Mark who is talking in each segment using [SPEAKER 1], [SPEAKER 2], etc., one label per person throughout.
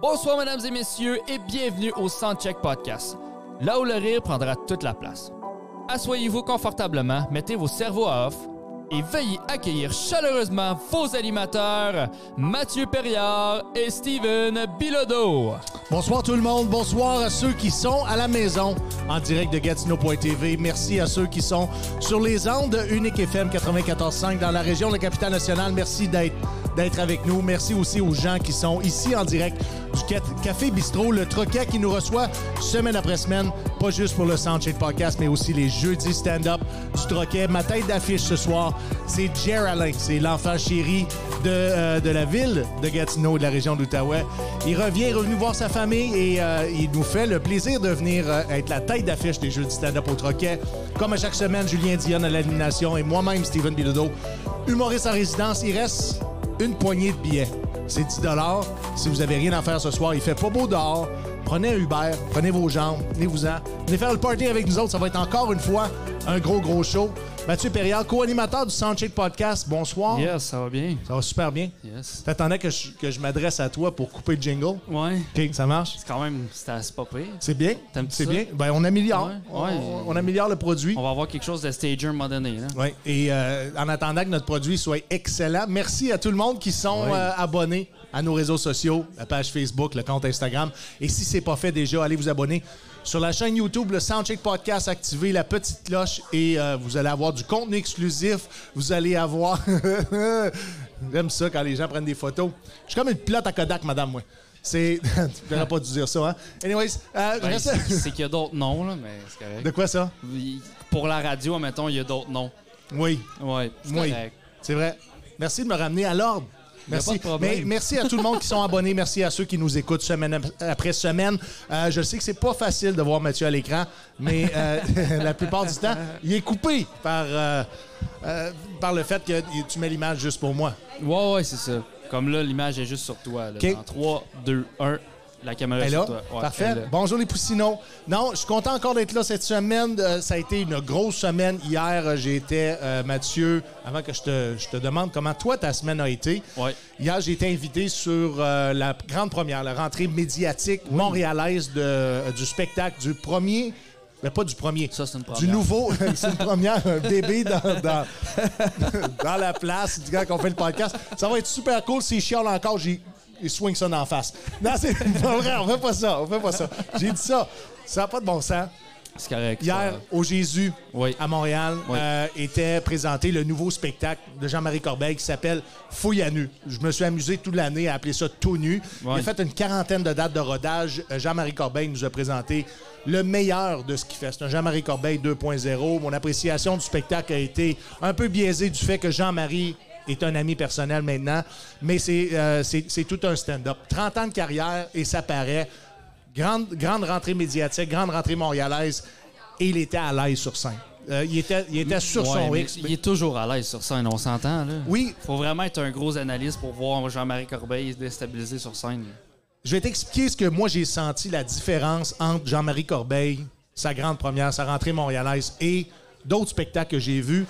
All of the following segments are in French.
[SPEAKER 1] Bonsoir, mesdames et messieurs, et bienvenue au Soundcheck Podcast, là où le rire prendra toute la place. Assoyez-vous confortablement, mettez vos cerveaux à off et veuillez accueillir chaleureusement vos animateurs, Mathieu Perriard et Steven Bilodeau.
[SPEAKER 2] Bonsoir tout le monde, bonsoir à ceux qui sont à la maison en direct de Gatineau.tv. Merci à ceux qui sont sur les ondes de Unique FM 94.5 dans la région de la capitale nationale. Merci d'être d'être avec nous. Merci aussi aux gens qui sont ici en direct du Ca- Café Bistrot, le Troquet qui nous reçoit semaine après semaine, pas juste pour le Soundcheck Podcast, mais aussi les jeudis stand-up du Troquet. Ma tête d'affiche ce soir, c'est Jer Alain. C'est l'enfant chéri de, euh, de la ville de Gatineau et de la région d'Outaouais. Il revient, est revenu voir sa famille et euh, il nous fait le plaisir de venir euh, être la tête d'affiche des Jeudis stand-up au Troquet. Comme à chaque semaine, Julien Dion à l'animation et moi-même, Steven Bilodeau, humoriste en résidence. Il reste une poignée de billets. C'est 10 Si vous avez rien à faire ce soir, il fait pas beau dehors. Prenez un Uber, prenez vos jambes, venez-vous-en. Venez faire le party avec nous autres. Ça va être encore une fois un gros, gros show. Mathieu Perriard, co-animateur du Soundcheck Podcast. Bonsoir.
[SPEAKER 1] Yes, ça va bien.
[SPEAKER 2] Ça va super bien.
[SPEAKER 1] Yes.
[SPEAKER 2] T'attendais que je, que je m'adresse à toi pour couper le jingle?
[SPEAKER 1] Ouais,
[SPEAKER 2] OK, ça marche?
[SPEAKER 1] c'est quand même, c'est c'est pas pire.
[SPEAKER 2] C'est bien?
[SPEAKER 1] T'aimes-tu
[SPEAKER 2] C'est
[SPEAKER 1] ça?
[SPEAKER 2] bien? Ben, on améliore.
[SPEAKER 1] Ouais, ouais.
[SPEAKER 2] On, on améliore le produit.
[SPEAKER 1] On va avoir quelque chose de stager un moment donné. Là.
[SPEAKER 2] Oui, et euh, en attendant que notre produit soit excellent, merci à tout le monde qui sont
[SPEAKER 1] Ouais.
[SPEAKER 2] euh, abonnés à nos réseaux sociaux, la page Facebook, le compte Instagram. Et si c'est pas fait déjà, allez vous abonner sur la chaîne YouTube, le Soundcheck Podcast, activez la petite cloche et euh, vous allez avoir du contenu exclusif. Vous allez avoir... J'aime ça quand les gens prennent des photos. Je suis comme une pilote à Kodak, madame, moi. C'est... tu n'aurais pas dû dire ça, hein? Anyways, euh, je
[SPEAKER 1] Ben,
[SPEAKER 2] reste-
[SPEAKER 1] c'est c'est qu'il y a d'autres noms, là, mais c'est correct.
[SPEAKER 2] De quoi ça?
[SPEAKER 1] Il- Pour la radio, mettons, il y a d'autres noms.
[SPEAKER 2] Oui.
[SPEAKER 1] Ouais, c'est
[SPEAKER 2] Oui,
[SPEAKER 1] correct.
[SPEAKER 2] c'est vrai. Merci de me ramener à l'ordre.
[SPEAKER 1] Y a pas
[SPEAKER 2] Merci.
[SPEAKER 1] de problème.
[SPEAKER 2] Mais merci à tout le monde qui sont abonnés. Merci à ceux qui nous écoutent semaine ap- après semaine. Euh, je sais que c'est pas facile de voir Mathieu à l'écran, mais euh, la plupart du temps, il est coupé par, euh, euh, par le fait que tu mets l'image juste pour moi.
[SPEAKER 1] Ouais, ouais, c'est ça. Comme là, l'image est juste sur toi. Là.
[SPEAKER 2] OK.
[SPEAKER 1] Dans 3, 2, 1, la caméra est
[SPEAKER 2] Elle est
[SPEAKER 1] sur
[SPEAKER 2] là.
[SPEAKER 1] toi. Ouais,
[SPEAKER 2] Parfait.
[SPEAKER 1] elle est là.
[SPEAKER 2] Bonjour les Poussinots. Non, je suis content encore d'être là cette semaine. Euh, ça a été une grosse semaine. Hier, euh, j'ai été, euh, Mathieu, avant que je te, je te demande comment toi ta semaine a été.
[SPEAKER 1] Ouais.
[SPEAKER 2] Hier, j'ai été invité sur euh, la grande première, la rentrée médiatique montréalaise de, euh, du spectacle du premier. Mais pas du premier.
[SPEAKER 1] Ça, c'est une première.
[SPEAKER 2] Du nouveau. c'est une première, un bébé dans, dans, dans la place du gars qu'on fait le podcast. Ça va être super cool. S'il chiale encore, j'ai. Il swing ça en face. Non, c'est pas vrai, on fait pas ça, on fait pas ça. J'ai dit ça. Ça n'a pas de bon sens.
[SPEAKER 1] C'est correct.
[SPEAKER 2] Hier, au Jésus,
[SPEAKER 1] Oui.
[SPEAKER 2] à Montréal,
[SPEAKER 1] Oui.
[SPEAKER 2] euh, était présenté le nouveau spectacle de Jean-Marie Corbeil qui s'appelle Fouille à nu. Je me suis amusé toute l'année à appeler ça tout nu.
[SPEAKER 1] Oui.
[SPEAKER 2] Il a fait une quarantaine de dates de rodage. Euh, Jean-Marie Corbeil nous a présenté le meilleur de ce qu'il fait. C'est un Jean-Marie Corbeil 2.0. Mon appréciation du spectacle a été un peu biaisée du fait que Jean-Marie est un ami personnel maintenant, mais c'est euh, c'est- c'est tout un stand-up. 30 ans de carrière et ça paraît. Grande, grande rentrée médiatique, grande rentrée montréalaise, et il était à l'aise sur scène. Euh, il était, il était sur
[SPEAKER 1] Ouais,
[SPEAKER 2] son
[SPEAKER 1] mais
[SPEAKER 2] X.
[SPEAKER 1] Il est toujours à l'aise sur scène, on s'entend. là.
[SPEAKER 2] Oui.
[SPEAKER 1] Faut vraiment être un gros analyste pour voir Jean-Marie Corbeil se déstabiliser sur scène. là.
[SPEAKER 2] Je vais t'expliquer ce que moi j'ai senti la différence entre Jean-Marie Corbeil, sa grande première, sa rentrée montréalaise et d'autres spectacles que j'ai vus.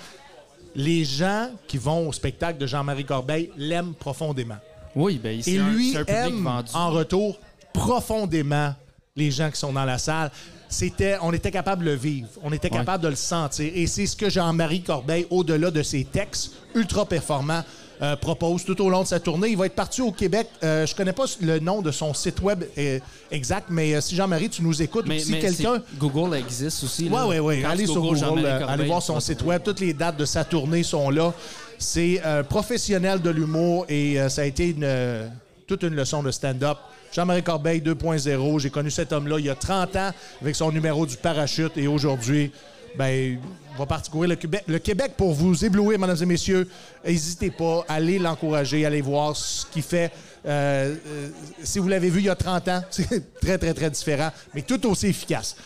[SPEAKER 2] Les gens qui vont au spectacle de Jean-Marie Corbeil l'aiment profondément.
[SPEAKER 1] Oui, ben
[SPEAKER 2] Et
[SPEAKER 1] c'est un,
[SPEAKER 2] lui
[SPEAKER 1] c'est un public
[SPEAKER 2] aime
[SPEAKER 1] vendu.
[SPEAKER 2] en retour profondément les gens qui sont dans la salle. C'était, on était capable de le vivre, on était
[SPEAKER 1] Ouais.
[SPEAKER 2] capable de le sentir. Et c'est ce que Jean-Marie Corbeil, au-delà de ses textes ultra performants, euh, propose tout au long de sa tournée. Il va être parti au Québec. Euh, je connais pas le nom de son site web euh, exact, mais euh, si Jean-Marie, tu nous écoutes, ou
[SPEAKER 1] Mais,
[SPEAKER 2] si
[SPEAKER 1] mais
[SPEAKER 2] quelqu'un
[SPEAKER 1] c'est- Google existe aussi.
[SPEAKER 2] oui,
[SPEAKER 1] là.
[SPEAKER 2] oui, oui.
[SPEAKER 1] Quand
[SPEAKER 2] Allez
[SPEAKER 1] tu
[SPEAKER 2] sur Google,
[SPEAKER 1] Jean-Marie
[SPEAKER 2] euh, allez
[SPEAKER 1] Corbeil,
[SPEAKER 2] voir
[SPEAKER 1] tu
[SPEAKER 2] son
[SPEAKER 1] vas
[SPEAKER 2] site
[SPEAKER 1] trouver.
[SPEAKER 2] web. Toutes les dates de sa tournée sont là. C'est un professionnel de l'humour et euh, ça a été une, euh, toute une leçon de stand-up. Jean-Marie Corbeil 2.0, j'ai connu cet homme-là il y a 30 ans avec son numéro du parachute et aujourd'hui, ben, on va parcourir le Québec, le Québec pour vous éblouir, mesdames et messieurs. N'hésitez pas, allez l'encourager, allez voir ce qu'il fait. Euh, euh, si vous l'avez vu il y a 30 ans, c'est très, très, très différent, mais tout aussi efficace.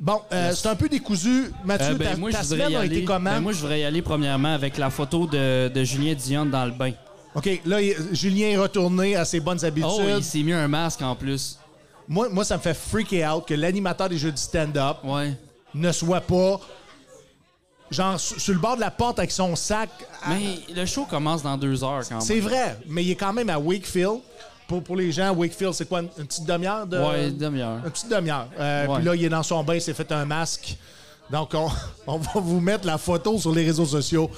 [SPEAKER 2] Bon, euh, c'est un peu décousu. Mathieu,
[SPEAKER 1] Euh, ben,
[SPEAKER 2] ta,
[SPEAKER 1] moi,
[SPEAKER 2] ta
[SPEAKER 1] je voudrais
[SPEAKER 2] semaine
[SPEAKER 1] y
[SPEAKER 2] a
[SPEAKER 1] aller-
[SPEAKER 2] été comment?
[SPEAKER 1] ben, moi, je voudrais y aller premièrement avec la photo de, de Julien Dion dans le bain.
[SPEAKER 2] OK, là, il- Julien est retourné à ses bonnes habitudes.
[SPEAKER 1] Oh, il s'est mis un masque en plus.
[SPEAKER 2] moi, moi, ça me fait freaker out que l'animateur des jeux du stand-up
[SPEAKER 1] Ouais.
[SPEAKER 2] ne soit pas, genre, su- sur le bord de la porte avec son sac. à-
[SPEAKER 1] Mais le show commence dans deux heures quand même.
[SPEAKER 2] C'est vrai, mais il est quand même à Wakefield pour, pour les gens, Wakefield, c'est quoi, une, une petite demi-heure? De,
[SPEAKER 3] Ouais, demi-heure.
[SPEAKER 2] Une petite demi-heure. Euh,
[SPEAKER 3] Ouais.
[SPEAKER 2] Puis là, il est dans son bain, il s'est fait un masque. Donc, on, on va vous mettre la photo sur les réseaux sociaux.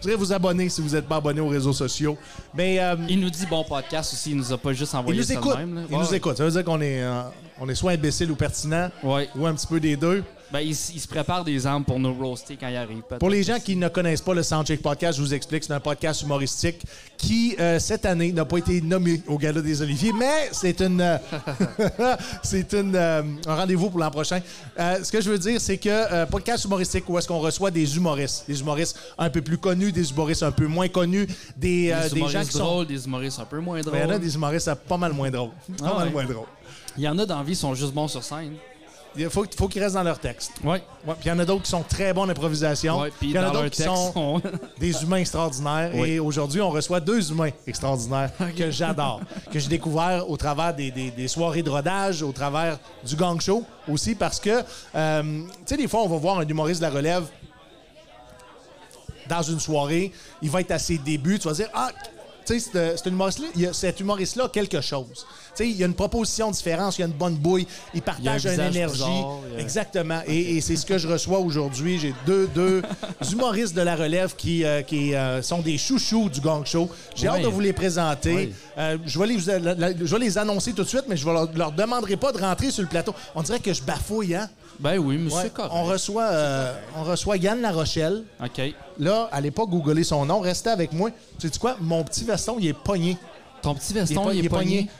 [SPEAKER 2] Vous devez vous abonner si vous n'êtes pas abonné aux réseaux sociaux. Mais euh,
[SPEAKER 3] Il nous dit bon podcast aussi, il nous a pas juste
[SPEAKER 2] il
[SPEAKER 3] envoyé
[SPEAKER 2] nous
[SPEAKER 3] ça de
[SPEAKER 2] écoute.
[SPEAKER 3] même. là.
[SPEAKER 2] Il
[SPEAKER 3] Ouais,
[SPEAKER 2] nous
[SPEAKER 3] ouais.
[SPEAKER 2] écoute. Ça veut dire qu'on est, euh, on est soit imbécile ou pertinent,
[SPEAKER 3] Ouais.
[SPEAKER 2] ou un petit peu des deux.
[SPEAKER 3] Ben, il, s- il se prépare des armes pour nous roaster quand il arrive. peut-être.
[SPEAKER 2] Pour les gens qui ne connaissent pas le Soundcheck Podcast, je vous explique, c'est un podcast humoristique qui, euh, cette année, n'a pas été nommé au Gala des Oliviers, mais c'est une, euh, c'est une, euh, un rendez-vous pour l'an prochain. Euh, ce que je veux dire, c'est que euh, podcast humoristique, où est-ce qu'on reçoit des humoristes, des humoristes un peu plus connus, des humoristes un peu moins connus, des, euh,
[SPEAKER 3] Des
[SPEAKER 2] des
[SPEAKER 3] humoristes
[SPEAKER 2] gens qui sont...
[SPEAKER 3] drôles, des humoristes un peu moins drôles.
[SPEAKER 2] Il y en a des humoristes euh, pas mal moins drôles. Pas
[SPEAKER 3] Ah
[SPEAKER 2] mal
[SPEAKER 3] ouais.
[SPEAKER 2] moins drôles.
[SPEAKER 3] dans la vie, ils sont juste bons sur scène.
[SPEAKER 2] Il faut, faut qu'ils restent dans leur texte.
[SPEAKER 3] Ouais.
[SPEAKER 2] Ouais, Puis il y en a d'autres qui sont très bons en improvisation.
[SPEAKER 3] Ouais,
[SPEAKER 2] Puis
[SPEAKER 3] puis
[SPEAKER 2] il y en a d'autres
[SPEAKER 3] dans leur
[SPEAKER 2] qui sont...
[SPEAKER 3] texte, on-
[SPEAKER 2] des humains extraordinaires.
[SPEAKER 3] Oui.
[SPEAKER 2] Et aujourd'hui, on reçoit deux humains extraordinaires que j'adore, que j'ai découvert au travers des, des- des soirées de rodage, au travers du gang show aussi, parce que, euh, tu sais, des fois, on va voir un humoriste de la relève dans une soirée, il va être à ses débuts, tu vas dire, ah, tu sais, c'est- c'est un humoriste-là, il y a- cet humoriste-là a quelque chose. Tu sais, il y a une proposition différente, il y a une bonne bouille, il partage
[SPEAKER 3] Il y a un
[SPEAKER 2] une
[SPEAKER 3] visage
[SPEAKER 2] énergie.
[SPEAKER 3] bizarre, il y a-
[SPEAKER 2] Exactement. Et, et c'est ce que je reçois aujourd'hui. J'ai deux, deux humoristes de la relève qui, euh, qui euh, sont des chouchous du gang show. J'ai
[SPEAKER 3] Oui.
[SPEAKER 2] hâte de vous les présenter.
[SPEAKER 3] Oui.
[SPEAKER 2] Euh, je, vais les, vous- la- la- je vais les annoncer tout de suite, mais je ne leur, leur demanderai pas de rentrer sur le plateau. On dirait que je bafouille, hein?
[SPEAKER 3] Ben oui, mais
[SPEAKER 2] Ouais.
[SPEAKER 3] c'est correct.
[SPEAKER 2] On reçoit, euh, on reçoit Yann Larochelle.
[SPEAKER 3] OK.
[SPEAKER 2] Là, allez pas googler son nom, restez avec moi. Tu sais quoi? Mon petit veston, il est pogné.
[SPEAKER 3] Ton petit
[SPEAKER 2] Il est,
[SPEAKER 3] veston,
[SPEAKER 2] po-
[SPEAKER 3] il est, pogné.
[SPEAKER 2] pogné.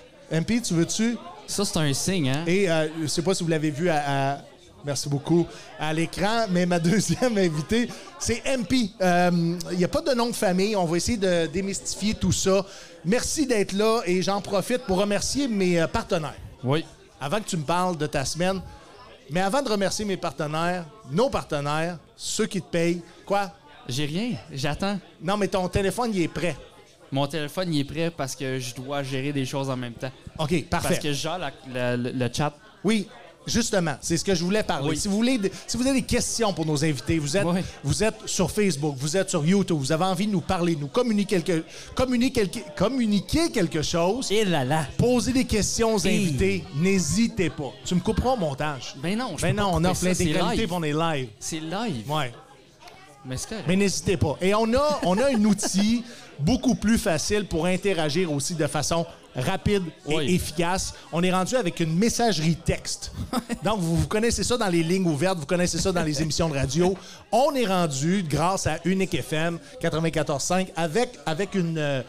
[SPEAKER 2] MP, tu veux-tu?
[SPEAKER 3] Ça, c'est un signe, hein?
[SPEAKER 2] Et euh, je sais pas si vous l'avez vu à, à- Merci beaucoup. À l'écran, mais ma deuxième invitée, c'est MP. Euh, Il n'y a pas de nom de famille. On va essayer de démystifier tout ça. Merci d'être là et j'en profite pour remercier mes euh, partenaires.
[SPEAKER 3] Oui.
[SPEAKER 2] Avant que tu me parles de ta semaine, mais avant de remercier mes partenaires, nos partenaires, ceux qui te payent, quoi?
[SPEAKER 3] J'ai rien. J'attends.
[SPEAKER 2] Non, mais ton téléphone, il est prêt.
[SPEAKER 3] Mon téléphone, il est prêt parce que je dois gérer des choses en même temps.
[SPEAKER 2] OK, parfait.
[SPEAKER 3] Parce que je gère la- la- le- le chat.
[SPEAKER 2] Oui, justement, c'est ce que je voulais parler.
[SPEAKER 3] Oui.
[SPEAKER 2] Si, vous voulez, si vous avez des questions pour nos invités, vous êtes,
[SPEAKER 3] Oui.
[SPEAKER 2] vous êtes sur Facebook, vous êtes sur YouTube, vous avez envie de nous parler, nous communiquer quelque, communiquer quelque, communiquer quelque chose,
[SPEAKER 3] Et là là.
[SPEAKER 2] poser des questions aux
[SPEAKER 3] Et-
[SPEAKER 2] invités, n'hésitez pas. Tu me couperas au montage.
[SPEAKER 3] Ben non, je
[SPEAKER 2] Ben
[SPEAKER 3] peux
[SPEAKER 2] non,
[SPEAKER 3] pas
[SPEAKER 2] on
[SPEAKER 3] couper
[SPEAKER 2] offre
[SPEAKER 3] ça, c'est
[SPEAKER 2] l'intégralité
[SPEAKER 3] live.
[SPEAKER 2] pour les live.
[SPEAKER 3] C'est live.
[SPEAKER 2] Ouais.
[SPEAKER 3] Mais c'est correct.
[SPEAKER 2] Mais n'hésitez pas. Et on a, on a un outil beaucoup plus facile pour interagir aussi de façon rapide et
[SPEAKER 3] Oui.
[SPEAKER 2] efficace. On est rendu avec une messagerie texte. Donc, vous, vous connaissez ça dans les lignes ouvertes, vous connaissez ça dans les émissions de radio. On est rendu, grâce à Unique FM 94.5, avec, avec une... euh,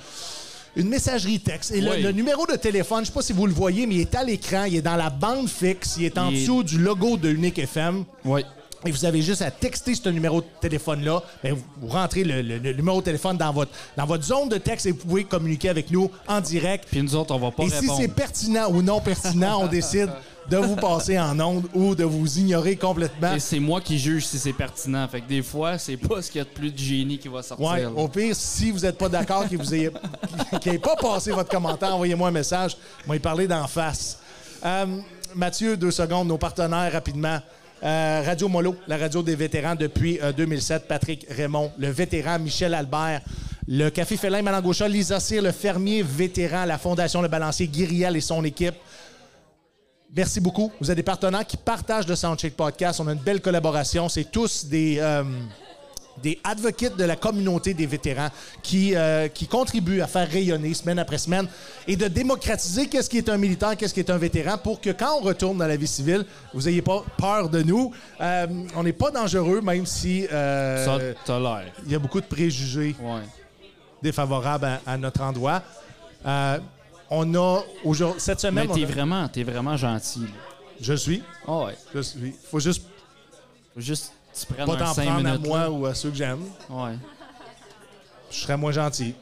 [SPEAKER 2] une messagerie texte. Et le,
[SPEAKER 3] Oui.
[SPEAKER 2] le numéro de téléphone, je sais pas si vous le voyez, mais il est à l'écran, il est dans la bande fixe, il est en
[SPEAKER 3] Il est-
[SPEAKER 2] dessous du logo de Unique FM.
[SPEAKER 3] Oui.
[SPEAKER 2] Et vous avez juste à texter ce numéro de téléphone-là. Ben, vous- vous rentrez le, le- le numéro de téléphone dans votre, dans votre zone de texte et vous pouvez communiquer avec nous en direct.
[SPEAKER 3] Puis nous autres, on va pas
[SPEAKER 2] et si
[SPEAKER 3] répondre.
[SPEAKER 2] c'est pertinent ou non pertinent, on décide de vous passer en onde ou de vous ignorer complètement.
[SPEAKER 3] Et c'est moi qui juge si c'est pertinent. Fait que des fois, c'est pas ce qu'il y a de plus de génie qui va sortir.
[SPEAKER 2] Ouais,
[SPEAKER 3] là.
[SPEAKER 2] au pire, si vous n'êtes pas d'accord, qu'il vous ayez, qu'il ait pas passé votre commentaire, envoyez-moi un message. On va y parler d'en face. Euh, Mathieu, deux secondes, nos partenaires rapidement. Euh, radio Molo, la radio des vétérans depuis euh, 2007. Patrick Raymond, le vétéran Michel Albert. Le Café Félin Malangocha, Lisa Cyr, le fermier vétéran, la Fondation Le Balancier, Guirial et son équipe. Merci beaucoup. Vous avez des partenaires qui partagent le Soundcheck Podcast. On a une belle collaboration. C'est tous des, euh, des advocates de la communauté des vétérans qui, euh, qui contribuent à faire rayonner semaine après semaine et de démocratiser qu'est-ce qui est un militaire, qu'est-ce qui est un vétéran pour que quand on retourne dans la vie civile, vous n'ayez pas peur de nous. Euh, on n'est pas dangereux, même si euh,
[SPEAKER 3] Ça, t'as l'air.
[SPEAKER 2] il y a beaucoup de préjugés
[SPEAKER 3] Ouais.
[SPEAKER 2] défavorables à, à notre endroit. Euh, on a aujourd'hui cette
[SPEAKER 3] Mais
[SPEAKER 2] semaine,
[SPEAKER 3] t'es
[SPEAKER 2] on a-
[SPEAKER 3] vraiment, t'es vraiment gentil. là.
[SPEAKER 2] je suis,
[SPEAKER 3] Ah ouais.
[SPEAKER 2] je suis. Faut juste
[SPEAKER 3] Faut juste que tu prennes
[SPEAKER 2] pas
[SPEAKER 3] un
[SPEAKER 2] t'en
[SPEAKER 3] 5
[SPEAKER 2] prendre
[SPEAKER 3] minutes.
[SPEAKER 2] à moi
[SPEAKER 3] là.
[SPEAKER 2] ou à ceux que j'aime.
[SPEAKER 3] Ouais.
[SPEAKER 2] Je serais moins gentil.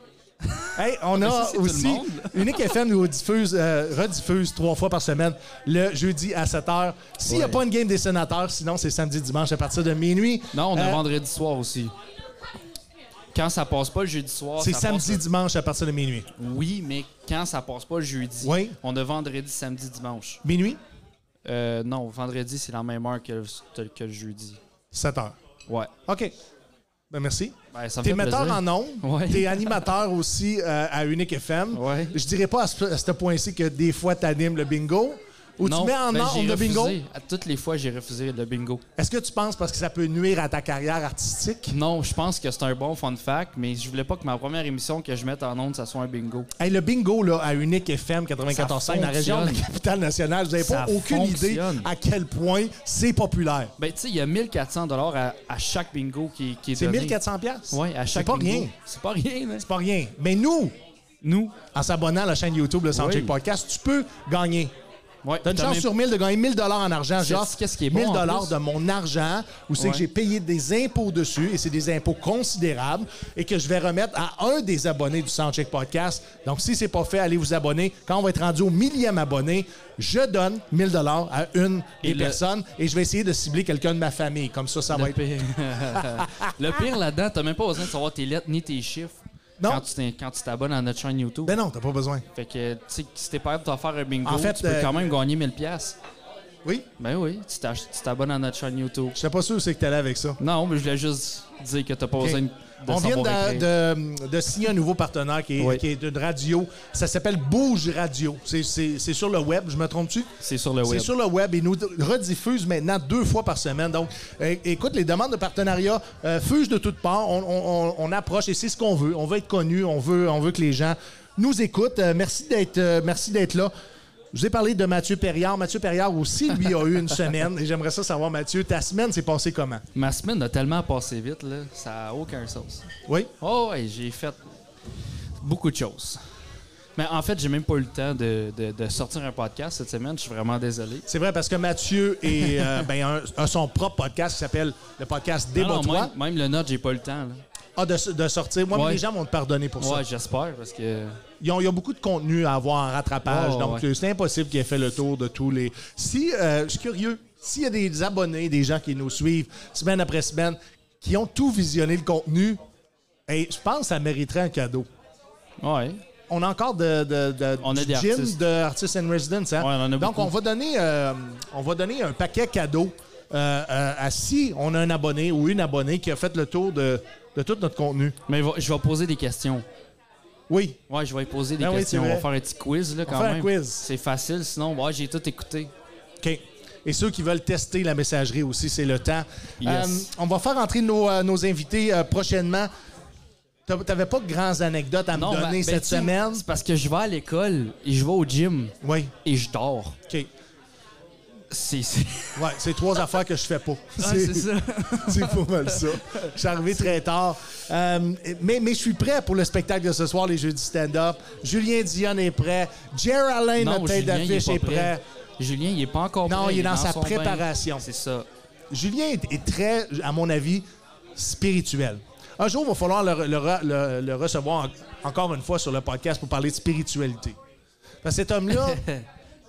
[SPEAKER 2] Hey, on a
[SPEAKER 3] Mais ça, c'est tout le
[SPEAKER 2] aussi
[SPEAKER 3] monde.
[SPEAKER 2] Unique FM nous diffuse, euh, rediffuse trois fois par semaine le jeudi à 7h. S'il n'y a
[SPEAKER 3] Ouais.
[SPEAKER 2] pas une game des sénateurs, sinon c'est samedi dimanche à partir de minuit.
[SPEAKER 3] Non, on a
[SPEAKER 2] Euh,
[SPEAKER 3] vendredi soir aussi. Quand ça passe pas le jeudi soir.
[SPEAKER 2] C'est
[SPEAKER 3] ça
[SPEAKER 2] samedi
[SPEAKER 3] passe-
[SPEAKER 2] dimanche à partir de minuit.
[SPEAKER 3] Oui, mais quand ça passe pas le jeudi.
[SPEAKER 2] Oui.
[SPEAKER 3] On a vendredi, samedi, dimanche.
[SPEAKER 2] Minuit,
[SPEAKER 3] Euh, non, vendredi, c'est la même heure que, le- que le jeudi.
[SPEAKER 2] 7h.
[SPEAKER 3] Ouais.
[SPEAKER 2] OK. Ben, merci.
[SPEAKER 3] Ben, ça me
[SPEAKER 2] T'es
[SPEAKER 3] fait
[SPEAKER 2] metteur
[SPEAKER 3] plaisir.
[SPEAKER 2] en ondes,
[SPEAKER 3] Ouais.
[SPEAKER 2] t'es animateur aussi euh, à Unique FM.
[SPEAKER 3] Ouais.
[SPEAKER 2] Je dirais pas à ce, à ce point-ci que des fois t'animes le bingo ou tu
[SPEAKER 3] Non,
[SPEAKER 2] mets en
[SPEAKER 3] ben, j'ai
[SPEAKER 2] ondes le bingo.
[SPEAKER 3] refusé. À toutes les fois, j'ai refusé le bingo.
[SPEAKER 2] Est-ce que tu penses parce que ça peut nuire à ta carrière artistique?
[SPEAKER 3] Non, je pense que c'est un bon fun fact, mais je voulais pas que ma première émission que je mette en onde, ça soit un bingo.
[SPEAKER 2] Hey, le bingo là, à Unique FM 94.5 dans la région de la
[SPEAKER 3] fonctionne.
[SPEAKER 2] capitale nationale, vous n'avez pas
[SPEAKER 3] Ça
[SPEAKER 2] aucune idée
[SPEAKER 3] fonctionne.
[SPEAKER 2] à quel point c'est populaire.
[SPEAKER 3] Ben, tu sais, il y a 1400 dollars à, à chaque bingo qui, qui est
[SPEAKER 2] C'est
[SPEAKER 3] donné.
[SPEAKER 2] 1400 pièces.
[SPEAKER 3] Ouais, à chaque
[SPEAKER 2] C'est pas
[SPEAKER 3] bingo.
[SPEAKER 2] rien.
[SPEAKER 3] C'est pas rien, mais
[SPEAKER 2] C'est pas rien. Mais nous,
[SPEAKER 3] nous.
[SPEAKER 2] en s'abonnant à la chaîne YouTube le Soundcheck
[SPEAKER 3] Oui.
[SPEAKER 2] Podcast, tu peux gagner.
[SPEAKER 3] Ouais,
[SPEAKER 2] T'as une
[SPEAKER 3] t'as
[SPEAKER 2] chance
[SPEAKER 3] même-
[SPEAKER 2] sur 1000 de gagner 1000 dollars en argent.
[SPEAKER 3] Sais-tu
[SPEAKER 2] J'offre
[SPEAKER 3] qu'est-ce qui est
[SPEAKER 2] 1000
[SPEAKER 3] bon, en
[SPEAKER 2] dollars
[SPEAKER 3] plus?
[SPEAKER 2] de mon argent où c'est que
[SPEAKER 3] Ouais.
[SPEAKER 2] j'ai payé des impôts dessus et c'est des impôts considérables et que je vais remettre à un des abonnés du Soundcheck Podcast. Donc, si c'est pas fait, allez vous abonner. Quand on va être rendu au millième abonné, je donne 1000 dollars à une
[SPEAKER 3] Et
[SPEAKER 2] des
[SPEAKER 3] le-
[SPEAKER 2] personnes et je vais essayer de cibler quelqu'un de ma famille. Comme ça, ça va
[SPEAKER 3] Le
[SPEAKER 2] être...
[SPEAKER 3] pire, le pire là-dedans, t'as même pas besoin de savoir tes lettres ni tes chiffres
[SPEAKER 2] Non.
[SPEAKER 3] quand tu t'in- quand tu t'abonnes à notre chaîne YouTube.
[SPEAKER 2] Ben non, t'as pas besoin.
[SPEAKER 3] Fait que, tu sais, si t'es pas capable de t'en faire un bingo,
[SPEAKER 2] En fait,
[SPEAKER 3] tu peux
[SPEAKER 2] euh,
[SPEAKER 3] quand même gagner 1000 pièces.
[SPEAKER 2] Oui?
[SPEAKER 3] Ben oui, tu t'ach- tu t'abonnes à notre chaîne YouTube.
[SPEAKER 2] Je pas sûr c'est que t'allais avec ça.
[SPEAKER 3] Non, mais je voulais juste dire que t'as pas besoin de
[SPEAKER 2] On vient
[SPEAKER 3] savoir
[SPEAKER 2] de, de-
[SPEAKER 3] écrire.
[SPEAKER 2] de signer un nouveau partenaire qui est,
[SPEAKER 3] Oui.
[SPEAKER 2] qui est une radio. Ça s'appelle Bouge Radio. C'est- C'est c'est sur le web, je me trompe-tu?
[SPEAKER 3] C'est sur le
[SPEAKER 2] C'est
[SPEAKER 3] web.
[SPEAKER 2] sur le web. Ils nous rediffusent maintenant deux fois par semaine. Donc, euh, écoute, les demandes de partenariat euh, fusent de toutes parts. On, on- on- on approche et c'est ce qu'on veut. On veut être connu. On veut, on veut que les gens nous écoutent. Euh, merci d'être euh, merci d'être là. Je vous ai parlé de Mathieu Perriard. Mathieu Perriard aussi, lui, a eu une semaine. Et j'aimerais ça savoir, Mathieu, ta semaine s'est passée comment?
[SPEAKER 3] Ma semaine a tellement passé vite, là, ça a aucun sens.
[SPEAKER 2] Oui?
[SPEAKER 3] Oh, ouais, j'ai fait beaucoup de choses. Mais en fait, j'ai même pas eu le temps de, de- de sortir un podcast cette semaine. Je suis vraiment désolé.
[SPEAKER 2] C'est vrai, parce que Mathieu et, euh, ben, un- a son propre podcast qui s'appelle le podcast
[SPEAKER 3] Non, non,
[SPEAKER 2] Débat-toi.
[SPEAKER 3] même, même le nôtre, j'ai pas eu le temps. là.
[SPEAKER 2] Ah, de, s- de sortir. Moi, mais
[SPEAKER 3] Ouais.
[SPEAKER 2] les gens vont te pardonner pour ça.
[SPEAKER 3] Ouais, j'espère parce que.
[SPEAKER 2] Ils ont- Il y a beaucoup de contenu à avoir en rattrapage,
[SPEAKER 3] Ouais, ouais,
[SPEAKER 2] donc
[SPEAKER 3] ouais.
[SPEAKER 2] euh, c'est impossible qu'il ait fait le tour de tous les. Si, euh, je suis curieux, s'il y a des abonnés, des gens qui nous suivent semaine après semaine, qui ont tout visionné le contenu, et je pense que ça mériterait un cadeau.
[SPEAKER 3] Ouais.
[SPEAKER 2] On a encore de, de, de-
[SPEAKER 3] On a
[SPEAKER 2] du
[SPEAKER 3] des
[SPEAKER 2] gin
[SPEAKER 3] artistes.
[SPEAKER 2] de Artists in Residence. hein?
[SPEAKER 3] Ouais, on en a
[SPEAKER 2] Donc,
[SPEAKER 3] beaucoup.
[SPEAKER 2] on va, donner, euh, on va donner un paquet cadeau euh, euh, à si on a un abonné ou une abonnée qui a fait le tour de, de tout notre contenu.
[SPEAKER 3] Mais va- je vais poser des questions.
[SPEAKER 2] Oui.
[SPEAKER 3] Ouais, je vais poser des
[SPEAKER 2] Ben oui,
[SPEAKER 3] questions.
[SPEAKER 2] c'est
[SPEAKER 3] On va
[SPEAKER 2] vrai.
[SPEAKER 3] faire un petit quiz là,
[SPEAKER 2] On
[SPEAKER 3] quand
[SPEAKER 2] fait un
[SPEAKER 3] même.
[SPEAKER 2] quiz.
[SPEAKER 3] C'est facile, sinon, ouais, j'ai tout écouté.
[SPEAKER 2] OK. Et ceux qui veulent tester la messagerie aussi, c'est le temps. Euh,
[SPEAKER 3] Yes.
[SPEAKER 2] on va faire entrer nos, euh, nos invités euh, prochainement. T'as- T'avais pas de grandes anecdotes à me
[SPEAKER 3] ben-
[SPEAKER 2] donner
[SPEAKER 3] ben,
[SPEAKER 2] cette
[SPEAKER 3] tu sais,
[SPEAKER 2] semaine?
[SPEAKER 3] C'est parce que je vais à l'école et je vais au gym
[SPEAKER 2] Oui.
[SPEAKER 3] et je dors.
[SPEAKER 2] OK.
[SPEAKER 3] C'est. c'est-
[SPEAKER 2] Ouais, c'est trois affaires que je fais pas.
[SPEAKER 3] Ouais, c'est ça.
[SPEAKER 2] Ah, C'est pas mal ça. Je suis arrivé très tard. Euh, mais, mais je suis prêt pour le spectacle de ce soir, les jeux du stand-up. Julien Dion est prêt. Jerry Allen,
[SPEAKER 3] Non,
[SPEAKER 2] notre tête
[SPEAKER 3] Julien, il est
[SPEAKER 2] d'affiche,
[SPEAKER 3] pas
[SPEAKER 2] est prêt.
[SPEAKER 3] Julien, il est pas encore
[SPEAKER 2] Non,
[SPEAKER 3] prêt,
[SPEAKER 2] il est dans sa
[SPEAKER 3] son bain.
[SPEAKER 2] préparation.
[SPEAKER 3] C'est ça.
[SPEAKER 2] Julien est, est très, à mon avis, spirituel. Un jour, il va falloir le, re- le re- le- le recevoir en- encore une fois sur le podcast pour parler de spiritualité. Parce que cet homme-là,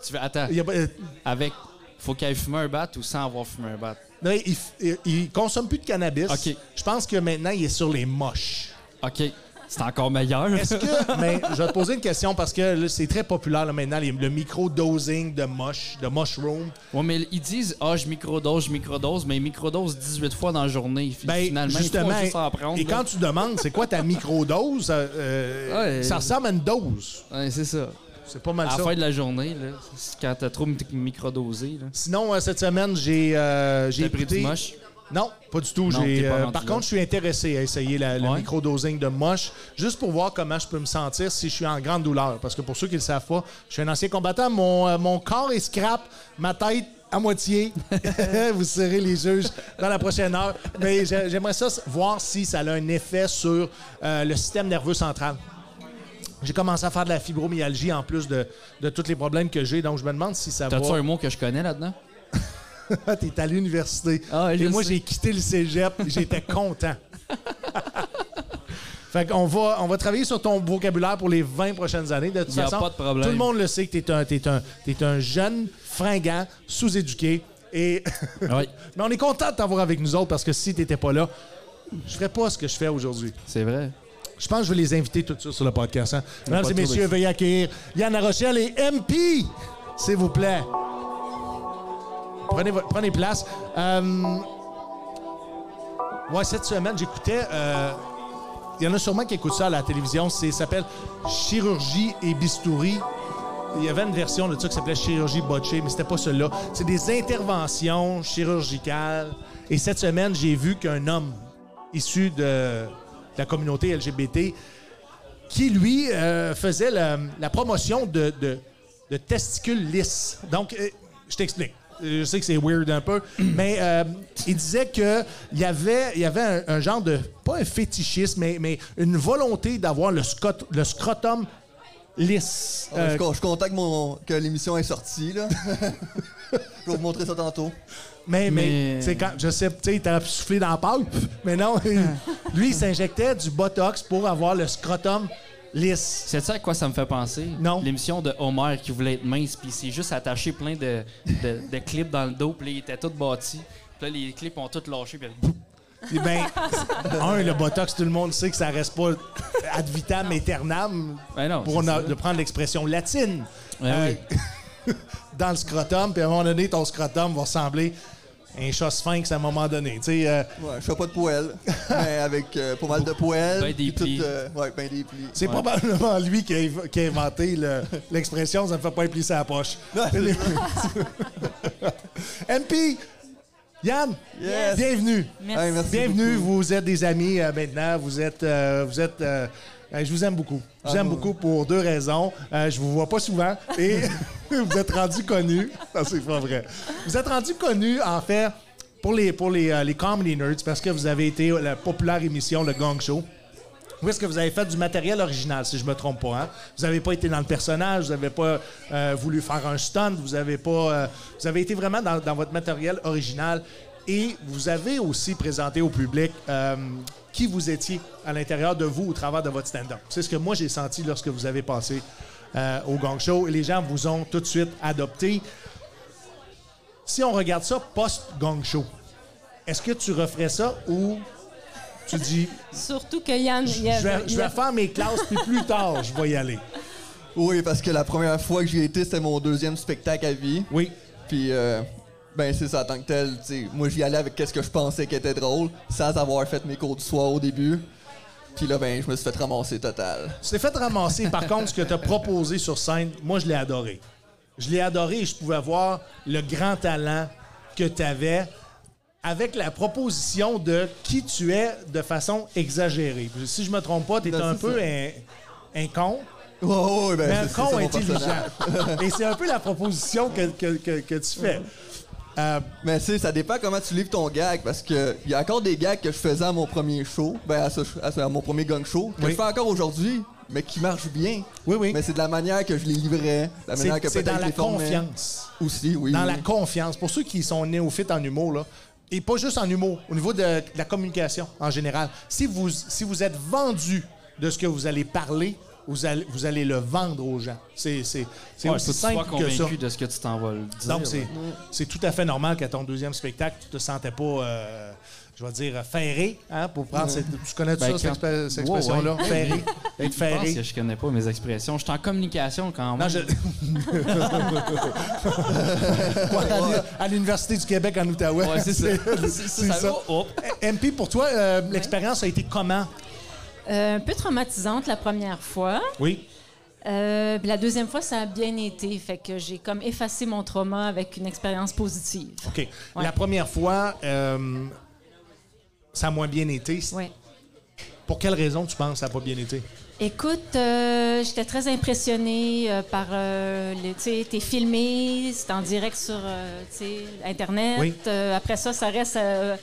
[SPEAKER 3] Tu veux, attends,
[SPEAKER 2] il, a pas- euh,
[SPEAKER 3] avec. Faut qu'elle fume un bat ou sans avoir fumé un bat.
[SPEAKER 2] non, il f- il- il consomme plus de cannabis.
[SPEAKER 3] OK.
[SPEAKER 2] Je pense que maintenant, il est sur les moches.
[SPEAKER 3] OK. C'est encore meilleur.
[SPEAKER 2] Est-ce que. Mais je vais te poser une question parce que là, c'est très populaire là, maintenant, les- le micro-dosing de moche, de mushroom.
[SPEAKER 3] Ouais, mais ils disent, ah, je microdose, je microdose, mais microdose 18 fois dans la journée. Fi-
[SPEAKER 2] Ben,
[SPEAKER 3] Finalement, il
[SPEAKER 2] justement.
[SPEAKER 3] faut juste en prendre.
[SPEAKER 2] et quand
[SPEAKER 3] là.
[SPEAKER 2] tu demandes, c'est quoi ta micro-dose? euh, euh,
[SPEAKER 3] Ouais.
[SPEAKER 2] ça ressemble à une dose.
[SPEAKER 3] Ouais, c'est ça.
[SPEAKER 2] C'est pas mal
[SPEAKER 3] À la
[SPEAKER 2] ça.
[SPEAKER 3] fin de la journée, là, c'est quand t'as trop mi- microdosé, là.
[SPEAKER 2] Sinon, euh, cette semaine, j'ai euh, j'ai
[SPEAKER 3] T'as pris
[SPEAKER 2] écouté...
[SPEAKER 3] du moche.
[SPEAKER 2] Non, pas du tout.
[SPEAKER 3] Non,
[SPEAKER 2] J'ai,
[SPEAKER 3] t'es pas
[SPEAKER 2] euh,
[SPEAKER 3] rendu
[SPEAKER 2] par
[SPEAKER 3] là.
[SPEAKER 2] contre, je suis intéressé à essayer la- le
[SPEAKER 3] Ouais.
[SPEAKER 2] microdosing de moche, juste pour voir comment je peux me sentir si je suis en grande douleur. Parce que pour ceux qui ne le savent pas, je suis un ancien combattant. Mon, euh, mon corps est scrap, ma tête à moitié. Vous serez les juges dans la prochaine heure. Mais j'ai- j'aimerais ça s- voir si ça a un effet sur euh, le système nerveux central. J'ai commencé à faire de la fibromyalgie en plus de, de tous les problèmes que j'ai. Donc, je me demande si ça va...
[SPEAKER 3] T'as-tu un mot que je connais là-dedans?
[SPEAKER 2] Ah, T'es à l'université.
[SPEAKER 3] Ah, je
[SPEAKER 2] et moi,
[SPEAKER 3] sais.
[SPEAKER 2] j'ai quitté le cégep. J'étais content. fait qu'on va, on va travailler sur ton vocabulaire pour les 20 prochaines années. De toute
[SPEAKER 3] Y a
[SPEAKER 2] façon,
[SPEAKER 3] pas de problème.
[SPEAKER 2] tout le monde le sait que t'es un, t'es un, t'es un jeune, fringant, sous-éduqué. Et
[SPEAKER 3] Ah oui,
[SPEAKER 2] Mais on est content de t'avoir avec nous autres parce que si t'étais pas là, je ferais pas ce que je fais aujourd'hui.
[SPEAKER 3] c'est vrai.
[SPEAKER 2] Je pense que je vais les inviter tout de suite sur le podcast. hein. Mesdames
[SPEAKER 3] pas
[SPEAKER 2] et
[SPEAKER 3] trop
[SPEAKER 2] messieurs,
[SPEAKER 3] déçu.
[SPEAKER 2] veuillez accueillir Yann Rochelle et MP, s'il vous plaît. Prenez, vo- prenez place. Euh, Ouais, cette semaine, j'écoutais. euh, Il y en a sûrement qui écoutent ça à la télévision. C'est, ça s'appelle Chirurgie et Bistouri. Il y avait une version de ça qui s'appelait Chirurgie botchée, mais c'était pas celle-là. C'est des interventions chirurgicales. Et cette semaine, j'ai vu qu'un homme issu de la communauté LGBT qui, lui, euh, faisait la, la promotion de, de- de testicules lisses. Donc, euh, je t'explique. Euh, Je sais que c'est weird un peu, mais euh, il disait qu'il y avait, il y avait un, un genre de, pas un fétichisme, mais, mais une volonté d'avoir le, scot- le scrotum lisse.
[SPEAKER 4] Ah,
[SPEAKER 2] Euh,
[SPEAKER 4] je, con- je contacte mon, que l'émission est sortie, là. je vais vous montrer ça tantôt.
[SPEAKER 2] mais mais,
[SPEAKER 1] mais-
[SPEAKER 2] c'est quand, je sais, tu sais, il t'a soufflé dans la pâle, mais non, lui, il s'injectait du Botox pour avoir le scrotum lisse.
[SPEAKER 1] C'est ça à quoi ça me fait penser?
[SPEAKER 2] Non.
[SPEAKER 1] L'émission de Homer qui voulait être mince, puis il s'est juste attaché plein de, de, de clips dans le dos, puis là, il était tout bâti. Puis là, les clips ont tous lâché, puis là,
[SPEAKER 2] Eh Ben, un, le Botox, tout le monde sait que ça reste pas ad vitam aeternam,
[SPEAKER 1] Ben non,
[SPEAKER 2] pour euh,
[SPEAKER 1] c'est
[SPEAKER 2] na-
[SPEAKER 1] ça.
[SPEAKER 2] de prendre l'expression latine.
[SPEAKER 1] Ouais,
[SPEAKER 2] dans le scrotum, puis à un moment donné, ton scrotum va ressembler à un chat sphinx à un moment donné. Tu sais, euh,
[SPEAKER 4] Ouais, je fais pas de poêle, mais avec euh, pas mal de poêle.
[SPEAKER 1] Ben, des
[SPEAKER 4] puis tout,
[SPEAKER 1] plis.
[SPEAKER 4] euh, ouais, ben des plis.
[SPEAKER 2] c'est probablement lui qui a, inv- qui a inventé le- l'expression ça me fait pas éplisser la poche. MP, Yann,
[SPEAKER 4] Yes.
[SPEAKER 2] bienvenue.
[SPEAKER 5] Merci.
[SPEAKER 4] Hey, merci
[SPEAKER 2] Bienvenue,
[SPEAKER 4] beaucoup.
[SPEAKER 2] vous êtes des amis euh, maintenant, vous êtes, euh, vous êtes, euh, euh, je vous aime beaucoup. Je vous
[SPEAKER 4] Ah,
[SPEAKER 2] aime
[SPEAKER 4] moi-
[SPEAKER 2] beaucoup pour deux raisons. Euh, je vous vois pas souvent et vous êtes rendu connu. Non, c'est pas vrai. Vous êtes rendu connu en fait pour les pour les, euh, les comedy nerds parce que vous avez été la populaire émission le Gang Show. Où est-ce que vous avez fait du matériel original, si je me trompe pas? hein? Vous n'avez pas été dans le personnage, vous n'avez pas euh, voulu faire un stunt, vous avez pas. euh, vous avez été vraiment dans, dans votre matériel original et vous avez aussi présenté au public euh, qui vous étiez à l'intérieur de vous au travers de votre stand-up. C'est ce que moi j'ai senti lorsque vous avez passé euh, au Gong Show et les gens vous ont tout de suite adopté. Si on regarde ça post-Gong Show, est-ce que tu referais ça ou tu dis.
[SPEAKER 5] Surtout que Yann, il y
[SPEAKER 2] Je vais,
[SPEAKER 5] avait-
[SPEAKER 2] je
[SPEAKER 5] il y
[SPEAKER 2] vais
[SPEAKER 5] avait-
[SPEAKER 2] faire mes classes, puis plus tard, je vais y aller.
[SPEAKER 4] Oui, parce que la première fois que j'y ai été, c'était mon deuxième spectacle à vie.
[SPEAKER 2] Oui.
[SPEAKER 4] Puis, euh, ben, c'est ça, en tant que tel, tu sais, moi, j'y allais avec qu'est-ce que je pensais qui était drôle, sans avoir fait mes cours du soir au début. Puis là, ben, je me suis fait ramasser total.
[SPEAKER 2] Tu t'es fait ramasser, par contre, ce que tu as proposé sur scène, moi, je l'ai adoré. Je l'ai adoré et je pouvais voir le grand talent que tu avais avec la proposition de qui tu es de façon exagérée. Puis, Si je me trompe pas, tu es
[SPEAKER 4] Non,
[SPEAKER 2] un
[SPEAKER 4] c'est
[SPEAKER 2] peu un, un con,
[SPEAKER 4] Ouais, ouais, ouais, ben,
[SPEAKER 2] mais
[SPEAKER 4] c'est-
[SPEAKER 2] un
[SPEAKER 4] c'est
[SPEAKER 2] con
[SPEAKER 4] ça, mon personnage.
[SPEAKER 2] intelligent. et c'est un peu la proposition que, que- que- que tu fais. Euh,
[SPEAKER 4] Mais tu sais, ça dépend comment tu livres ton gag, parce que il y a encore des gags que je faisais à mon premier show, ben à, ce- à ce- à mon premier gang show, que
[SPEAKER 2] Oui.
[SPEAKER 4] je fais encore aujourd'hui, mais qui marchent bien.
[SPEAKER 2] Oui, oui.
[SPEAKER 4] Mais c'est de la manière que je les livrais, de la manière que
[SPEAKER 2] c'est c'est
[SPEAKER 4] peut-être
[SPEAKER 2] dans
[SPEAKER 4] je
[SPEAKER 2] la
[SPEAKER 4] les formais.
[SPEAKER 2] confiance.
[SPEAKER 4] Aussi, oui.
[SPEAKER 2] dans
[SPEAKER 4] oui.
[SPEAKER 2] la confiance. Pour ceux qui sont néophytes en humour, là, et pas juste en humour, au niveau de, de la communication en général, si vous, si vous êtes vendu de ce que vous allez parler, vous allez, vous allez le vendre aux gens. C'est c'est- c'est
[SPEAKER 1] Ouais, faut
[SPEAKER 2] aussi
[SPEAKER 1] que tu sois
[SPEAKER 2] simple que ça.
[SPEAKER 1] convaincu de ce que tu t'en vas le dire.
[SPEAKER 2] Donc, c'est
[SPEAKER 1] là.
[SPEAKER 2] c'est tout à fait normal qu'à ton deuxième spectacle, tu te sentais pas, euh, je vais dire, ferré, hein, pour prendre cette... Tu connais
[SPEAKER 1] Ben,
[SPEAKER 2] ça, cette
[SPEAKER 1] quand-
[SPEAKER 2] expé- cette
[SPEAKER 1] Ouais, ouais.
[SPEAKER 2] expression-là? Ferré. Être
[SPEAKER 1] Je pense
[SPEAKER 2] ferré.
[SPEAKER 1] que je connais pas mes expressions. Je suis en communication quand même.
[SPEAKER 2] Non, je- Ouais, à l'U- à l'Université du Québec en Outaouais.
[SPEAKER 1] Ouais, c'est ça.
[SPEAKER 2] c'est
[SPEAKER 1] Ça-
[SPEAKER 2] ça.
[SPEAKER 1] oh, oh.
[SPEAKER 2] MP, pour toi, euh, l'expérience a été comment?
[SPEAKER 5] Euh, un peu traumatisante la première fois.
[SPEAKER 2] Oui.
[SPEAKER 5] Euh, puis la deuxième fois, ça a bien été. Fait que j'ai comme effacé mon trauma avec une expérience positive.
[SPEAKER 2] OK.
[SPEAKER 5] Ouais.
[SPEAKER 2] La première fois, euh, ça a moins bien été.
[SPEAKER 5] Ouais.
[SPEAKER 2] Pour quelle raison tu penses que ça n'a pas bien été?
[SPEAKER 5] Écoute, euh, j'étais très impressionnée euh, par euh, le- tu sais, t'es filmé, c'est en direct sur euh, tu sais, internet.
[SPEAKER 2] Oui.
[SPEAKER 5] Euh, après ça, ça reste euh,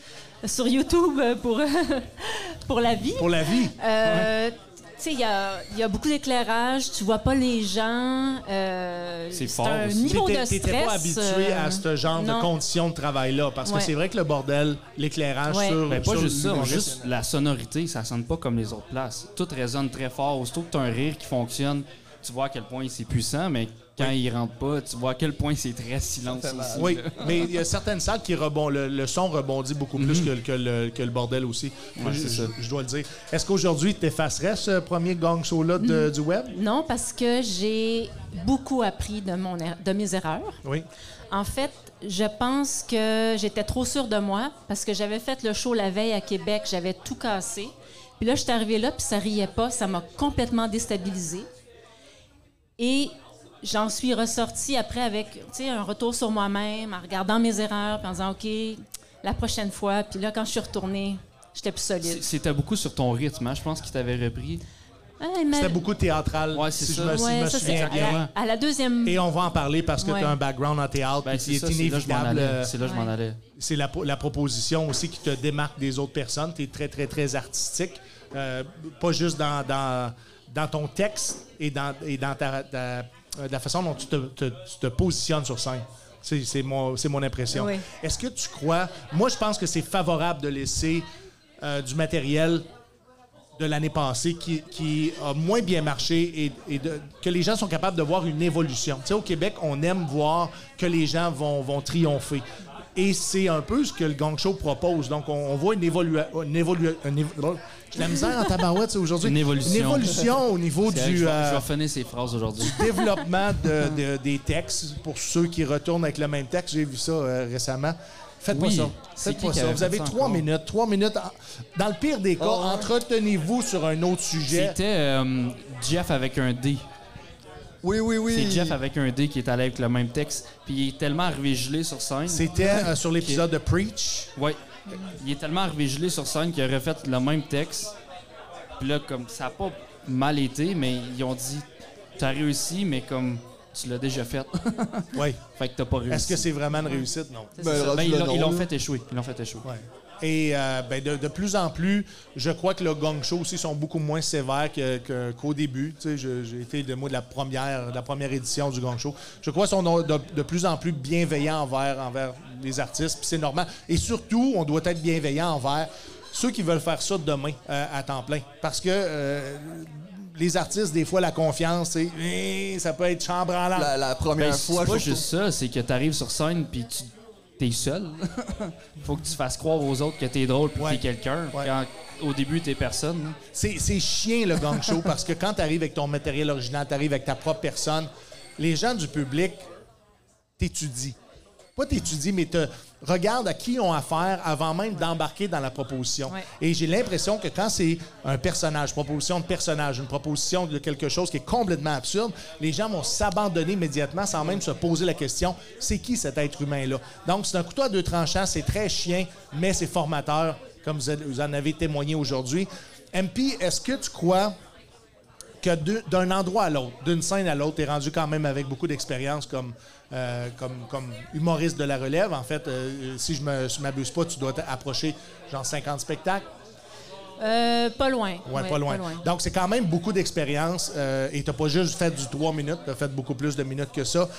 [SPEAKER 5] sur YouTube euh, pour pour la vie.
[SPEAKER 2] Pour la vie?
[SPEAKER 5] Euh, Tu sais, il y a, il y a beaucoup d'éclairage, tu vois pas les gens. euh,
[SPEAKER 1] C'est fort
[SPEAKER 5] un
[SPEAKER 1] aussi.
[SPEAKER 5] niveau
[SPEAKER 2] T'étais-
[SPEAKER 5] de stress.
[SPEAKER 2] t'étais pas habitué
[SPEAKER 5] euh,
[SPEAKER 2] à ce genre de
[SPEAKER 5] non.
[SPEAKER 2] conditions de travail-là, parce
[SPEAKER 5] Ouais.
[SPEAKER 2] que c'est vrai que le bordel, l'éclairage
[SPEAKER 5] Ouais.
[SPEAKER 2] sur...
[SPEAKER 1] Ben, pas
[SPEAKER 2] sur
[SPEAKER 1] juste ça,
[SPEAKER 2] le-
[SPEAKER 1] juste la sonorité, ça sonne pas comme les autres places. Tout résonne très fort. Aussitôt que tu as un rire qui fonctionne,
[SPEAKER 3] tu vois à quel point c'est puissant, mais quand il rentre pas, tu vois à quel point c'est très silence
[SPEAKER 4] Ça fait mal.
[SPEAKER 3] aussi.
[SPEAKER 2] Oui, mais il y a certaines salles qui rebondent. Le, le son rebondit beaucoup plus
[SPEAKER 1] Mhm.
[SPEAKER 2] que, le- que le, que le bordel aussi. Moi,
[SPEAKER 3] Ouais,
[SPEAKER 2] je,
[SPEAKER 3] c'est ça.
[SPEAKER 2] je- je dois le dire. Est-ce qu'aujourd'hui, tu effacerais ce premier gang show-là
[SPEAKER 5] Mhm.
[SPEAKER 2] de- du web?
[SPEAKER 5] Non, parce que j'ai beaucoup appris de, mon er- de mes erreurs.
[SPEAKER 2] Oui.
[SPEAKER 5] En fait, je pense que j'étais trop sûre de moi parce que j'avais fait le show la veille à Québec, j'avais tout cassé. Puis là, je suis arrivée là, puis ça riait pas, ça m'a complètement déstabilisée. Et j'en suis ressortie après avec tu sais, un retour sur moi-même, en regardant mes erreurs, puis en disant OK, la prochaine fois. Puis là, quand je suis retournée, j'étais plus solide.
[SPEAKER 3] C'est- C'était beaucoup sur ton rythme, hein, je pense qu'il t'avait repris.
[SPEAKER 5] Ouais, mais-
[SPEAKER 2] C'était beaucoup théâtral,
[SPEAKER 3] Ouais, c'est
[SPEAKER 2] si, je
[SPEAKER 3] ça.
[SPEAKER 2] me, si je
[SPEAKER 5] Ouais,
[SPEAKER 2] me
[SPEAKER 5] ça, c'est-
[SPEAKER 2] souviens
[SPEAKER 5] à,
[SPEAKER 2] bien.
[SPEAKER 5] la, à la deuxième.
[SPEAKER 2] Et on va en parler parce que
[SPEAKER 5] Ouais.
[SPEAKER 2] tu as un background en théâtre
[SPEAKER 3] Ben,
[SPEAKER 2] qui
[SPEAKER 3] c'est
[SPEAKER 2] est,
[SPEAKER 3] ça, c'est là que je m'en
[SPEAKER 2] inévitable. euh,
[SPEAKER 3] allais. C'est là que je m'en
[SPEAKER 5] Ouais.
[SPEAKER 3] allais.
[SPEAKER 2] C'est la, po- la proposition aussi qui te démarque des autres personnes. Tu es très, très, très artistique. Euh, pas juste dans, dans, dans ton texte et dans, et dans ta, ta- euh, la façon dont tu te, te- tu te positionnes sur scène. C'est c'est mon, c'est mon impression.
[SPEAKER 5] Oui.
[SPEAKER 2] Est-ce que tu crois... Moi, je pense que c'est favorable de laisser euh, du matériel de l'année passée qui, qui a moins bien marché et, et de- que les gens sont capables de voir une évolution. Tu sais, au Québec, on aime voir que les gens vont, vont triompher. Et c'est un peu ce que le Gang Show propose. Donc, on, on voit une évolution. Une évolu- euh, une évo- J'ai la misère en tabarouette, c'est aujourd'hui.
[SPEAKER 3] Une évolution.
[SPEAKER 2] Une évolution au niveau
[SPEAKER 3] C'est vrai que je
[SPEAKER 2] du.
[SPEAKER 3] vais-
[SPEAKER 2] euh,
[SPEAKER 3] Je vais finir ces phrases aujourd'hui.
[SPEAKER 2] développement de- de- des textes pour ceux qui retournent avec le même texte. J'ai vu ça euh, récemment. Faites
[SPEAKER 3] Oui.
[SPEAKER 2] pas ça.
[SPEAKER 3] C'est
[SPEAKER 2] Faites
[SPEAKER 3] qui
[SPEAKER 2] pas
[SPEAKER 3] qui
[SPEAKER 2] ça.
[SPEAKER 3] avait
[SPEAKER 2] Vous
[SPEAKER 3] fait
[SPEAKER 2] avez
[SPEAKER 3] ça
[SPEAKER 2] trois
[SPEAKER 3] encore? Ah
[SPEAKER 2] minutes. Trois minutes. en- Dans le pire des cas, entretenez-vous sur un autre sujet.
[SPEAKER 3] C'était euh, Jeff avec un D.
[SPEAKER 4] Oui, oui, oui.
[SPEAKER 3] C'est Jeff avec un D qui est allé avec le même texte. Puis il est tellement arrivé gelé sur scène.
[SPEAKER 2] C'était euh, sur l'épisode de Preach.
[SPEAKER 3] Ouais. Il est tellement arrivé gelé sur scène qu'il a refait le même texte. Puis là, comme ça a pas mal été, mais ils ont dit T'as réussi, mais comme tu l'as déjà fait.
[SPEAKER 2] Oui.
[SPEAKER 3] fait que t'as pas réussi.
[SPEAKER 2] Est-ce que c'est vraiment une réussite? Non.
[SPEAKER 3] C'est
[SPEAKER 4] Ben,
[SPEAKER 3] ça.
[SPEAKER 4] rendu
[SPEAKER 3] Ben, ils
[SPEAKER 4] là,
[SPEAKER 3] l'ont- ils
[SPEAKER 4] non,
[SPEAKER 3] l'ont
[SPEAKER 4] là.
[SPEAKER 3] fait échouer. Ils l'ont fait échouer. Ben,
[SPEAKER 2] Ouais. Et euh, ben, de, de plus en plus, je crois que le gong show aussi sont beaucoup moins sévères que- que- qu'au début. Tu sais, je- J'ai été le mot de la première, de la première édition du gong show. Je crois qu'ils sont de, de plus en plus bienveillants envers, envers les artistes, puis c'est normal. Et surtout, on doit être bienveillant envers ceux qui veulent faire ça demain euh, à temps plein. Parce que euh, les artistes, des fois, la confiance, c'est Eh, ça peut être chambre en l'air.
[SPEAKER 4] La, la première
[SPEAKER 3] Ben, c'est
[SPEAKER 4] fois,
[SPEAKER 3] pas
[SPEAKER 4] je
[SPEAKER 3] juste ça, c'est que t'arrives sur scène puis tu t'es seul. Faut que tu fasses croire aux autres que t'es drôle puis que
[SPEAKER 2] Ouais.
[SPEAKER 3] t'es quelqu'un.
[SPEAKER 2] Ouais.
[SPEAKER 3] Quand au début t'es personne.
[SPEAKER 2] C'est, c'est chiant le gang show parce que quand tu arrives avec ton matériel original, tu arrives avec ta propre personne, les gens du public t'étudient. Pas t'étudient, mais te regardent à qui ils ont affaire avant même d'embarquer dans la proposition.
[SPEAKER 5] Ouais.
[SPEAKER 2] Et j'ai l'impression que quand c'est un personnage, proposition de personnage, une proposition de quelque chose qui est complètement absurde, les gens vont s'abandonner immédiatement sans même se poser la question c'est qui cet être humain-là Donc, c'est un couteau à deux tranchants, c'est très chien, mais c'est formateur, comme vous êtes- vous en avez témoigné aujourd'hui. MP, est-ce que tu crois que de- d'un endroit à l'autre, d'une scène à l'autre, tu es rendu quand même avec beaucoup d'expérience comme, euh, comme, comme humoriste de la relève. En fait, euh, si je ne m'abuse pas, tu dois approcher genre 50 spectacles.
[SPEAKER 5] Euh, pas loin.
[SPEAKER 2] Ouais,
[SPEAKER 5] Ouais,
[SPEAKER 2] pas, loin. Donc, c'est quand même beaucoup d'expérience euh, et tu pas juste fait du 3 minutes, tu as fait beaucoup plus de minutes que ça.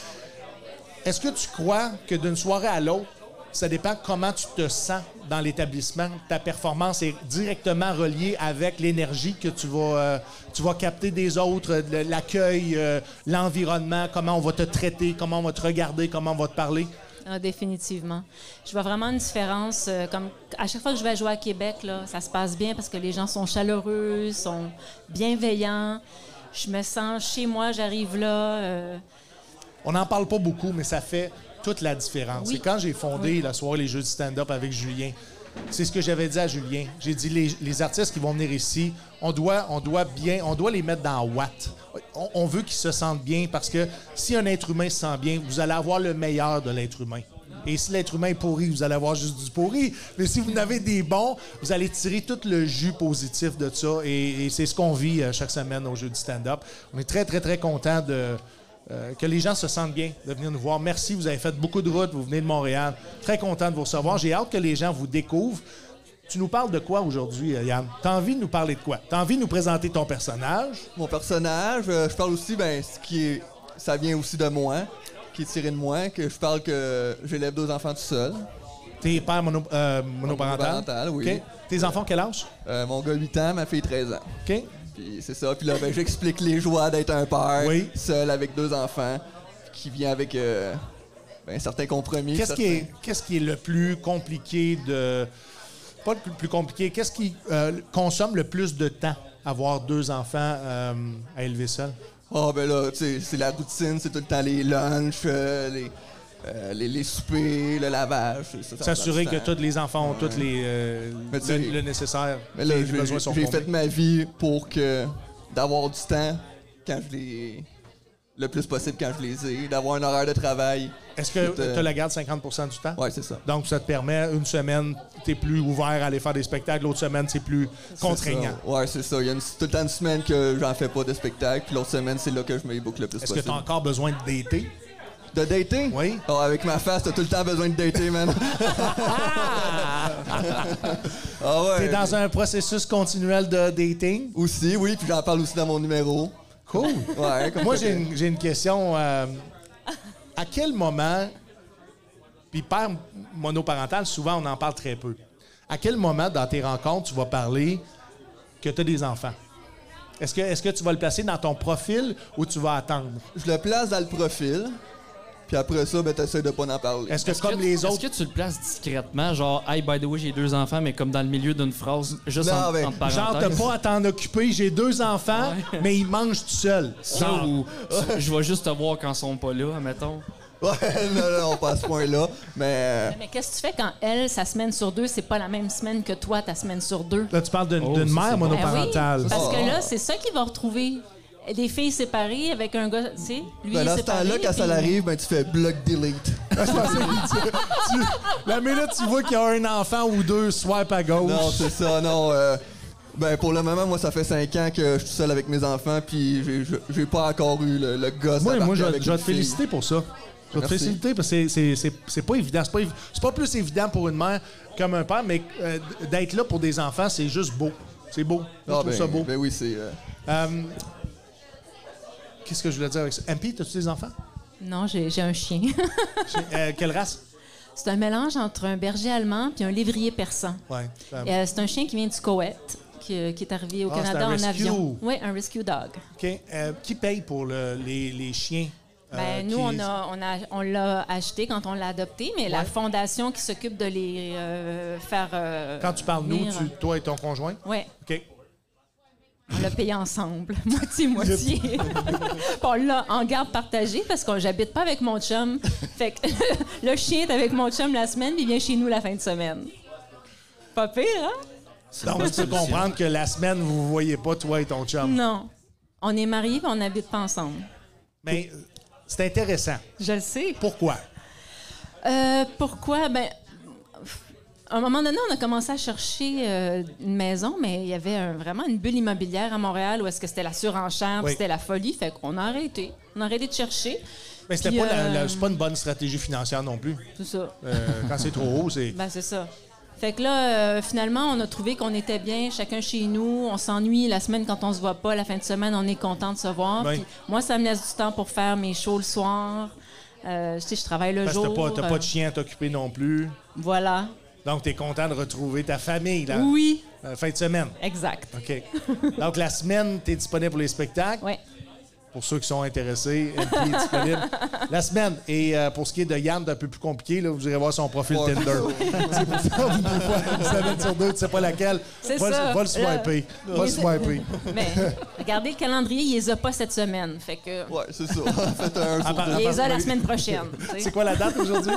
[SPEAKER 2] Est-ce que tu crois que d'une soirée à l'autre, ça dépend comment tu te sens dans l'établissement? Ta performance est directement reliée avec l'énergie que tu vas, euh, tu vas capter des autres, euh, de l'accueil, euh, l'environnement, comment on va te traiter, comment on va te regarder, comment on va te parler.
[SPEAKER 5] Ah, définitivement. Je vois vraiment une différence. euh, comme à chaque fois que je vais jouer à Québec, là, ça se passe bien parce que les gens sont chaleureux, sont bienveillants. Je me sens chez moi, j'arrive là. euh,
[SPEAKER 2] On n'en parle pas beaucoup, mais ça fait toute la différence.
[SPEAKER 5] Oui.
[SPEAKER 2] Et quand j'ai fondé la soirée Les Jeux du stand-up avec Julien, c'est ce que j'avais dit à Julien. J'ai dit les, les artistes qui vont venir ici, on doit, on doit bien, on doit les mettre dans Watt. On, on veut qu'ils se sentent bien parce que si un être humain se sent bien, vous allez avoir le meilleur de l'être humain. Et si l'être humain est pourri, vous allez avoir juste du pourri. Mais si vous en avez des bons, vous allez tirer tout le jus positif de ça. Et, et c'est ce qu'on vit euh, chaque semaine au jeu du stand-up. On est très, très, très content de, euh, que les gens se sentent bien de venir nous voir. Merci, vous avez fait beaucoup de routes, vous venez de Montréal. Très content de vous recevoir. J'ai hâte que les gens vous découvrent. Tu nous parles de quoi aujourd'hui, euh, Yann? T'as envie de nous parler de quoi? T'as envie de nous présenter ton personnage?
[SPEAKER 4] mon personnage. euh, je parle aussi, ben, ce qui est. Ça vient aussi de moi, qui est tiré de moi, que je parle que j'élève deux enfants tout seul.
[SPEAKER 2] T'es père mono- euh, monoparental?
[SPEAKER 4] Monoparental, oui.
[SPEAKER 2] OK. Tes enfants, quel âge?
[SPEAKER 4] Euh, mon gars, 8 ans, ma fille, 13 ans.
[SPEAKER 2] OK.
[SPEAKER 4] Puis c'est ça. Puis là, ben, j'explique les joies d'être un père
[SPEAKER 2] Oui.
[SPEAKER 4] seul avec deux enfants qui vient avec euh, ben, certains compromis.
[SPEAKER 2] Qu'est-ce qui,
[SPEAKER 4] certains-
[SPEAKER 2] est, qu'est-ce qui est le plus compliqué de. Pas le plus- plus compliqué, qu'est-ce qui euh, consomme le plus de temps, avoir deux enfants euh, à élever seul?
[SPEAKER 4] Ah ben là, tu sais, c'est la routine, c'est tout le temps les lunchs, euh, les, euh, les, les soupers, le lavage. c'est- ça, ça
[SPEAKER 2] S'assurer
[SPEAKER 4] prend du
[SPEAKER 2] que
[SPEAKER 4] temps.
[SPEAKER 2] tous les enfants ont toutes les, euh,
[SPEAKER 4] Mais tu sais,
[SPEAKER 2] le, le nécessaire.
[SPEAKER 4] Mais là,
[SPEAKER 2] les
[SPEAKER 4] j'ai-
[SPEAKER 2] besoins sont
[SPEAKER 4] j'ai
[SPEAKER 2] comblés.
[SPEAKER 4] fait ma vie pour que d'avoir du temps quand je les le plus possible quand je les ai, d'avoir un horaire de travail.
[SPEAKER 2] Est-ce que
[SPEAKER 4] Tout, euh,
[SPEAKER 2] tu la gardes 50 du temps?
[SPEAKER 4] Ouais, c'est ça.
[SPEAKER 2] Donc, ça te permet, une semaine, tu es plus ouvert à aller faire des spectacles, l'autre semaine, c'est plus contraignant.
[SPEAKER 4] C'est ça. Ouais, c'est ça. Il y a une- tout le temps une semaine que j'en fais pas de spectacle, puis l'autre semaine, c'est là que je me boucle le plus
[SPEAKER 2] Est-ce que tu
[SPEAKER 4] possible.
[SPEAKER 2] as encore besoin de dater?
[SPEAKER 4] De dater?
[SPEAKER 2] Oui.
[SPEAKER 4] Oh, avec ma face, t'as tout le temps besoin de dater, man. ah ouais.
[SPEAKER 2] Tu es dans un processus continuel de dating?
[SPEAKER 4] Aussi, oui, puis j'en parle aussi dans mon numéro.
[SPEAKER 2] Cool!
[SPEAKER 4] Ouais, comme
[SPEAKER 2] Moi,
[SPEAKER 4] ça
[SPEAKER 2] j'ai
[SPEAKER 4] que-
[SPEAKER 2] une, j'ai une question. euh, à quel moment, puis père monoparental, souvent, on en parle très peu. À quel moment, dans tes rencontres, tu vas parler que tu as des enfants? Est-ce que, est que tu vas le placer dans ton profil ou tu vas attendre?
[SPEAKER 4] Je le place dans le profil, puis après ça, ben, t'essaies de pas en parler.
[SPEAKER 2] Est-ce que,
[SPEAKER 3] Est-ce
[SPEAKER 2] comme
[SPEAKER 3] que-
[SPEAKER 2] les autres,
[SPEAKER 3] Est-ce que tu le places discrètement, genre, hey, by the way, j'ai deux enfants, mais comme dans le milieu d'une phrase, juste
[SPEAKER 4] Non,
[SPEAKER 3] en,
[SPEAKER 4] mais
[SPEAKER 3] en
[SPEAKER 2] genre, t'as
[SPEAKER 3] parenthèse?
[SPEAKER 2] pas à t'en occuper, j'ai deux enfants, mais ils mangent tout seuls?
[SPEAKER 3] Ça, ou tu- je vais juste te voir quand ils sont pas là, admettons.
[SPEAKER 4] Ouais, non, non, on passe point là, mais...
[SPEAKER 5] Mais qu'est-ce que tu fais quand elle, sa semaine sur deux, c'est pas la même semaine que toi, ta semaine sur deux?
[SPEAKER 2] Là, tu parles d'une
[SPEAKER 3] Oh,
[SPEAKER 2] d'une
[SPEAKER 3] ça,
[SPEAKER 2] mère
[SPEAKER 3] c'est bon.
[SPEAKER 5] Ben oui,
[SPEAKER 2] monoparentale.
[SPEAKER 5] parce
[SPEAKER 4] Ah.
[SPEAKER 5] que là, c'est ça qu'il va retrouver. Des filles séparées avec un gars, tu sais, lui
[SPEAKER 4] Ben,
[SPEAKER 5] il est
[SPEAKER 4] dans ce
[SPEAKER 5] séparé.
[SPEAKER 4] temps-là, quand ça
[SPEAKER 5] puis-
[SPEAKER 4] l'arrive, ben, tu fais block delete.
[SPEAKER 2] Je pensais que tu- tu- la minute tu vois qu'il y a un enfant ou deux, swipe à gauche.
[SPEAKER 4] Non, c'est ça, non. euh, ben, pour le moment, moi, ça fait 5 ans que je suis seul avec mes enfants, puis j'ai- j'ai- j'ai pas encore eu le, le gosse.
[SPEAKER 2] Moi,
[SPEAKER 4] à
[SPEAKER 2] moi
[SPEAKER 4] partir
[SPEAKER 2] je, vais-
[SPEAKER 4] avec
[SPEAKER 2] je vais
[SPEAKER 4] une
[SPEAKER 2] te
[SPEAKER 4] fille.
[SPEAKER 2] féliciter pour ça. Je vais te
[SPEAKER 4] Merci.
[SPEAKER 2] féliciter parce que c'est- c'est- c'est c'est pas évident. C'est pas, évi- c'est pas plus évident pour une mère comme un père, mais euh, d'être là pour des enfants, c'est juste beau. C'est beau. Moi, je
[SPEAKER 4] Ah,
[SPEAKER 2] trouve
[SPEAKER 4] ben,
[SPEAKER 2] ça beau.
[SPEAKER 4] ben oui, c'est. euh,
[SPEAKER 2] Euh, Qu'est-ce que je voulais dire avec ça? MP, as-tu des enfants?
[SPEAKER 5] Non, j'ai j'ai un chien.
[SPEAKER 2] Euh, quelle race?
[SPEAKER 5] c'est un mélange entre un berger allemand puis un lévrier persan.
[SPEAKER 2] Ouais. Euh,
[SPEAKER 5] Et, euh, c'est un chien qui vient du Koweït, qui, qui est arrivé au
[SPEAKER 2] Ah, c'est
[SPEAKER 5] Canada
[SPEAKER 2] un
[SPEAKER 5] en
[SPEAKER 2] rescue.
[SPEAKER 5] avion. Oui, un rescue dog.
[SPEAKER 2] OK. Euh, qui paye pour le- les, les chiens? euh,
[SPEAKER 5] Ben, nous,
[SPEAKER 2] qui-
[SPEAKER 5] on a- on a- on l'a acheté quand on l'a adopté, mais la fondation qui s'occupe de les euh, faire. euh,
[SPEAKER 2] Quand tu parles nous,
[SPEAKER 5] venir-
[SPEAKER 2] tu- toi et ton conjoint?
[SPEAKER 5] Ouais,
[SPEAKER 2] OK.
[SPEAKER 5] on l'a payé ensemble, moitié-moitié. Puis on l'a en garde partagée parce que j'habite pas avec mon chum. Fait que le chien est avec mon chum la semaine, puis il vient chez nous la fin de semaine. Pas pire, hein?
[SPEAKER 2] Donc, tu peux comprendre que la semaine, vous ne voyez pas toi et ton chum.
[SPEAKER 5] Non. On est mariés, puis on n'habite pas ensemble.
[SPEAKER 2] Mais euh, c'est intéressant.
[SPEAKER 5] Je le sais.
[SPEAKER 2] Pourquoi?
[SPEAKER 5] Euh, pourquoi? Ben, à un moment donné, on a commencé à chercher euh, une maison, mais il y avait un- vraiment une bulle immobilière à Montréal où est-ce que c'était la surenchère, puis
[SPEAKER 2] Oui.
[SPEAKER 5] c'était la folie. Fait qu'on a arrêté. On a arrêté de chercher.
[SPEAKER 2] Mais c'était
[SPEAKER 5] Puis,
[SPEAKER 2] pas, la-
[SPEAKER 5] euh,
[SPEAKER 2] la- c'est pas une bonne stratégie financière non plus.
[SPEAKER 5] Tout ça.
[SPEAKER 2] Euh, quand c'est trop haut, c'est.
[SPEAKER 5] Ben, c'est ça. Fait que là, euh, finalement, on a trouvé qu'on était bien, chacun chez nous. On s'ennuie la semaine quand on se voit pas. La fin de semaine, on est content de se voir.
[SPEAKER 2] Oui.
[SPEAKER 5] Puis moi, ça me laisse du temps pour faire mes shows le soir. Euh, tu sais, je travaille le
[SPEAKER 2] Parce que
[SPEAKER 5] jour.
[SPEAKER 2] t'as pas, t'as pas de
[SPEAKER 5] euh,
[SPEAKER 2] chien à t'occuper non plus.
[SPEAKER 5] Voilà.
[SPEAKER 2] Donc, t'es content de retrouver ta famille la
[SPEAKER 5] Oui,
[SPEAKER 2] la fin de semaine.
[SPEAKER 5] exact.
[SPEAKER 2] OK. Donc, la semaine, t'es disponible pour les spectacles.
[SPEAKER 5] Ouais.
[SPEAKER 2] Pour ceux qui sont intéressés, MP est disponible. La semaine. Et euh, pour ce qui est de Yann, c'est un peu plus compliqué. Là, vous irez voir son profil
[SPEAKER 4] Ouais.
[SPEAKER 2] Tinder. c'est pour ça, vous pouvez voir une semaine sur deux, tu sais pas laquelle.
[SPEAKER 5] C'est
[SPEAKER 2] va, le-
[SPEAKER 5] ça.
[SPEAKER 2] Va le swiper. Va le
[SPEAKER 5] Oui, c'est-
[SPEAKER 2] swiper.
[SPEAKER 5] Mais regardez le calendrier, il les a pas cette semaine. Fait que
[SPEAKER 4] Ouais, c'est ça. Faites un
[SPEAKER 2] Ah,
[SPEAKER 4] sur
[SPEAKER 2] par-
[SPEAKER 5] il les a la
[SPEAKER 2] oui.
[SPEAKER 5] semaine prochaine. tu sais.
[SPEAKER 2] C'est quoi la date aujourd'hui?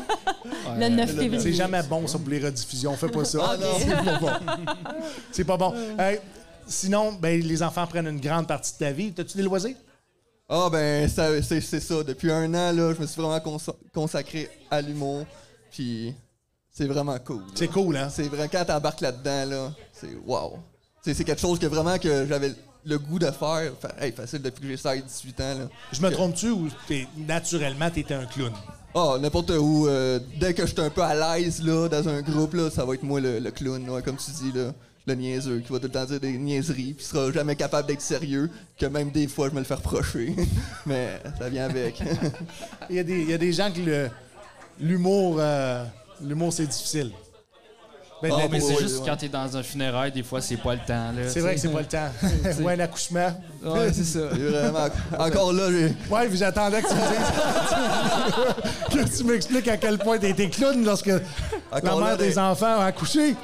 [SPEAKER 5] Le 9 février.
[SPEAKER 2] C'est jamais bon, ça, pour les rediffusions. On fait pas ça.
[SPEAKER 4] Ah, non,
[SPEAKER 2] C'est pas bon. C'est pas bon. Euh, sinon, ben, les enfants prennent une grande partie de ta vie. T'as-tu des loisirs?
[SPEAKER 4] Ah ben ça- c'est c'est ça. Depuis un an là, je me suis vraiment consa- consacré à l'humour. Puis c'est vraiment cool. là.
[SPEAKER 2] C'est cool, hein?
[SPEAKER 4] C'est vrai quand t'embarques là-dedans là, c'est wow. C'est c'est quelque chose que vraiment que j'avais le goût de faire. Fa- hey, facile depuis que j'ai 16 18 ans là.
[SPEAKER 2] Je me trompe-tu ou t'es- naturellement, t'étais un clown?
[SPEAKER 4] Ah, n'importe où euh, dès que je suis un peu à l'aise là dans un groupe là, ça va être moi le, le clown ouais, comme tu dis là. Le niaiseux qui va tout le temps dire des niaiseries, puis sera jamais capable d'être sérieux, que même des fois je me le fais reprocher. Mais ça vient avec.
[SPEAKER 2] Il y a des, il y a des gens que le- l'humour, euh, l'humour, c'est difficile. Ben,
[SPEAKER 4] Ah,
[SPEAKER 2] la-
[SPEAKER 3] Mais
[SPEAKER 4] oui,
[SPEAKER 3] c'est
[SPEAKER 4] oui,
[SPEAKER 3] juste
[SPEAKER 4] ouais.
[SPEAKER 3] quand t'es dans un funérail, des fois, c'est pas le temps. là,
[SPEAKER 2] c'est vrai que c'est pas le temps. Ou un accouchement.
[SPEAKER 3] t'sais. Ouais, c'est ça.
[SPEAKER 4] C'est vraiment- Encore là, j'ai.
[SPEAKER 2] Ouais, puis j'attendais que tu me dises. que tu m'expliques à quel point t'as été clown lorsque la
[SPEAKER 4] Encore là,
[SPEAKER 2] mère des
[SPEAKER 3] hein.
[SPEAKER 4] des-
[SPEAKER 2] enfants a accouché.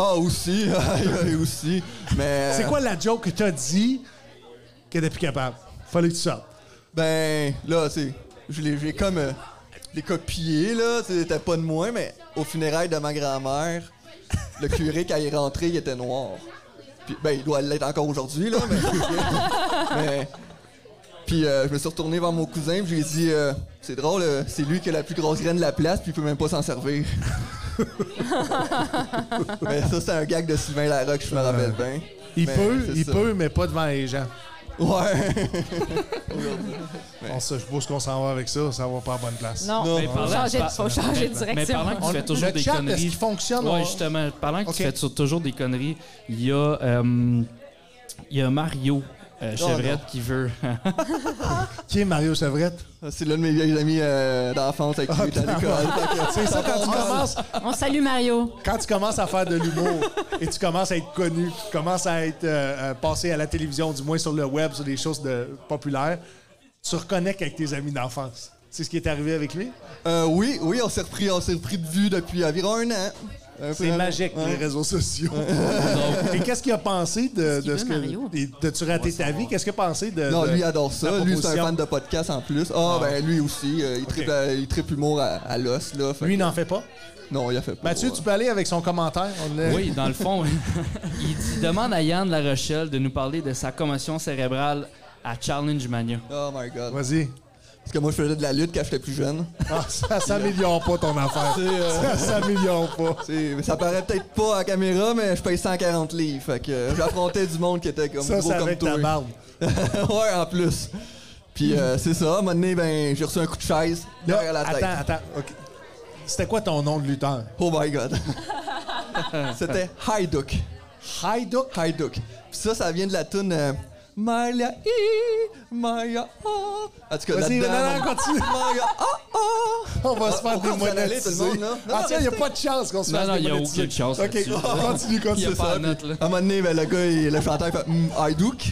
[SPEAKER 4] Ah, aussi. aïe, aïe, aussi. Mais.
[SPEAKER 2] C'est quoi la joke que t'as dit que t'es plus capable? Fallait que tu sortes.
[SPEAKER 4] Ben, là, c'est. Je l'ai j'ai comme. euh, je l'ai copié, là. C'était pas de moi, mais au funérail de ma grand-mère, le curé, quand il est rentré, il était noir. Puis, ben, il doit l'être encore aujourd'hui, là, mais. mais- puis, euh, je me suis retourné vers mon cousin, puis je lui ai dit euh, C'est drôle, euh, c'est lui qui a la plus grosse graine de la place, puis il peut même pas s'en servir. mais ça, c'est un gag de Sylvain Larocque, je me rappelle bien.
[SPEAKER 2] Il
[SPEAKER 4] Mais
[SPEAKER 2] peut,
[SPEAKER 4] c'est
[SPEAKER 2] il
[SPEAKER 4] ça.
[SPEAKER 2] peut, mais pas devant les gens.
[SPEAKER 4] Ouais.
[SPEAKER 2] On se, je suppose qu'on s'en va avec ça, ça va pas en bonne place.
[SPEAKER 6] Non,
[SPEAKER 4] Non.
[SPEAKER 6] non,
[SPEAKER 3] Mais
[SPEAKER 6] faut
[SPEAKER 3] parlant-
[SPEAKER 6] changer, de-
[SPEAKER 3] par-
[SPEAKER 6] faut changer de
[SPEAKER 3] mais-
[SPEAKER 6] direction.
[SPEAKER 3] Mais parlant que
[SPEAKER 2] On-
[SPEAKER 3] tu fais toujours
[SPEAKER 2] le
[SPEAKER 3] des
[SPEAKER 2] chat, Est-ce
[SPEAKER 3] conneries.
[SPEAKER 2] qu'il fonctionne?
[SPEAKER 3] Ouais,
[SPEAKER 2] On-
[SPEAKER 3] justement. Parlant que
[SPEAKER 2] Ok.
[SPEAKER 3] tu fais sur- toujours des conneries, il y a, euh, il y a Mario euh,
[SPEAKER 2] Oh,
[SPEAKER 3] Chevrette qui veut.
[SPEAKER 2] Qui est Mario Chevrette?
[SPEAKER 4] C'est l'un de mes vieilles amis euh, d'enfance
[SPEAKER 2] Ah,
[SPEAKER 4] avec qui j'étais à l'école. Fait que,
[SPEAKER 2] C'est ça, quand tu, commences,
[SPEAKER 5] On salue Mario.
[SPEAKER 2] quand tu commences à faire de l'humour et tu commences à être connu, tu commences à être euh, euh, passé à la télévision, du moins sur le web, sur des choses de, populaires, tu reconnectes avec tes amis d'enfance. C'est ce qui est arrivé avec lui?
[SPEAKER 4] Euh, oui, oui, on s'est repris, on s'est repris de vue depuis environ un an. Un peu
[SPEAKER 2] C'est
[SPEAKER 4] un-
[SPEAKER 2] magique,
[SPEAKER 4] ouais.
[SPEAKER 2] Euh, les réseaux sociaux. et qu'est-ce qu'il a pensé de, de
[SPEAKER 5] qu'il
[SPEAKER 2] ce
[SPEAKER 5] veut, Mario?
[SPEAKER 2] que. et T'as-tu raté ta vie? Qu'est-ce qu'il a pensé de.
[SPEAKER 4] Non,
[SPEAKER 2] de-
[SPEAKER 4] lui adore ça.
[SPEAKER 2] la
[SPEAKER 4] Lui, c'est un
[SPEAKER 2] proposition?
[SPEAKER 4] fan de podcast en plus. Ah, ben lui aussi, euh, il, tripe, à- il tripe humour à, à l'os, là. Fait
[SPEAKER 2] Lui,
[SPEAKER 4] que-
[SPEAKER 2] n'en fait pas.
[SPEAKER 4] Non, il a fait pas.
[SPEAKER 2] Mathieu, tu peux aller avec son commentaire. On l'a-
[SPEAKER 3] Oui, dans le fond, il dit- demande à Yann La Rochelle de nous parler de sa commotion cérébrale à Challenge Mania.
[SPEAKER 4] Oh my god.
[SPEAKER 2] Vas-y.
[SPEAKER 4] Parce que moi, je faisais de la lutte quand j'étais plus jeune.
[SPEAKER 2] Ah, ça s'améliore pas ton affaire. Ça s'améliore pas.
[SPEAKER 4] C'est- ça paraît peut-être pas à la caméra, mais je paye 140 livres. Fait que euh, j'affrontais du monde qui était comme
[SPEAKER 2] Ça,
[SPEAKER 4] gros
[SPEAKER 2] c'est
[SPEAKER 4] comme
[SPEAKER 2] avec
[SPEAKER 4] toi.
[SPEAKER 2] ta barbe.
[SPEAKER 4] ouais, en plus. Puis euh, c'est ça, à un moment donné, ben, j'ai reçu un coup de chaise
[SPEAKER 2] Là,
[SPEAKER 4] derrière la tête.
[SPEAKER 2] attends, attends. ok. C'était quoi ton nom de lutteur?
[SPEAKER 4] Oh my god. C'était High Duck. High Duck? High Duck. Puis ça, ça vient de la toune euh, Maya I, Maya oh. En tout cas,
[SPEAKER 2] Vas-y,
[SPEAKER 4] là-dedans,
[SPEAKER 2] non, non,
[SPEAKER 4] on-
[SPEAKER 2] continue.
[SPEAKER 4] Maya oh, oh.
[SPEAKER 2] On va se faire
[SPEAKER 4] pourquoi on s'en allait, tout le
[SPEAKER 2] démonétiser.
[SPEAKER 4] monde, là? Non,
[SPEAKER 2] Ah tiens, il n'y a
[SPEAKER 4] restez.
[SPEAKER 2] pas de chance qu'on se
[SPEAKER 3] Non,
[SPEAKER 2] fasse
[SPEAKER 3] non, il y a
[SPEAKER 2] démonétiser.
[SPEAKER 3] aucune chance
[SPEAKER 2] OK,
[SPEAKER 3] là-dessus.
[SPEAKER 2] continue,
[SPEAKER 3] Il y
[SPEAKER 2] continue.
[SPEAKER 3] a pas de
[SPEAKER 4] ça,
[SPEAKER 3] note, là.
[SPEAKER 4] À un moment donné, ben, le gars, il- le chanteur, il fait Mm, High Duck.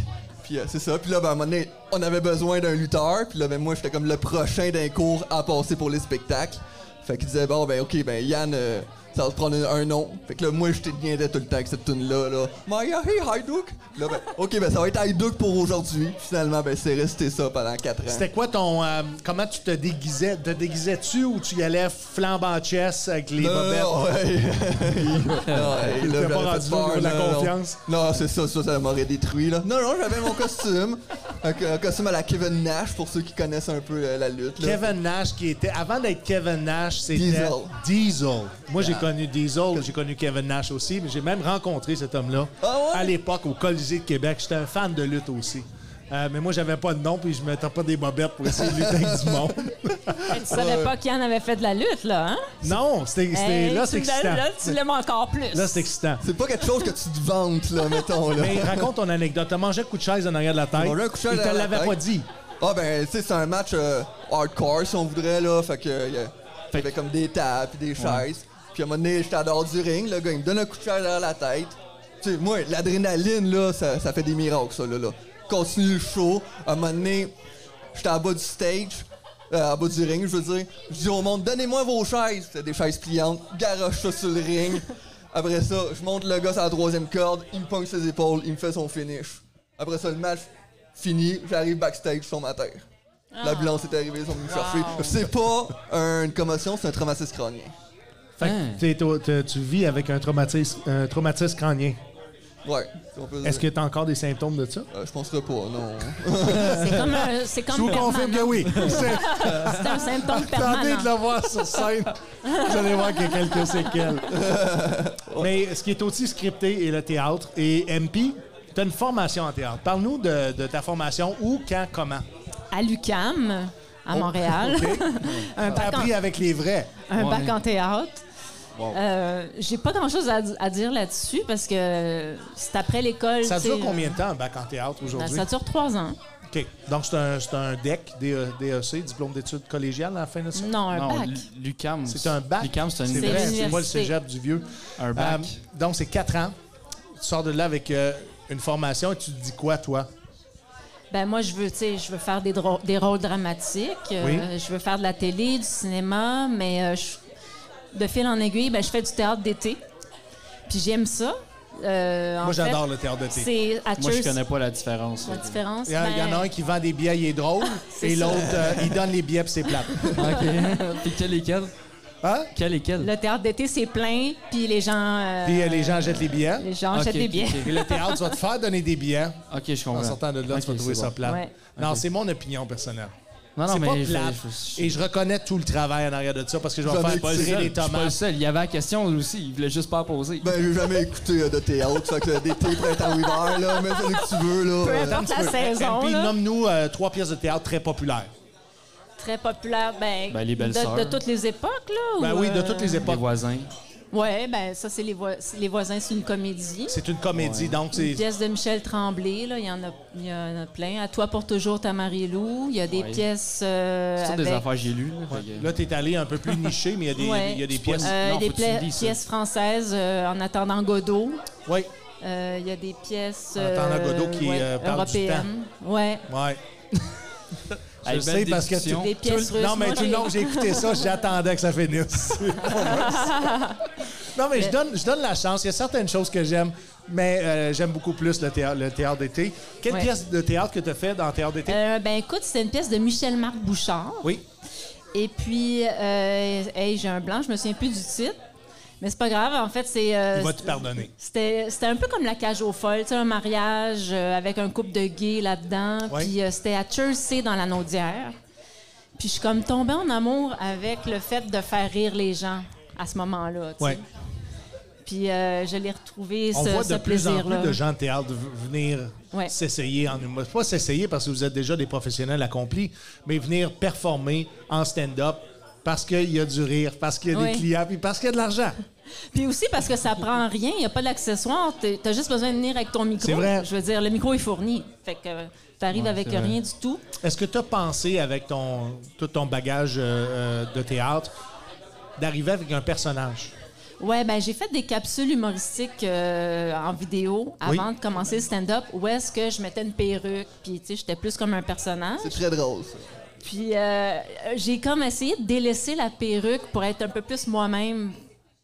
[SPEAKER 4] Puis euh, c'est ça. Puis là, ben, à un moment donné, on avait besoin d'un lutteur. Puis là, ben, moi, j'étais comme le prochain d'un cours à passer pour les spectacles. Fait qu'il disait, bon, ben, ok, ben, Yann, euh, ça va te prendre un, un nom. Fait que là, moi, je t'ai tout le temps avec cette tune-là. Là. Maya, hey, High Duck. Là, ben, ok, ben, ça va être High Duck pour aujourd'hui. Finalement, ben, c'est resté ça pendant 4 ans.
[SPEAKER 2] C'était quoi ton... euh, comment tu te déguisais? Te déguisais-tu ou tu y allais flambant chess avec les
[SPEAKER 4] Non, non,
[SPEAKER 2] bobettes?
[SPEAKER 4] non, ouais. Non, hey,
[SPEAKER 2] Il
[SPEAKER 4] là,
[SPEAKER 2] était pas
[SPEAKER 4] j'aurais
[SPEAKER 2] rendu
[SPEAKER 4] fait
[SPEAKER 2] là au
[SPEAKER 4] peur,
[SPEAKER 2] niveau de la
[SPEAKER 4] non, non.
[SPEAKER 2] confiance.
[SPEAKER 4] Non, c'est ça, ça, ça m'aurait détruit, là. Non, non, j'avais mon costume. un, co- un costume à la Kevin Nash, pour ceux qui connaissent un peu euh, la lutte, là.
[SPEAKER 2] Kevin Nash qui était avant d'être Kevin Nash, c'était Diesel.
[SPEAKER 4] Diesel. Ah.
[SPEAKER 2] Moi j'ai connu Diesel, j'ai connu Kevin Nash aussi, mais j'ai même rencontré cet homme-là
[SPEAKER 4] Ah ouais?
[SPEAKER 2] à l'époque au Colisée de Québec. J'étais un fan de lutte aussi. Euh, mais moi j'avais pas de nom puis je mettais pas des bobettes pour essayer de lutter avec du monde.
[SPEAKER 6] Mais tu savais pas qu'Yann avait fait de la lutte, là, hein?
[SPEAKER 2] Non, c'était c'était-
[SPEAKER 6] Hey,
[SPEAKER 2] là c'est
[SPEAKER 6] tu l'as-
[SPEAKER 2] excitant.
[SPEAKER 6] Là, tu l'aimes encore plus.
[SPEAKER 2] Là c'est excitant.
[SPEAKER 4] C'est pas quelque chose que tu te vantes, là, mettons, là.
[SPEAKER 2] Mais raconte ton anecdote. T'as mangé un coup de chaise en arrière de la tête.
[SPEAKER 4] J'ai mangé un coup de chaise
[SPEAKER 2] Il
[SPEAKER 4] en
[SPEAKER 2] te
[SPEAKER 4] arrière de la
[SPEAKER 2] l'avait
[SPEAKER 4] tête.
[SPEAKER 2] pas dit.
[SPEAKER 4] Ah, ben, tu sais, c'est un match euh, hardcore, si on voudrait, là. Fait que, euh, y a-
[SPEAKER 3] Fait
[SPEAKER 4] y avait comme des tables, puis des chaises. Puis à un moment donné, j'étais en dehors du ring, le gars, il me donne un coup de chaise derrière la tête. Tu sais, moi, l'adrénaline, là, ça, ça fait des miracles, ça, là, là. Continue le show. À un moment donné, j'étais en bas du stage, euh, en bas du ring, je veux dire. Je dis au monde, donnez-moi vos chaises. C'était des chaises pliantes, garoche ça sur le ring. Après ça, je monte le gars à la troisième corde, il me pogne ses épaules, il me fait son finish. Après ça, le match fini, j'arrive backstage, sur ma terre. L'ambulance est arrivée, ils sont venus me chercher. C'est pas une commotion, c'est un traumatisme crânien.
[SPEAKER 2] Fait que
[SPEAKER 3] Hein.
[SPEAKER 2] t'es- t'es- t'es- tu vis avec un traumatisme, un traumatisme crânien.
[SPEAKER 4] Ouais, si on peut dire.
[SPEAKER 2] Est-ce que t'as encore des symptômes de ça?
[SPEAKER 4] Euh, je penserais pas, non.
[SPEAKER 5] C'est comme un,
[SPEAKER 6] euh,
[SPEAKER 5] c'est
[SPEAKER 2] Je vous
[SPEAKER 5] comme
[SPEAKER 2] confirme
[SPEAKER 5] permanent.
[SPEAKER 2] que oui. C'est-
[SPEAKER 5] C'est un symptôme
[SPEAKER 2] Tentez
[SPEAKER 5] permanent.
[SPEAKER 2] de le voir sur scène. Vous allez voir qu'il y a quelques séquelles. Mais ce qui est aussi scripté est le théâtre. Et MP, tu as une formation en théâtre. Parle-nous de, de ta formation. Où, quand, comment?
[SPEAKER 6] À l'UCAM,
[SPEAKER 2] Oh.
[SPEAKER 6] à Montréal. un
[SPEAKER 2] T'as
[SPEAKER 6] bac en,
[SPEAKER 2] appris avec les vrais.
[SPEAKER 6] un
[SPEAKER 3] Ouais.
[SPEAKER 6] bac en théâtre. Euh, J'ai pas grand-chose à, à dire là-dessus parce que c'est après l'école.
[SPEAKER 2] Ça
[SPEAKER 6] tu
[SPEAKER 2] dure
[SPEAKER 6] sais,
[SPEAKER 2] combien de temps, un bac en théâtre
[SPEAKER 6] ben,
[SPEAKER 2] aujourd'hui?
[SPEAKER 6] ça dure trois ans.
[SPEAKER 2] OK. Donc, c'est un, c'est un E DEC, DE, DEC, diplôme d'études collégiales à la fin de ça?
[SPEAKER 5] Non, un
[SPEAKER 3] Non,
[SPEAKER 5] bac.
[SPEAKER 3] l'U- l'UCAM.
[SPEAKER 2] C'est un bac.
[SPEAKER 3] L'UCAM, c'est un
[SPEAKER 2] Mm, C'est
[SPEAKER 5] C'est
[SPEAKER 2] vrai, c'est
[SPEAKER 5] l'université.
[SPEAKER 2] pas le cégep du vieux.
[SPEAKER 3] Un bac.
[SPEAKER 2] Euh, donc, c'est quatre ans. Tu sors de là avec euh, une formation et tu te dis quoi, toi?
[SPEAKER 5] Ben moi, je veux, tu sais, je veux faire des, dro- des rôles dramatiques. euh,
[SPEAKER 2] Oui.
[SPEAKER 5] Je veux faire de la télé, du cinéma, mais euh, je- de fil en aiguille, ben, je fais du théâtre d'été. Puis j'aime ça. Euh, en
[SPEAKER 2] Moi,
[SPEAKER 5] fait,
[SPEAKER 2] j'adore le théâtre de thé.
[SPEAKER 5] C'est à
[SPEAKER 3] Moi, je
[SPEAKER 5] Cheers,
[SPEAKER 3] connais pas la différence.
[SPEAKER 5] la différence.
[SPEAKER 2] Il y, en- il y en a
[SPEAKER 5] ben,
[SPEAKER 2] un qui vend des billets, il est drôle,
[SPEAKER 5] c'est
[SPEAKER 2] et
[SPEAKER 5] ça.
[SPEAKER 2] l'autre, euh, il donne les billets, puis c'est plate.
[SPEAKER 3] OK. Puis quel est quel?
[SPEAKER 2] Hein?
[SPEAKER 3] Quel est quel?
[SPEAKER 5] Le théâtre d'été, c'est plein, puis les gens... euh,
[SPEAKER 2] Puis euh, les gens jettent les billets.
[SPEAKER 5] les gens
[SPEAKER 3] Ok,
[SPEAKER 5] achètent des
[SPEAKER 3] ok,
[SPEAKER 5] billets.
[SPEAKER 2] Et le théâtre, tu vas te faire donner des billets.
[SPEAKER 3] OK, je comprends.
[SPEAKER 2] En sortant de là,
[SPEAKER 3] Ok,
[SPEAKER 2] tu vas trouver
[SPEAKER 3] c'est
[SPEAKER 2] ça
[SPEAKER 3] bon.
[SPEAKER 2] plate.
[SPEAKER 5] Ouais.
[SPEAKER 2] Non,
[SPEAKER 3] Ok. Ah
[SPEAKER 2] c'est mon opinion personnelle.
[SPEAKER 3] Non, non,
[SPEAKER 2] C'est
[SPEAKER 3] mais
[SPEAKER 2] pas
[SPEAKER 3] je-
[SPEAKER 2] plate.
[SPEAKER 3] je-
[SPEAKER 2] Et je reconnais tout le travail en arrière de ça parce que je vais
[SPEAKER 4] J'en ai
[SPEAKER 2] faire
[SPEAKER 4] pas
[SPEAKER 3] je suis
[SPEAKER 2] tirer
[SPEAKER 3] pas le
[SPEAKER 2] les
[SPEAKER 3] seul. Je suis pas le
[SPEAKER 2] tomates.
[SPEAKER 3] seul. Il y avait la question aussi. Il voulait juste pas la poser.
[SPEAKER 4] Ben, j'ai jamais écouté euh, de théâtre, fait que d'été, printemps, hiver, là, mets celui que tu veux, là.
[SPEAKER 5] Peu
[SPEAKER 4] euh,
[SPEAKER 5] importe la saison,
[SPEAKER 2] Puis
[SPEAKER 5] là.
[SPEAKER 2] nomme-nous euh, trois pièces de théâtre très populaires.
[SPEAKER 5] Très populaire, ben,
[SPEAKER 3] Ben, les belles sœurs.
[SPEAKER 5] de, de toutes les époques, là.
[SPEAKER 2] Ben
[SPEAKER 5] ou,
[SPEAKER 2] oui, de
[SPEAKER 5] euh,
[SPEAKER 2] toutes les
[SPEAKER 3] Les
[SPEAKER 2] époques.
[SPEAKER 3] voisins.
[SPEAKER 5] Ouais, ben ça, c'est les, voi- c'est les voisins, c'est une comédie.
[SPEAKER 2] C'est une comédie, donc c'est.
[SPEAKER 5] Une pièce de Michel Tremblay, là, il y en a, il y en a plein. À toi pour toujours, ta Marie-Lou. Il y a des
[SPEAKER 3] Ouais.
[SPEAKER 5] pièces euh,
[SPEAKER 3] C'est toutes
[SPEAKER 5] avec
[SPEAKER 3] des affaires que j'ai lues. là, fait que-
[SPEAKER 2] Là, t'es allé un peu plus niché, mais il y a des,
[SPEAKER 5] Ouais.
[SPEAKER 2] il y a des pièces.
[SPEAKER 5] euh,
[SPEAKER 3] Non,
[SPEAKER 5] des
[SPEAKER 3] faut que tu
[SPEAKER 5] pla-
[SPEAKER 3] le lis, ça.
[SPEAKER 5] pièces françaises euh, en attendant Godot.
[SPEAKER 2] Oui.
[SPEAKER 5] Euh, il y a des pièces
[SPEAKER 2] En attendant
[SPEAKER 5] euh,
[SPEAKER 2] Godot qui,
[SPEAKER 5] ouais,
[SPEAKER 2] euh, parle du
[SPEAKER 5] européennes. Ouais.
[SPEAKER 2] Ouais. Je
[SPEAKER 3] Hey,
[SPEAKER 2] le
[SPEAKER 3] belle
[SPEAKER 2] sais parce que tu-
[SPEAKER 3] déduction.
[SPEAKER 5] Des pièces
[SPEAKER 2] Tout-
[SPEAKER 5] russes.
[SPEAKER 2] non, mais
[SPEAKER 5] moi,
[SPEAKER 2] tout le
[SPEAKER 5] j'ai-
[SPEAKER 2] long que j'ai écouté ça, j'attendais que ça finisse. non, mais je donne, je donne la chance. Il y a certaines choses que j'aime, mais euh, j'aime beaucoup plus le théâtre, le théâtre d'été. Quelle
[SPEAKER 5] Ouais.
[SPEAKER 2] pièce de théâtre que tu as fait dans le théâtre d'été?
[SPEAKER 5] Euh, ben écoute, c'est une pièce de Michel-Marc Bouchard.
[SPEAKER 2] oui.
[SPEAKER 5] Et puis, euh, hey, j'ai un blanc, je me souviens plus du titre. Mais c'est pas grave, en fait, c'est. euh,
[SPEAKER 2] Il va te pardonner.
[SPEAKER 5] C'était c'était un peu comme la cage aux folles, tu sais, un mariage euh, avec un couple de gays là-dedans.
[SPEAKER 2] Ouais.
[SPEAKER 5] Puis euh, c'était à Chelsea dans la Naudière. Puis je suis comme tombée en amour avec le fait de faire rire les gens à ce moment-là. tu sais.
[SPEAKER 2] Ouais.
[SPEAKER 5] Puis euh, je l'ai retrouvé ce,
[SPEAKER 2] On voit
[SPEAKER 5] ce
[SPEAKER 2] de plus en
[SPEAKER 5] plaisir-là.
[SPEAKER 2] plus de gens de théâtre v- venir
[SPEAKER 5] Ouais.
[SPEAKER 2] s'essayer en humour. Pas s'essayer parce que vous êtes déjà des professionnels accomplis, mais venir performer en stand-up parce qu'il y a du rire, parce qu'il y a
[SPEAKER 5] Oui.
[SPEAKER 2] des clients, puis parce qu'il y a de l'argent.
[SPEAKER 5] Puis aussi parce que ça prend rien, il n'y a pas d'accessoires. Tu as juste besoin de venir avec ton micro.
[SPEAKER 2] C'est vrai.
[SPEAKER 5] Je veux dire, le micro est fourni. Fait que tu arrives avec
[SPEAKER 3] c'est vrai.
[SPEAKER 5] rien du tout.
[SPEAKER 2] Est-ce que tu as pensé avec ton, tout ton bagage euh, euh, de théâtre d'arriver avec un personnage?
[SPEAKER 5] Ouais, ben j'ai fait des capsules humoristiques euh, en vidéo
[SPEAKER 2] Oui.
[SPEAKER 5] avant de commencer le stand-up où est-ce que je mettais une perruque, puis tu sais, j'étais plus comme un personnage.
[SPEAKER 4] C'est très drôle, ça.
[SPEAKER 5] Puis euh, j'ai comme essayé de délaisser la perruque pour être un peu plus moi-même,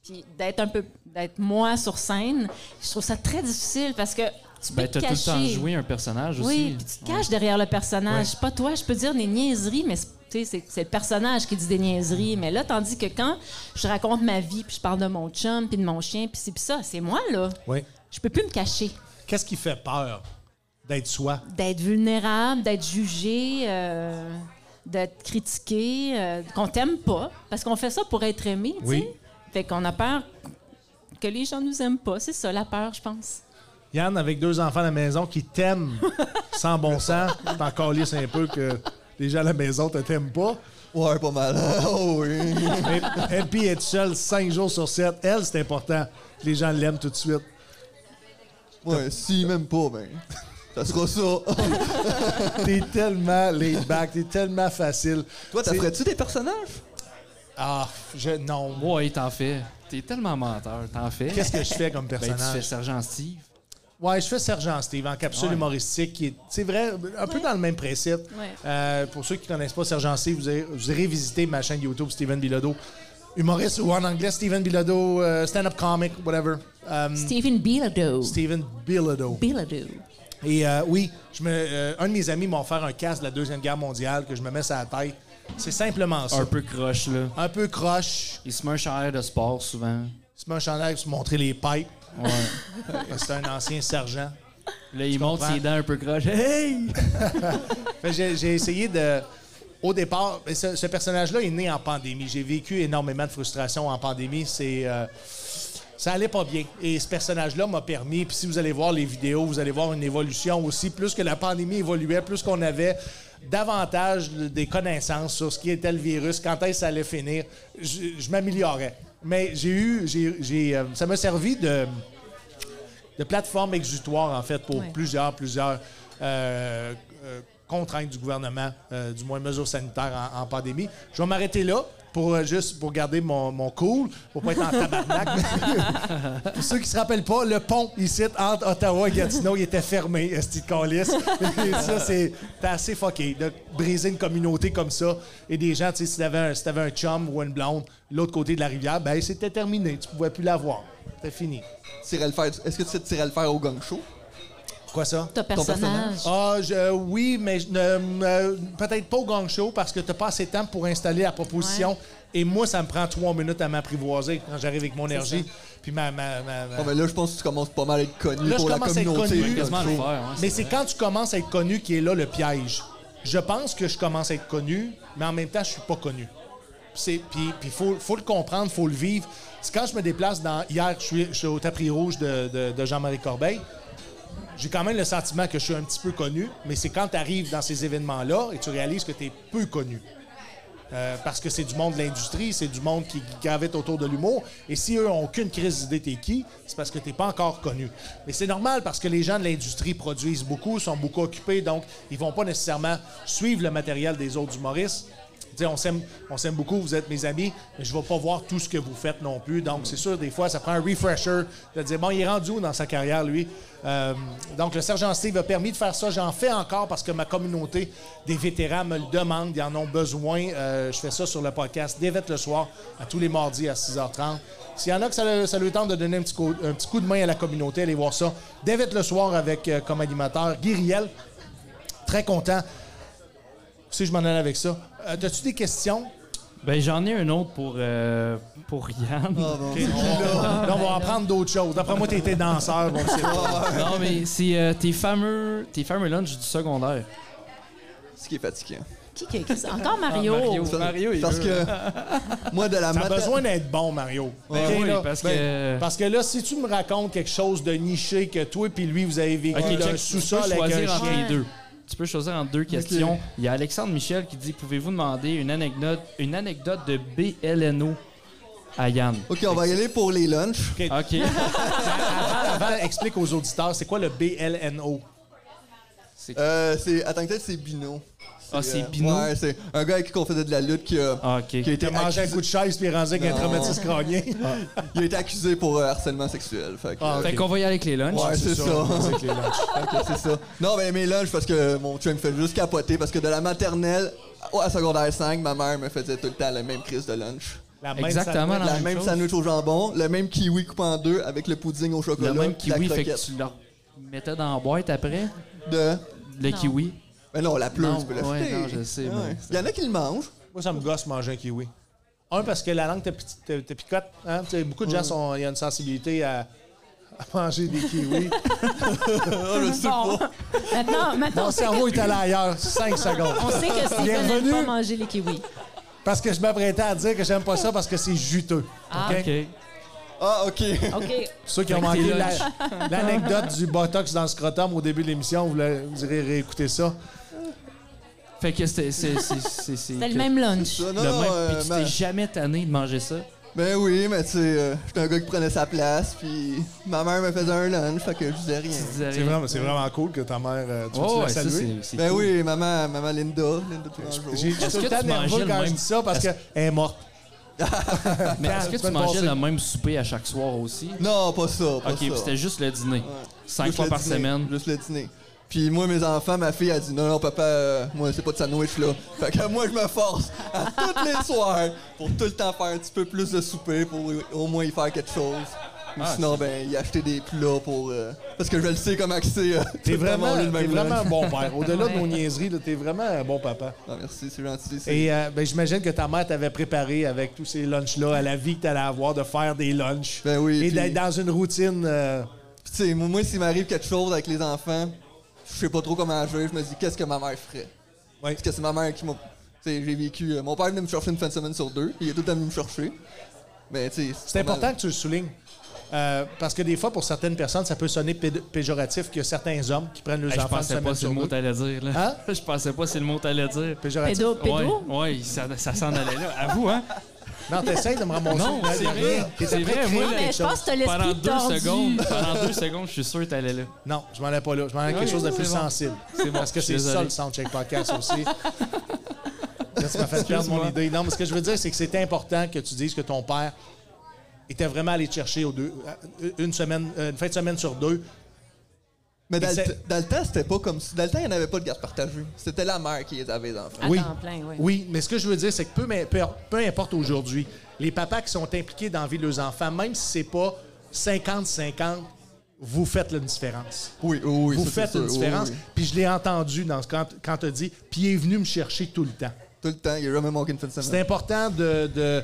[SPEAKER 5] puis d'être un peu d'être moi sur scène. Je trouve ça très difficile parce que tu peux
[SPEAKER 3] Ben,
[SPEAKER 5] te
[SPEAKER 3] t'as tout
[SPEAKER 5] cacher.
[SPEAKER 3] le temps joué un personnage
[SPEAKER 5] oui,
[SPEAKER 3] aussi.
[SPEAKER 5] puis tu te caches derrière le personnage. Pas toi, je peux dire des niaiseries, mais c'est- tu sais, c'est c'est le personnage qui dit des niaiseries. Mais là, tandis que quand je raconte ma vie, puis je parle de mon chum, puis de mon chien, puis c'est puis ça, c'est moi, là.
[SPEAKER 2] Oui.
[SPEAKER 5] Je peux plus me cacher.
[SPEAKER 2] Qu'est-ce qui fait peur d'être soi?
[SPEAKER 5] D'être vulnérable, d'être jugé, euh, d'être critiqué, euh, qu'on t'aime pas. Parce qu'on fait ça pour être aimé, tu sais.
[SPEAKER 2] Oui.
[SPEAKER 5] Fait qu'on a peur que les gens nous aiment pas. C'est ça, la peur, je pense.
[SPEAKER 2] Yann, avec deux enfants à la maison qui t'aiment sans bon sens, t'es encore lisse un peu que les gens à la maison te t'aiment pas.
[SPEAKER 4] Ouais, pas mal. oh oui.
[SPEAKER 2] Et, et puis, être seule cinq jours sur sept, elle, c'est important. Les gens l'aiment tout de suite.
[SPEAKER 4] Ouais, si, même pas, ben. Ça sera ça.
[SPEAKER 2] T'es tellement laid back, t'es tellement facile.
[SPEAKER 4] Toi, t'en
[SPEAKER 2] C'est-
[SPEAKER 4] ferais-tu des personnages?
[SPEAKER 2] Ah, je, non. moi,
[SPEAKER 3] Oui, t'en fais. T'es tellement menteur. T'en fais.
[SPEAKER 2] Qu'est-ce que je fais comme
[SPEAKER 3] ben, tu
[SPEAKER 2] personnage?
[SPEAKER 3] fais Sergent Steve.
[SPEAKER 2] Ouais, je fais Sergent Steve en capsule
[SPEAKER 3] Ouais.
[SPEAKER 2] humoristique qui est, c'est vrai, un peu dans le même principe.
[SPEAKER 5] Ouais.
[SPEAKER 2] Euh, pour ceux qui connaissent pas Sergent Steve, vous irez, vous irez visiter ma chaîne YouTube Steven Bilodeau, humoriste ou en anglais Steven Bilodeau, euh, stand-up comic, whatever. Um,
[SPEAKER 5] Stephen Bilodeau.
[SPEAKER 2] Steven Bilodeau.
[SPEAKER 5] Bilodeau.
[SPEAKER 2] Et euh, oui, je me, euh, un de mes amis m'a offert un casque de la Deuxième Guerre mondiale que je me mets sur la tête. C'est simplement ça.
[SPEAKER 3] Un peu croche, là.
[SPEAKER 2] Un peu croche,
[SPEAKER 3] Il se met un chandail de sport, souvent.
[SPEAKER 2] se met un chandail pour se montrer les pipes.
[SPEAKER 3] Ouais.
[SPEAKER 2] parce que C'est un ancien sergent.
[SPEAKER 3] là, il monte
[SPEAKER 2] comprends.
[SPEAKER 3] ses dents un peu croche. Hey!
[SPEAKER 2] Fait que J'ai j'ai essayé de. Au départ, mais ce, ce personnage-là est né en pandémie. J'ai vécu énormément de frustration en pandémie. C'est. euh, ça allait pas bien. Et ce personnage-là m'a permis, puis si vous allez voir les vidéos, vous allez voir une évolution aussi. Plus que la pandémie évoluait, plus qu'on avait davantage de- des connaissances sur ce qui était le virus, quand est-ce que ça allait finir, je, je m'améliorais. Mais j'ai eu, j'ai, j'ai, euh, ça m'a servi de, de plateforme exutoire, en fait, pour
[SPEAKER 5] Ouais.
[SPEAKER 2] plusieurs, plusieurs euh, euh, contrainte du gouvernement, euh, du moins mesures sanitaires en, en pandémie. Je vais m'arrêter là pour euh, juste pour garder mon, mon cool, pour pas être en tabarnak. pour ceux qui se rappellent pas, le pont ici entre Ottawa et Gatineau, il était fermé, ce petit calice. Et ça, c'est t'es assez fucké de briser une communauté comme ça. Et des gens, tu sais, si t'avais un, si t'avais un chum ou une blonde, l'autre côté de la rivière, ben c'était terminé. Tu pouvais plus l'avoir. C'était fini.
[SPEAKER 4] Tirer le fer. Est-ce que tu sais tirer le fer au gang show?
[SPEAKER 2] Quoi ça?
[SPEAKER 5] Ton personnage.
[SPEAKER 2] Ah, je- euh, oui, mais je ne- euh, peut-être pas au gang show parce que tu pas assez de temps pour installer la proposition. Et moi, ça me prend trois minutes à m'apprivoiser quand j'arrive avec mon énergie. Puis ma, ma- ma- ma-
[SPEAKER 4] Non, mais Ah, ben là, je pense que tu commences pas mal à être connu
[SPEAKER 2] Là, je
[SPEAKER 4] pour la
[SPEAKER 2] commence à être
[SPEAKER 4] communauté.
[SPEAKER 2] connu.
[SPEAKER 4] du gang
[SPEAKER 3] Quasiment à le
[SPEAKER 4] show.
[SPEAKER 3] faire, ouais,
[SPEAKER 2] Mais c'est quand tu commences à être connu qui est là le piège. Je pense que je commence à être connu, mais en même temps, je suis pas connu. C'est- Puis il faut, faut le comprendre, faut le vivre. C'est quand je me déplace dans. Hier, je suis, je suis au tapis rouge de, de- de Jean-Marie Corbeil. J'ai quand même le sentiment que je suis un petit peu connu, mais c'est quand tu arrives dans ces événements-là et tu réalises que tu es peu connu. Euh, parce que c'est du monde de l'industrie, c'est du monde qui, qui gravite autour de l'humour. Et si eux ont aucune crise d'idée t'es qui, c'est parce que t'es pas encore connu. Mais c'est normal parce que les gens de l'industrie produisent beaucoup, sont beaucoup occupés, donc ils vont pas nécessairement suivre le matériel des autres humoristes. Tu sais, on s'aime, on s'aime beaucoup, vous êtes mes amis, mais je vais pas voir tout ce que vous faites non plus. Donc, c'est sûr, des fois, ça prend un refresher de dire, bon, il est rendu où dans sa carrière, lui? Euh, donc, le sergent Steve a permis de faire ça. J'en fais encore parce que ma communauté des vétérans me le demande, ils en ont besoin. Euh, je fais ça sur le podcast Dévette le soir, à tous les mardis à 6h30. S'il y en a que ça, le- ça lui tente de donner un petit, coup, un petit coup de main à la communauté, allez voir ça. Dévette le soir avec, euh, comme animateur, Guy Riel. Très content. Si je m'en allais avec ça. Euh, T'as-tu des questions?
[SPEAKER 3] Ben, j'en ai un autre pour, euh, pour Yann.
[SPEAKER 2] Oh. Là, on va en prendre d'autres choses. D'après moi, t'étais danseur. Bon, c'est pas.
[SPEAKER 3] Non, mais c'est euh, tes, fameux, tes fameux lunchs du secondaire.
[SPEAKER 4] Ce qui est fatigant.
[SPEAKER 5] Qui, qui a écrit ça? Encore Mario.
[SPEAKER 3] Mario.
[SPEAKER 4] Ça-
[SPEAKER 3] il
[SPEAKER 4] Parce
[SPEAKER 3] veut.
[SPEAKER 4] que moi, de la
[SPEAKER 2] T'as
[SPEAKER 4] matin-
[SPEAKER 2] besoin d'être bon, Mario.
[SPEAKER 3] Ben
[SPEAKER 2] Ok,
[SPEAKER 3] oui,
[SPEAKER 2] là.
[SPEAKER 3] parce
[SPEAKER 2] Ben,
[SPEAKER 3] que-
[SPEAKER 2] parce que là, si tu me racontes quelque chose de niché que toi et lui, vous avez vécu
[SPEAKER 3] Ok, check,
[SPEAKER 2] dans un
[SPEAKER 3] tu peux
[SPEAKER 2] sous-sol avec un
[SPEAKER 3] choisir entre
[SPEAKER 2] chien.
[SPEAKER 3] les deux. Tu peux choisir entre deux questions. Il y a Alexandre Michel qui dit Pouvez-vous demander une anecdote, une anecdote de BLNO à Yann
[SPEAKER 4] Ok, on va y aller pour les lunchs.
[SPEAKER 3] Ok.
[SPEAKER 2] Avant, avant, explique aux auditeurs, c'est quoi le BLNO?
[SPEAKER 4] Euh, c'est... Attends, peut-être c'est Bino.
[SPEAKER 3] Ah, c'est
[SPEAKER 4] euh,
[SPEAKER 3] Bino
[SPEAKER 4] Ouais, c'est un gars avec qui on faisait de la lutte qui a,
[SPEAKER 3] Ah, ok.
[SPEAKER 4] qui a été
[SPEAKER 2] T'as mangé un
[SPEAKER 4] accusé,
[SPEAKER 2] coup de chaise puis est rendu avec un
[SPEAKER 4] Non.
[SPEAKER 2] traumatisme crânien.
[SPEAKER 4] il a été accusé pour euh, harcèlement sexuel. Fait que, euh,
[SPEAKER 2] Ah,
[SPEAKER 3] Fait qu'on va y aller avec les lunchs.
[SPEAKER 4] ouais, c'est ça.
[SPEAKER 2] C'est que les lunchs.
[SPEAKER 4] Ok, c'est ça. Non, mais mes lunchs, parce que mon chum me fait juste capoter, parce que de la maternelle à à secondaire 5, ma mère me faisait tout le temps la même crise de lunch.
[SPEAKER 2] La même
[SPEAKER 3] Exactement
[SPEAKER 2] sandwich.
[SPEAKER 3] Ah, la
[SPEAKER 4] La
[SPEAKER 3] même
[SPEAKER 4] même
[SPEAKER 3] chose.
[SPEAKER 4] sandwich au jambon, le même kiwi coupé en deux avec le pudding au chocolat.
[SPEAKER 3] Le même
[SPEAKER 4] puis la
[SPEAKER 3] kiwi, fait que
[SPEAKER 4] croquette
[SPEAKER 3] tu le mettais dans la boîte après,
[SPEAKER 4] de...
[SPEAKER 3] le
[SPEAKER 5] Non.
[SPEAKER 3] kiwi.
[SPEAKER 4] Mais Ben non, la pleure,
[SPEAKER 3] Non,
[SPEAKER 4] tu peux l'acheter.
[SPEAKER 3] ouais, non, je sais, mais
[SPEAKER 4] Il y en a qui le mangent.
[SPEAKER 2] Moi, ça me gosse manger un kiwi. Un, parce que la langue te, pi- te- te picote. hein. Tu sais, Beaucoup de gens ont une sensibilité à, à manger des kiwis.
[SPEAKER 5] Bon. Maintenant, maintenant
[SPEAKER 2] Mon
[SPEAKER 5] on, sait que,
[SPEAKER 2] cerveau est allé ailleurs. Cinq secondes.
[SPEAKER 5] on sait que Steve
[SPEAKER 2] Il est
[SPEAKER 5] n'aime pas
[SPEAKER 2] revenu.
[SPEAKER 5] manger les kiwis.
[SPEAKER 2] Parce que je m'apprêtais à dire que j'aime pas ça parce que c'est juteux.
[SPEAKER 5] Ah.
[SPEAKER 2] OK?
[SPEAKER 3] Ok.
[SPEAKER 4] Ah, ok.
[SPEAKER 5] OK.
[SPEAKER 2] Ceux qui ont
[SPEAKER 3] Fait que
[SPEAKER 2] manqué
[SPEAKER 3] t'es
[SPEAKER 2] la-
[SPEAKER 3] lunch.
[SPEAKER 2] l'anecdote du botox dans le scrotum au début de l'émission, vous, le- vous irez réécouter ça.
[SPEAKER 3] Fait que c'était. c'est- c'est- c'est-
[SPEAKER 5] C'était
[SPEAKER 3] que-
[SPEAKER 5] le même lunch.
[SPEAKER 4] Ça, non,
[SPEAKER 3] le
[SPEAKER 4] non,
[SPEAKER 3] même,
[SPEAKER 4] euh,
[SPEAKER 3] puis tu
[SPEAKER 4] ma-
[SPEAKER 3] t'es jamais tanné de manger ça.
[SPEAKER 4] Ben oui, mais tu sais, euh, j'étais un gars qui prenait sa place, puis ma mère me faisait un lunch, fait que je disais rien.
[SPEAKER 3] Tu disais
[SPEAKER 2] C'est
[SPEAKER 3] rien.
[SPEAKER 2] vraiment, c'est vraiment cool que ta mère, euh, tu,
[SPEAKER 3] Oh,
[SPEAKER 2] tu l'as
[SPEAKER 3] ouais, ça,
[SPEAKER 2] saluée.
[SPEAKER 3] c'est- c'est
[SPEAKER 4] Ben
[SPEAKER 3] cool.
[SPEAKER 4] oui, maman, maman Linda, Linda Tourangeau.
[SPEAKER 2] J'ai j'ai
[SPEAKER 3] Est-ce
[SPEAKER 2] tout le
[SPEAKER 3] que
[SPEAKER 2] temps
[SPEAKER 3] tu mangeais
[SPEAKER 2] nerveux
[SPEAKER 3] le
[SPEAKER 2] quand je
[SPEAKER 3] même-
[SPEAKER 2] dis ça parce qu'elle est morte.
[SPEAKER 3] Mais est-ce que
[SPEAKER 2] la
[SPEAKER 3] tu
[SPEAKER 2] semaine
[SPEAKER 3] mangeais
[SPEAKER 2] passée.
[SPEAKER 3] le même souper à chaque soir aussi?
[SPEAKER 4] Non, pas ça, pas
[SPEAKER 3] Ok,
[SPEAKER 4] ça.
[SPEAKER 3] puis c'était juste le dîner. Cinq
[SPEAKER 4] Juste
[SPEAKER 3] fois
[SPEAKER 4] le
[SPEAKER 3] par
[SPEAKER 4] dîner,
[SPEAKER 3] semaine.
[SPEAKER 4] Juste le dîner. Puis moi, mes enfants, ma fille a dit non, non, papa, euh, moi, c'est pas de sandwich là. Fait que moi, je me force à tous les soirs pour tout le temps faire un petit peu plus de souper pour euh, au moins y faire quelque chose. Ou
[SPEAKER 3] Ah,
[SPEAKER 4] sinon, ben, y acheter des plats pour. euh, parce que je le sais comment que c'est. euh, tout
[SPEAKER 2] T'es
[SPEAKER 4] le temps
[SPEAKER 2] vraiment,
[SPEAKER 4] manger le
[SPEAKER 2] t'es
[SPEAKER 4] même
[SPEAKER 2] vraiment un
[SPEAKER 4] lunch.
[SPEAKER 2] bon père. Au-delà de nos niaiseries, là, t'es vraiment un bon papa.
[SPEAKER 4] Ah, merci, c'est gentil. c'est-
[SPEAKER 2] Et euh, ben, j'imagine que ta mère t'avait préparé avec tous ces lunchs-là à la vie que t'allais avoir de faire des lunchs.
[SPEAKER 4] Ben oui,
[SPEAKER 2] Et
[SPEAKER 4] puis-
[SPEAKER 2] d'être dans une routine. euh,
[SPEAKER 4] Puis, tu sais, moi, moi, s'il m'arrive quelque chose avec les enfants, je sais pas trop comment agir. Je me dis, qu'est-ce que ma mère ferait?
[SPEAKER 2] Ouais.
[SPEAKER 4] Parce que c'est ma mère qui m'a. tu sais, j'ai vécu. euh, mon père venait me chercher une fin de semaine sur deux. Il est tout le temps venu me chercher. Mais, tu sais.
[SPEAKER 2] C'est
[SPEAKER 4] pas mal-
[SPEAKER 2] important que tu le soulignes. Euh, parce que des fois, pour certaines personnes, ça peut sonner pé- péjoratif qu'il y a certains hommes qui prennent leurs
[SPEAKER 3] Hey, je
[SPEAKER 2] enfants de
[SPEAKER 3] pensais
[SPEAKER 2] semaine
[SPEAKER 3] pas c'est
[SPEAKER 2] sur
[SPEAKER 3] le mot
[SPEAKER 2] deux.
[SPEAKER 3] que t'allais dire. Là.
[SPEAKER 2] Hein?
[SPEAKER 3] Je pensais pas c'est le mot que t'allais dire.
[SPEAKER 2] Péjoratif.
[SPEAKER 5] Pédo, pédo?
[SPEAKER 3] Ouais, ouais, ça, ça s'en allait là. Avoue, hein?
[SPEAKER 2] Non, t'essayes de me ramasser.
[SPEAKER 3] Non, c'est vrai.
[SPEAKER 2] T'es
[SPEAKER 3] C'est
[SPEAKER 2] après
[SPEAKER 3] vrai,
[SPEAKER 2] créer
[SPEAKER 3] moi, là,
[SPEAKER 2] quelque
[SPEAKER 6] Mais je pense
[SPEAKER 2] chose.
[SPEAKER 6] que t'as
[SPEAKER 3] Pendant
[SPEAKER 6] l'esprit
[SPEAKER 3] deux
[SPEAKER 6] tordu.
[SPEAKER 3] secondes, pendant deux secondes, je suis sûr que t'allais là.
[SPEAKER 2] Non, je m'en allais pas là. Je m'en allais à quelque
[SPEAKER 3] Ok,
[SPEAKER 2] chose de plus
[SPEAKER 3] c'est bon.
[SPEAKER 2] sensible.
[SPEAKER 3] C'est bon,
[SPEAKER 2] Parce que
[SPEAKER 3] je suis
[SPEAKER 2] c'est ça
[SPEAKER 3] désolé.
[SPEAKER 2] le Soundcheck Podcast aussi. Là, tu m'as fait perdre mon
[SPEAKER 3] Excuse-moi.
[SPEAKER 2] idée. Non, mais ce que je veux dire, c'est que c'est important que tu dises que ton père était vraiment allé te chercher aux deux, à- une, semaine, euh, une fin de semaine sur deux.
[SPEAKER 4] Mais dans
[SPEAKER 2] Et c'est-
[SPEAKER 4] le, te- dans le temps, c'était pas comme ça. Dans le temps, il n'y en avait pas de garde partagée. C'était la mère qui les avait, les enfants.
[SPEAKER 6] À
[SPEAKER 2] Oui.
[SPEAKER 6] temps plein, oui.
[SPEAKER 2] Oui, mais ce que je veux dire, c'est que peu, mais- peu- peu importe aujourd'hui, les papas qui sont impliqués dans la vie de leurs enfants, même si c'est pas 50-50, vous faites la différence.
[SPEAKER 4] Oui, oui, oui.
[SPEAKER 2] Ah, vous
[SPEAKER 4] ça, c'est
[SPEAKER 2] faites
[SPEAKER 4] sûr.
[SPEAKER 2] une
[SPEAKER 4] Oui,
[SPEAKER 2] différence.
[SPEAKER 4] oui, oui.
[SPEAKER 2] Puis je l'ai entendu dans ce, quand, quand tu dit, puis il est venu me chercher tout le temps.
[SPEAKER 4] Tout le temps, il y a jamais manqué une fin de
[SPEAKER 2] C'est
[SPEAKER 4] semaine.
[SPEAKER 2] important de, de,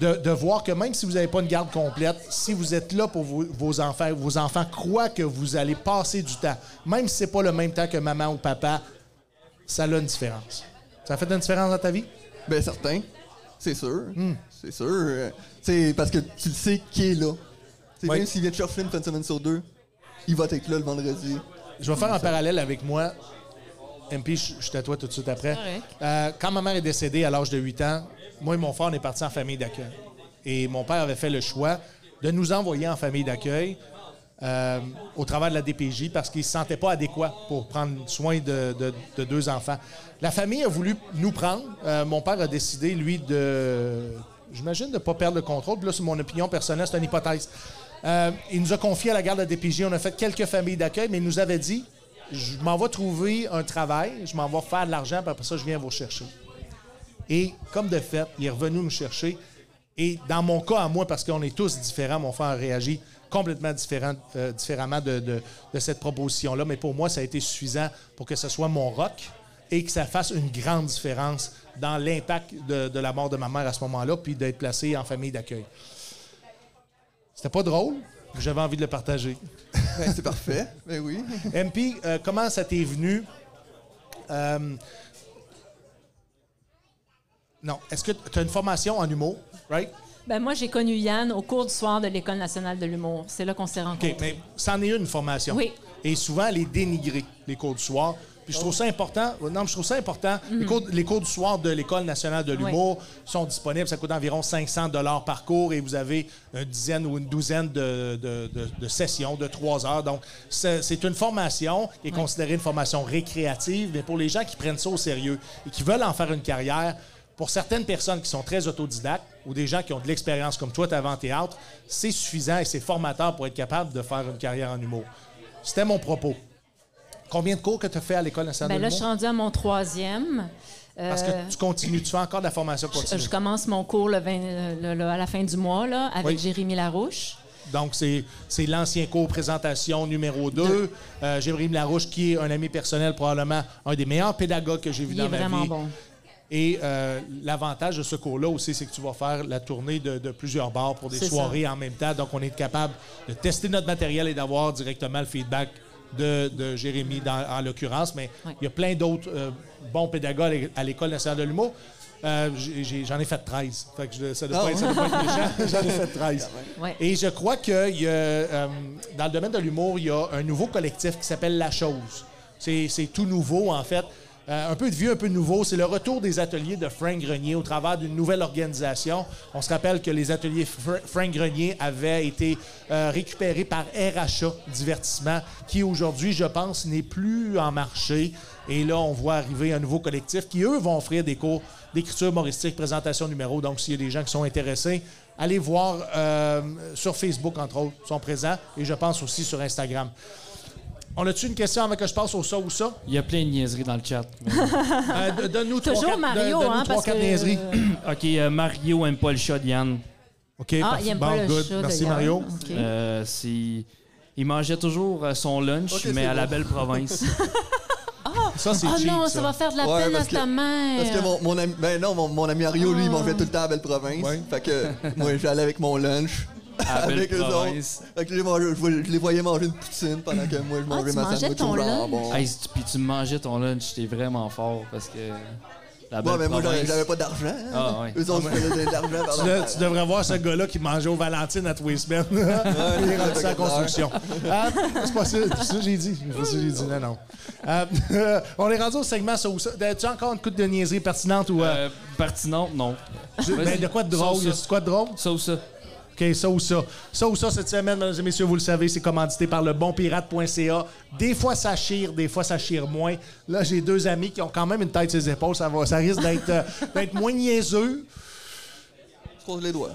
[SPEAKER 2] de, de voir que même si vous n'avez pas une garde complète, si vous êtes là pour vos, vos enfants, vos enfants croient que vous allez passer du temps, même si c'est pas le même temps que maman ou papa, ça a une différence. Ça a fait une différence dans ta vie?
[SPEAKER 4] Ben, certain. C'est sûr.
[SPEAKER 2] Hmm.
[SPEAKER 4] C'est sûr. Euh, tu sais, parce que tu le sais qui est là. Tu sais,
[SPEAKER 2] Oui.
[SPEAKER 4] Même s'il vient te chercher une fin de semaine sur deux, il va être là le vendredi.
[SPEAKER 2] Je vais faire un parallèle avec moi. MP, je je suis à toi tout de suite après.
[SPEAKER 6] Correct.
[SPEAKER 2] Euh, quand ma mère est décédée à l'âge de 8 ans, moi et mon frère, on est partis en famille d'accueil. Et mon père avait fait le choix de nous envoyer en famille d'accueil euh, au travers de la DPJ parce qu'il ne se sentait pas adéquat pour prendre soin de, de- de deux enfants. La famille a voulu nous prendre. Euh, mon père a décidé, lui, de. J'imagine de ne pas perdre le contrôle. Puis là, c'est mon opinion personnelle, c'est une hypothèse. Euh, il nous a confié à la garde de la DPJ. On a fait quelques familles d'accueil, mais il nous avait dit Je m'en vais trouver un travail, je m'en vais faire de l'argent, puis après ça, je viens vous chercher. Et comme de fait, il est revenu me chercher. Et dans mon cas, à moi, parce qu'on est tous différents, mon frère a réagi complètement différent, euh, différemment de, de- de cette proposition-là. Mais pour moi, ça a été suffisant pour que ce soit mon rock et que ça fasse une grande différence dans l'impact de, de la mort de ma mère à ce moment-là, puis d'être placé en famille d'accueil. C'était pas drôle, mais j'avais envie de le partager.
[SPEAKER 4] Ben, c'est parfait. Ben oui.
[SPEAKER 2] MP, euh, comment ça t'est venu? Euh, non. Est-ce que tu as une formation en humour, right?
[SPEAKER 6] Ben, moi, j'ai connu Yann au cours du soir de l'École nationale de l'humour. C'est là qu'on s'est rencontrés.
[SPEAKER 2] OK, mais c'en est une formation.
[SPEAKER 6] Oui.
[SPEAKER 2] Et souvent, elle est dénigrée, les cours du soir. Puis je trouve ça important. Non, mais je trouve ça important. Les, cours, les cours du soir de l'École nationale de l'humour sont disponibles. Ça coûte environ 500 dollars par cours et vous avez une dizaine ou une douzaine de, de- de- de sessions de trois heures. Donc, c'est c'est une formation qui est considérée une formation récréative, mais pour les gens qui prennent ça au sérieux et qui veulent en faire une carrière, pour certaines personnes qui sont très autodidactes ou des gens qui ont de l'expérience comme toi, tu en théâtre, c'est suffisant et c'est formateur pour être capable de faire une carrière en humour. C'était mon propos. Combien de cours que tu as fait à l'École nationale
[SPEAKER 6] Ben,
[SPEAKER 2] de
[SPEAKER 6] là, je suis
[SPEAKER 2] l'humour?
[SPEAKER 6] rendue à mon troisième. Euh,
[SPEAKER 2] Parce que tu continues, tu fais encore de la formation
[SPEAKER 6] je,
[SPEAKER 2] continue.
[SPEAKER 6] je commence mon cours le 20, le- le- à la fin du mois là, avec
[SPEAKER 2] Oui.
[SPEAKER 6] Jérémy Larouche.
[SPEAKER 2] Donc, c'est c'est l'ancien cours présentation numéro 2. Euh, Jérémy Larouche, qui est un ami personnel, probablement un des meilleurs pédagogues que j'ai vu
[SPEAKER 6] Il
[SPEAKER 2] dans
[SPEAKER 6] est
[SPEAKER 2] ma
[SPEAKER 6] vraiment
[SPEAKER 2] vie.
[SPEAKER 6] bon.
[SPEAKER 2] Et euh, l'avantage de ce cours-là aussi, c'est que tu vas faire la tournée de, de plusieurs bars pour des
[SPEAKER 6] C'est ça.
[SPEAKER 2] soirées en même temps. Donc, on est capable de tester notre matériel et d'avoir directement le feedback de, de Jérémy, dans- en l'occurrence. Mais
[SPEAKER 6] Ouais.
[SPEAKER 2] il y a plein d'autres euh, bons pédagogues à l'École nationale de l'humour. Euh, j'ai- j'ai- J'en ai, fait 13. Fait que je- ça doit
[SPEAKER 4] Ah
[SPEAKER 2] pas être- ça doit pas être méchant. J'en ai fait 13.
[SPEAKER 6] Ouais.
[SPEAKER 2] Et je crois que il y a, euh, dans le domaine de l'humour, il y a un nouveau collectif qui s'appelle La Chose. C'est c'est tout nouveau, en fait. Euh, un peu de vieux, un peu de nouveau. C'est le retour des ateliers de Frank Grenier au travers d'une nouvelle organisation. On se rappelle que les ateliers Fr- Frank Grenier avaient été euh, récupérés par RHA Divertissement, qui aujourd'hui, je pense, n'est plus en marché. Et là, on voit arriver un nouveau collectif qui, eux, vont offrir des cours d'écriture humoristique, présentation numéro. Donc, s'il y a des gens qui sont intéressés, allez voir euh, sur Facebook, entre autres, ils sont présents. Et je pense aussi sur Instagram. On a-tu une question avant que je passe au ça ou ça?
[SPEAKER 3] Il y a plein de niaiseries dans le chat. mais-
[SPEAKER 2] Euh, de- Donne-nous trois,
[SPEAKER 6] Toujours
[SPEAKER 2] quatre-
[SPEAKER 6] Mario,
[SPEAKER 2] de- donne-nous
[SPEAKER 6] hein,
[SPEAKER 2] trois,
[SPEAKER 6] parce
[SPEAKER 2] quatre
[SPEAKER 6] que-
[SPEAKER 2] niaiseries.
[SPEAKER 3] ok, euh, Mario aime pas le chat de Yann.
[SPEAKER 2] OK,
[SPEAKER 6] Ah,
[SPEAKER 2] parfait.
[SPEAKER 6] il aime
[SPEAKER 2] Bon,
[SPEAKER 6] pas le
[SPEAKER 2] good.
[SPEAKER 6] chat de
[SPEAKER 2] Merci,
[SPEAKER 6] Yann.
[SPEAKER 2] Mario.
[SPEAKER 6] OK.
[SPEAKER 3] Euh, c'est- il mangeait toujours euh, son lunch,
[SPEAKER 4] Ok,
[SPEAKER 3] mais
[SPEAKER 4] c'est
[SPEAKER 3] à la
[SPEAKER 4] bon.
[SPEAKER 3] belle province.
[SPEAKER 2] Ça, c'est
[SPEAKER 6] oh
[SPEAKER 2] cheap,
[SPEAKER 6] non, ça.
[SPEAKER 2] ça.
[SPEAKER 6] va faire de la
[SPEAKER 4] Ouais,
[SPEAKER 6] peine à
[SPEAKER 4] parce que-
[SPEAKER 6] ta mère.
[SPEAKER 4] Parce que mon, mon ami, ben non, mon, mon ami Ario, lui, il mangeait tout le temps à Belle-Province.
[SPEAKER 2] Ouais.
[SPEAKER 4] Fait que moi, j'allais avec mon lunch.
[SPEAKER 3] À
[SPEAKER 4] Avec eux
[SPEAKER 3] Belle-Province.
[SPEAKER 4] autres. Fait que je les, mangeais- je vois- je les voyais manger une poutine pendant que moi, je mangeais
[SPEAKER 6] Ah, tu
[SPEAKER 4] ma
[SPEAKER 6] mangeais
[SPEAKER 4] sandwich
[SPEAKER 6] ton
[SPEAKER 4] au
[SPEAKER 6] lunch?
[SPEAKER 4] jambon.
[SPEAKER 3] Hey, si tu- puis tu mangeais ton lunch, t'es vraiment fort parce que La
[SPEAKER 4] Bon,
[SPEAKER 3] belle
[SPEAKER 4] mais moi,
[SPEAKER 3] province.
[SPEAKER 4] j'avais j'avais pas d'argent. hein.
[SPEAKER 3] Ah, ouais.
[SPEAKER 4] Eux autres, ils me donnaient de l'argent. par
[SPEAKER 2] Tu,
[SPEAKER 4] leur-
[SPEAKER 2] de- tu devrais voir ce gars-là qui mangeait au Valentine à tous les semaines. Il est rendu à la construction. Euh, c'est pas ça, c'est ça que j'ai dit. C'est ça que j'ai dit. Non, non. Euh, on est rendu au segment ça ou ça. As-tu encore une coupe de niaiserie pertinente ou. euh,
[SPEAKER 3] Euh, pertinent, non.
[SPEAKER 2] je-
[SPEAKER 3] vas-y.
[SPEAKER 2] ben, de quoi de drôle?
[SPEAKER 3] Ça ou ça.
[SPEAKER 2] C'est quoi de drôle?
[SPEAKER 3] Ça ou ça.
[SPEAKER 2] OK, ça ou ça. Ça ou ça, cette semaine, mesdames et messieurs, vous le savez, c'est commandité par le bonpirate.ca. Des fois, ça chire, des fois, ça chire moins. Là, j'ai deux amis qui ont quand même une tête sur les épaules. Ça, va, ça risque d'être euh, d'être moins niaiseux.
[SPEAKER 4] Je croise les doigts.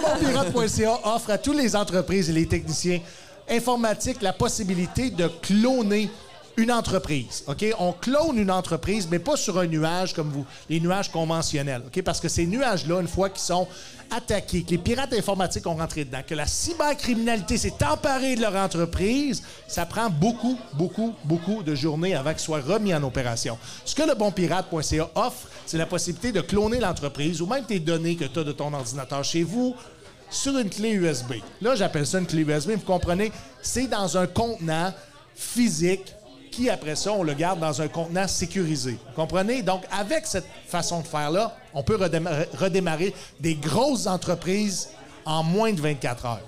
[SPEAKER 2] Bonpirate.ca offre à toutes les entreprises et les techniciens informatiques la possibilité de cloner une entreprise. OK? On clone une entreprise, mais pas sur un nuage comme vous, les nuages conventionnels. OK? Parce que ces nuages-là, une fois qu'ils sont attaqués, que les pirates informatiques ont rentré dedans, que la cybercriminalité s'est emparée de leur entreprise, ça prend beaucoup, beaucoup, beaucoup de journées avant qu'ils soient remis en opération. Ce que le bonpirate.ca offre, c'est la possibilité de cloner l'entreprise ou même tes données que tu as de ton ordinateur chez vous sur une clé USB. Là, j'appelle ça une clé USB, vous comprenez, c'est dans un contenant physique qui, après ça, on le garde dans un contenant sécurisé. Vous comprenez? Donc, avec cette façon de faire-là, on peut redémarrer, redémarrer des grosses entreprises en moins de 24 heures.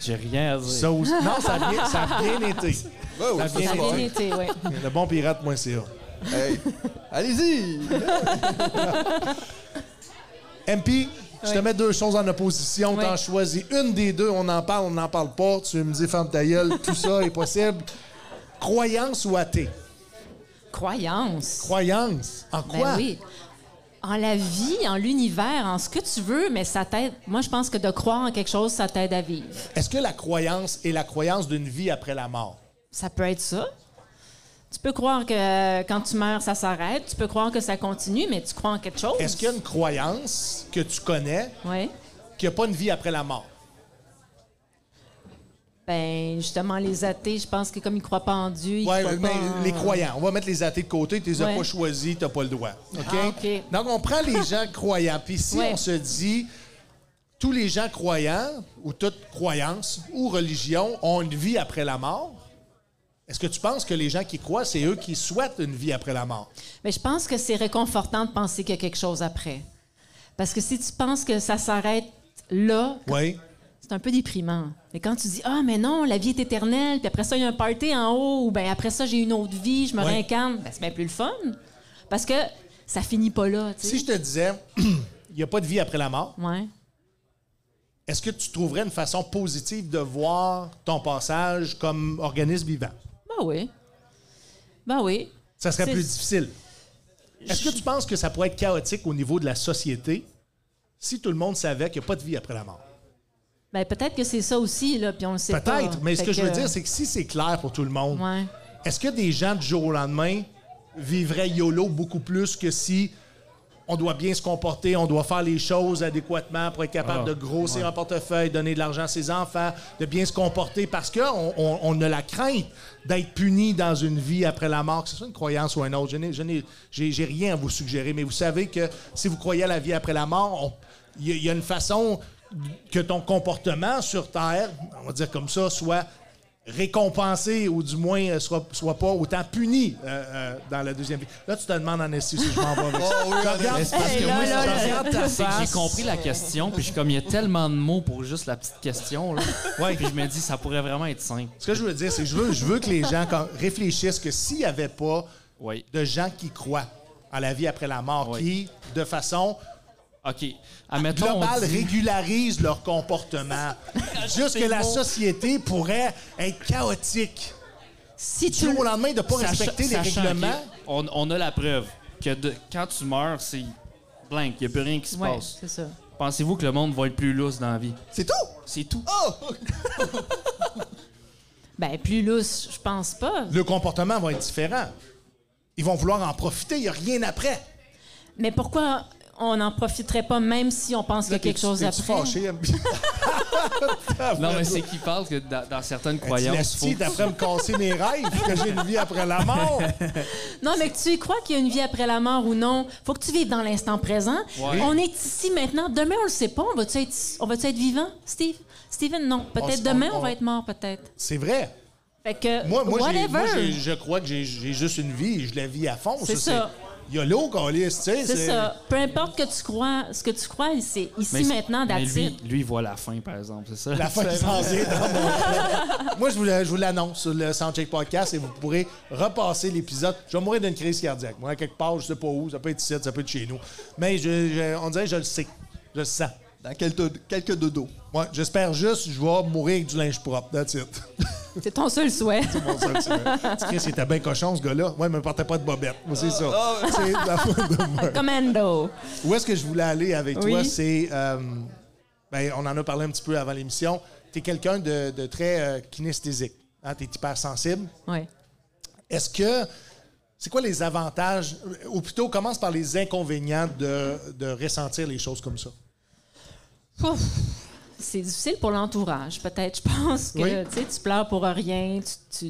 [SPEAKER 3] J'ai rien à dire.
[SPEAKER 2] Ça aussi- non, ça a bien, ça a bien été.
[SPEAKER 4] Ouais, ouais,
[SPEAKER 2] Ça
[SPEAKER 4] ça,
[SPEAKER 2] vient
[SPEAKER 4] c'est
[SPEAKER 2] des
[SPEAKER 4] bon.
[SPEAKER 5] Bien été, oui.
[SPEAKER 2] Le bon pirate.ca.
[SPEAKER 4] Hey, Allez-y!
[SPEAKER 2] MP, je te mets deux choses en opposition.
[SPEAKER 5] Oui.
[SPEAKER 2] T'en choisis une des deux, on en parle, on n'en parle pas. Tu me dis, ferme ta gueule, tout ça est possible. Croyance ou athée?
[SPEAKER 5] Croyance.
[SPEAKER 2] Croyance. En
[SPEAKER 5] Ben
[SPEAKER 2] quoi?
[SPEAKER 5] oui. En la vie, en l'univers, en ce que tu veux, mais ça t'aide. Moi, je pense que de croire en quelque chose, ça t'aide à vivre.
[SPEAKER 2] Est-ce que la croyance est la croyance d'une vie après la mort?
[SPEAKER 5] Ça peut être ça. Tu peux croire que euh, quand tu meurs, ça s'arrête. Tu peux croire que ça continue, mais tu crois en quelque chose.
[SPEAKER 2] Est-ce qu'il y a une croyance que tu connais
[SPEAKER 5] Oui.
[SPEAKER 2] qu'il n'y a pas une vie après la mort?
[SPEAKER 5] Ben, justement, les athées, je pense que comme ils croient pas en Dieu, ils
[SPEAKER 2] Ouais,
[SPEAKER 5] croient
[SPEAKER 2] mais
[SPEAKER 5] pas en-
[SPEAKER 2] les croyants. On va mettre les athées de côté. Tu les as
[SPEAKER 5] Ouais.
[SPEAKER 2] pas choisis, tu pas le droit. OK?
[SPEAKER 5] Ah, OK.
[SPEAKER 2] Donc, on prend les gens croyants. Puis si
[SPEAKER 5] Ouais.
[SPEAKER 2] on se dit, tous les gens croyants, ou toute croyance, ou religion, ont une vie après la mort, est-ce que tu penses que les gens qui croient, c'est eux qui souhaitent une vie après la mort?
[SPEAKER 5] Mais je pense que c'est réconfortant de penser qu'il y a quelque chose après. Parce que si tu penses que ça s'arrête là,
[SPEAKER 2] Oui.
[SPEAKER 5] c'est un peu déprimant. Mais quand tu dis ah mais non, la vie est éternelle, puis après ça il y a un party en haut, ou ben après ça j'ai une autre vie, je me
[SPEAKER 2] Ouais.
[SPEAKER 5] réincarne, ben, c'est bien plus le fun. Parce que ça finit pas là, tu sais.
[SPEAKER 2] Si je te disais, il n'y a pas de vie après la mort,
[SPEAKER 5] Ouais.
[SPEAKER 2] est-ce que tu trouverais une façon positive de voir ton passage comme organisme vivant?
[SPEAKER 5] Ben oui. Ben oui.
[SPEAKER 2] Ça serait
[SPEAKER 5] C'est-
[SPEAKER 2] plus difficile. Est-ce que tu penses que ça pourrait être chaotique au niveau de la société si tout le monde savait qu'il n'y a pas de vie après la mort?
[SPEAKER 5] Ben peut-être que c'est ça aussi là, puis on le sait pas.
[SPEAKER 2] Peut-être, mais ce
[SPEAKER 5] Fait
[SPEAKER 2] que, je veux dire, c'est que si c'est clair pour tout le monde,
[SPEAKER 5] Ouais.
[SPEAKER 2] est-ce que des gens du jour au lendemain vivraient YOLO beaucoup plus que si on doit bien se comporter, on doit faire les choses adéquatement pour être capable
[SPEAKER 3] Ah,
[SPEAKER 2] de grossir un portefeuille, donner de l'argent à ses enfants, de bien se comporter parce qu'on on, on a la crainte d'être puni dans une vie après la mort, que ce soit une croyance ou un autre. Je n'ai- Je n'ai j'ai- j'ai rien à vous suggérer, mais vous savez que si vous croyez à la vie après la mort, on- il y, a- il y a une façon que ton comportement sur Terre, on va dire comme ça, soit récompensé ou du moins euh, soit, soit pas autant puni euh, euh, dans la deuxième vie. Là, tu te demandes en esti si je m'en vais avec ça.
[SPEAKER 4] Oh oui,
[SPEAKER 2] Je
[SPEAKER 4] en
[SPEAKER 2] regarde-
[SPEAKER 3] Mais c'est parce
[SPEAKER 5] Hey,
[SPEAKER 3] que
[SPEAKER 5] là,
[SPEAKER 3] moi,
[SPEAKER 5] là,
[SPEAKER 3] je
[SPEAKER 5] là,
[SPEAKER 3] regarde
[SPEAKER 5] là.
[SPEAKER 3] ta c'est que j'ai compris la question, puis je suis comme, il y a tellement de mots pour juste la petite question, là.
[SPEAKER 2] Ouais.
[SPEAKER 3] Puis je me dis, ça pourrait vraiment être simple.
[SPEAKER 2] Ce que je veux dire, c'est que je veux, je veux que les gens quand- réfléchissent que s'il n'y avait pas
[SPEAKER 3] Oui.
[SPEAKER 2] de gens qui croient à la vie après la mort,
[SPEAKER 3] Oui.
[SPEAKER 2] qui, de façon
[SPEAKER 3] OK. Admettons, on
[SPEAKER 2] globale,
[SPEAKER 3] dit-
[SPEAKER 2] régularisent leur comportement, juste que la société pourrait être chaotique. Du
[SPEAKER 5] Si tu
[SPEAKER 2] jour au lendemain, de ne pas
[SPEAKER 3] Sach-
[SPEAKER 2] respecter les
[SPEAKER 3] sachant
[SPEAKER 2] règlements.
[SPEAKER 3] que On, on a la preuve que de- quand tu meurs, c'est blank. Il n'y a plus rien qui se
[SPEAKER 5] Ouais,
[SPEAKER 3] passe.
[SPEAKER 5] c'est ça.
[SPEAKER 3] Pensez-vous que le monde va être plus lousse dans la vie?
[SPEAKER 4] C'est tout!
[SPEAKER 3] C'est tout.
[SPEAKER 4] Oh!
[SPEAKER 5] Ben plus lousse, je pense pas.
[SPEAKER 2] Le comportement va être différent. Ils vont vouloir en profiter, il n'y a rien après.
[SPEAKER 5] Mais pourquoi on n'en profiterait pas même si on pense qu'il y a quelque chose
[SPEAKER 2] T'es-tu
[SPEAKER 5] après?
[SPEAKER 2] fâché, M.
[SPEAKER 3] Non, Ah, mais c'est qu'il parle que dans, dans certaines croyances, faut
[SPEAKER 2] Si Ben, d'après me casser mes rêves que j'ai une vie après la mort.
[SPEAKER 5] Non, mais que tu y crois qu'il y a une vie après la mort ou non, faut que tu vives dans l'instant présent.
[SPEAKER 3] Ouais.
[SPEAKER 5] On est ici maintenant. Demain, on le sait pas. On va-tu être, on va-tu être vivant, Steve? Steven, non.
[SPEAKER 2] On-
[SPEAKER 5] Peut-être
[SPEAKER 2] on-
[SPEAKER 5] demain, on,
[SPEAKER 2] on-
[SPEAKER 5] va être mort, peut-être.
[SPEAKER 2] C'est vrai.
[SPEAKER 5] Fait que,
[SPEAKER 2] Moi, moi, j'ai- moi,
[SPEAKER 5] whatever.
[SPEAKER 2] j'ai- je crois que j'ai- j'ai juste une vie et je la vis à fond.
[SPEAKER 5] C'est ça.
[SPEAKER 2] YOLO, Calis, tu sais.
[SPEAKER 7] C'est ça. Peu importe que tu crois, ce que tu crois, c'est ici
[SPEAKER 3] c'est-
[SPEAKER 7] maintenant
[SPEAKER 3] mais lui,
[SPEAKER 7] d'attitude.
[SPEAKER 3] lui, il voit la fin, par exemple, c'est ça?
[SPEAKER 2] La fin qui s'en vient dans mon- Moi, je vous, je vous l'annonce sur le Soundcheck Podcast et vous pourrez repasser l'épisode. Je vais mourir d'une crise cardiaque. Moi, à quelque part, je sais pas où. Ça peut être ici, ça peut être chez nous. Mais je- je- on dirait que je le sais. Je le sens.
[SPEAKER 4] Dans quelques, quelques dodos.
[SPEAKER 2] Moi, j'espère juste que je vais mourir avec du linge propre. That's it.
[SPEAKER 5] C'est ton seul souhait.
[SPEAKER 2] Mon seul souhait. Tu Chris, il était bien cochon, ce gars-là. Ouais, mais il me portait pas de bobette. Moi, c'est ça. C'est la fin de moi.
[SPEAKER 5] Commando.
[SPEAKER 2] Où est-ce que je voulais aller avec
[SPEAKER 5] Oui.
[SPEAKER 2] toi? C'est. euh, ben, on en a parlé un petit peu avant l'émission. Tu es quelqu'un de, de très euh, kinesthésique. tu es hyper sensible.
[SPEAKER 5] Ouais.
[SPEAKER 2] Est-ce que. C'est quoi les avantages, ou plutôt commence par les inconvénients de, de ressentir les choses comme ça?
[SPEAKER 5] Pouf. C'est difficile pour l'entourage, peut-être. Je pense que
[SPEAKER 2] Oui.
[SPEAKER 5] tu sais, tu pleures pour rien, tu, tu,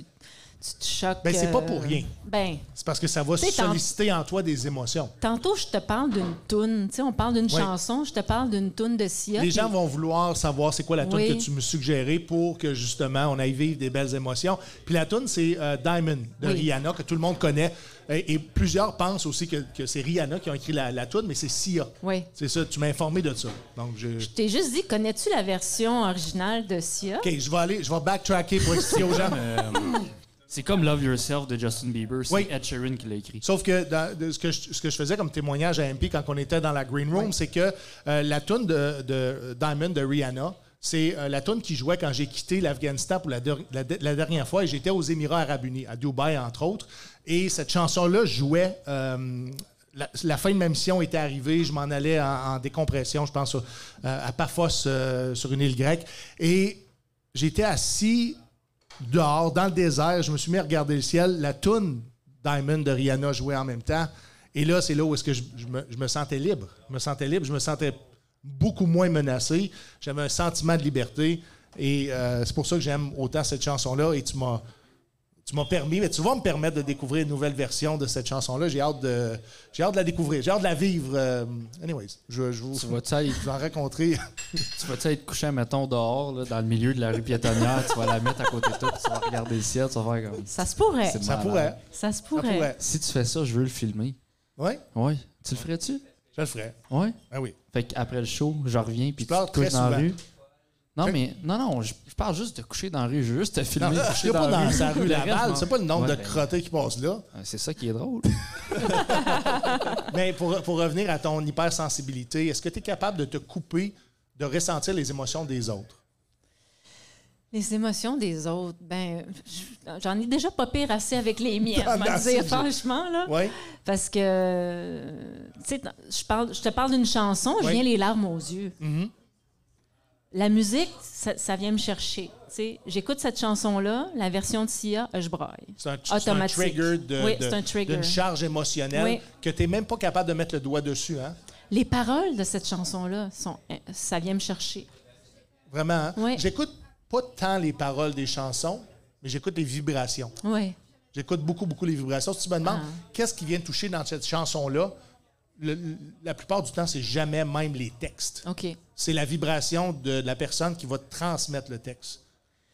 [SPEAKER 5] tu te choques.
[SPEAKER 2] Ben, c'est pas
[SPEAKER 5] euh,
[SPEAKER 2] pour rien.
[SPEAKER 5] Ben,
[SPEAKER 2] C'est parce que ça va
[SPEAKER 5] T'sais, t'en-
[SPEAKER 2] solliciter en toi des émotions.
[SPEAKER 5] tantôt, je te parle d'une toune. Tu sais, on parle d'une
[SPEAKER 2] Oui.
[SPEAKER 5] chanson, je te parle d'une toune de Sia.
[SPEAKER 2] Les
[SPEAKER 5] puis-
[SPEAKER 2] gens vont vouloir savoir c'est quoi la tune
[SPEAKER 5] Oui.
[SPEAKER 2] que tu me suggérais pour que justement on aille vivre des belles émotions. Puis la tune c'est euh, Diamond de
[SPEAKER 5] Oui.
[SPEAKER 2] Rihanna que tout le monde connaît et, et plusieurs pensent aussi que, que c'est Rihanna qui a écrit la, la tune mais c'est Sia.
[SPEAKER 5] Oui.
[SPEAKER 2] C'est ça, tu m'as informé de ça. Donc je
[SPEAKER 5] Je t'ai juste dit, connais-tu la version originale de Sia?
[SPEAKER 2] OK, je vais aller, je vais backtracker pour expliquer aux gens. euh,
[SPEAKER 3] C'est comme Love Yourself de Justin Bieber, c'est
[SPEAKER 2] Oui.
[SPEAKER 3] Ed Sheeran qui l'a écrit.
[SPEAKER 2] Sauf que dans- de- ce, que je, ce que je faisais comme témoignage à MP quand on était dans la Green Room, c'est que euh, la tune de, de Diamond de Rihanna, c'est euh, la tune qui jouait quand j'ai quitté l'Afghanistan pour la, der- la de- la dernière fois et j'étais aux Émirats arabes unis, à Dubaï entre autres. Et cette chanson-là jouait. euh, la, la fin de ma mission était arrivée, je m'en allais en, en décompression, je pense, euh, à Paphos, euh, sur une île grecque. Et j'étais assis dehors, dans le désert, je me suis mis à regarder le ciel. La toune Diamond de Rihanna jouait en même temps. Et là, c'est là où est-ce que je, je me, je me sentais libre. Je me sentais libre, je me sentais beaucoup moins menacé. J'avais un sentiment de liberté. Et euh, c'est pour ça que j'aime autant cette chanson-là. Et tu m'as. Tu m'as permis, mais tu vas me permettre de découvrir une nouvelle version de cette chanson-là. J'ai hâte de, j'ai hâte de la découvrir, j'ai hâte de la vivre. euh, anyways, je, je vous,
[SPEAKER 3] Tu
[SPEAKER 2] je
[SPEAKER 3] vas-tu aller-
[SPEAKER 2] vais en rencontrer.
[SPEAKER 3] tu vas-tu être couché, mettons, dehors, là, dans le milieu de la rue piétonnière, tu vas la mettre à côté de toi, puis tu vas regarder le ciel, tu vas faire comme...
[SPEAKER 5] Ça se pourrait.
[SPEAKER 3] C'est
[SPEAKER 2] Ça
[SPEAKER 3] malade.
[SPEAKER 2] pourrait,
[SPEAKER 5] Ça se
[SPEAKER 2] ça
[SPEAKER 5] pourrait.
[SPEAKER 2] pourrait.
[SPEAKER 3] Si tu fais ça, je veux le filmer.
[SPEAKER 2] Oui,
[SPEAKER 3] Ouais. Tu le ferais-tu?
[SPEAKER 2] je le ferai.
[SPEAKER 3] Ouais.
[SPEAKER 2] Ah oui.
[SPEAKER 3] Fait qu'après le show, je reviens, puis tu
[SPEAKER 2] pleures
[SPEAKER 3] te couches
[SPEAKER 2] très
[SPEAKER 3] dans la
[SPEAKER 2] souvent.
[SPEAKER 3] rue. Non, mais non, non, je, je parle juste de coucher dans la rue, je veux juste te
[SPEAKER 2] Non,
[SPEAKER 3] filmer.
[SPEAKER 2] je
[SPEAKER 3] coucher
[SPEAKER 2] suis pas
[SPEAKER 3] la
[SPEAKER 2] dans sa rue
[SPEAKER 3] Le reste,
[SPEAKER 2] Laval,
[SPEAKER 3] non.
[SPEAKER 2] c'est pas le nombre
[SPEAKER 3] Ouais,
[SPEAKER 2] de
[SPEAKER 3] ben,
[SPEAKER 2] crottés qui passent là.
[SPEAKER 3] euh, C'est ça qui est drôle.
[SPEAKER 2] Mais pour, pour revenir à ton hypersensibilité, est-ce que tu es capable de te couper, de ressentir les émotions des autres?
[SPEAKER 5] Les émotions des autres, ben, j'en ai déjà pas pire assez avec les miennes,
[SPEAKER 2] Ah,
[SPEAKER 5] je vais
[SPEAKER 2] non,
[SPEAKER 5] te
[SPEAKER 2] c'est
[SPEAKER 5] dire,
[SPEAKER 2] juste-
[SPEAKER 5] franchement, là.
[SPEAKER 2] Oui.
[SPEAKER 5] Parce que, euh, tu sais, dans- je, parle, je te parle d'une chanson, je
[SPEAKER 2] Oui. Mm-hmm.
[SPEAKER 5] viens les larmes aux yeux. La musique, ça, ça vient me chercher. Tu sais, j'écoute cette chanson-là, la version de Sia, euh, je braille.
[SPEAKER 2] C'est un, c'est un
[SPEAKER 5] Automatique.
[SPEAKER 2] trigger de-
[SPEAKER 5] Oui,
[SPEAKER 2] de-
[SPEAKER 5] c'est un trigger.
[SPEAKER 2] d'une charge émotionnelle
[SPEAKER 5] Oui.
[SPEAKER 2] que tu n'es même pas capable de mettre le doigt dessus. Hein?
[SPEAKER 5] Les paroles de cette chanson-là, sont, euh, ça vient me chercher.
[SPEAKER 2] Vraiment. hein?
[SPEAKER 5] Oui.
[SPEAKER 2] J'écoute pas tant les paroles des chansons, mais j'écoute les vibrations.
[SPEAKER 5] Oui.
[SPEAKER 2] J'écoute beaucoup, beaucoup les vibrations. Si tu me demandes
[SPEAKER 5] Ah.
[SPEAKER 2] qu'est-ce qui vient te toucher dans cette chanson-là, le- le- la plupart du temps, c'est jamais même les textes.
[SPEAKER 5] OK.
[SPEAKER 2] C'est la vibration de la personne qui va te transmettre le texte.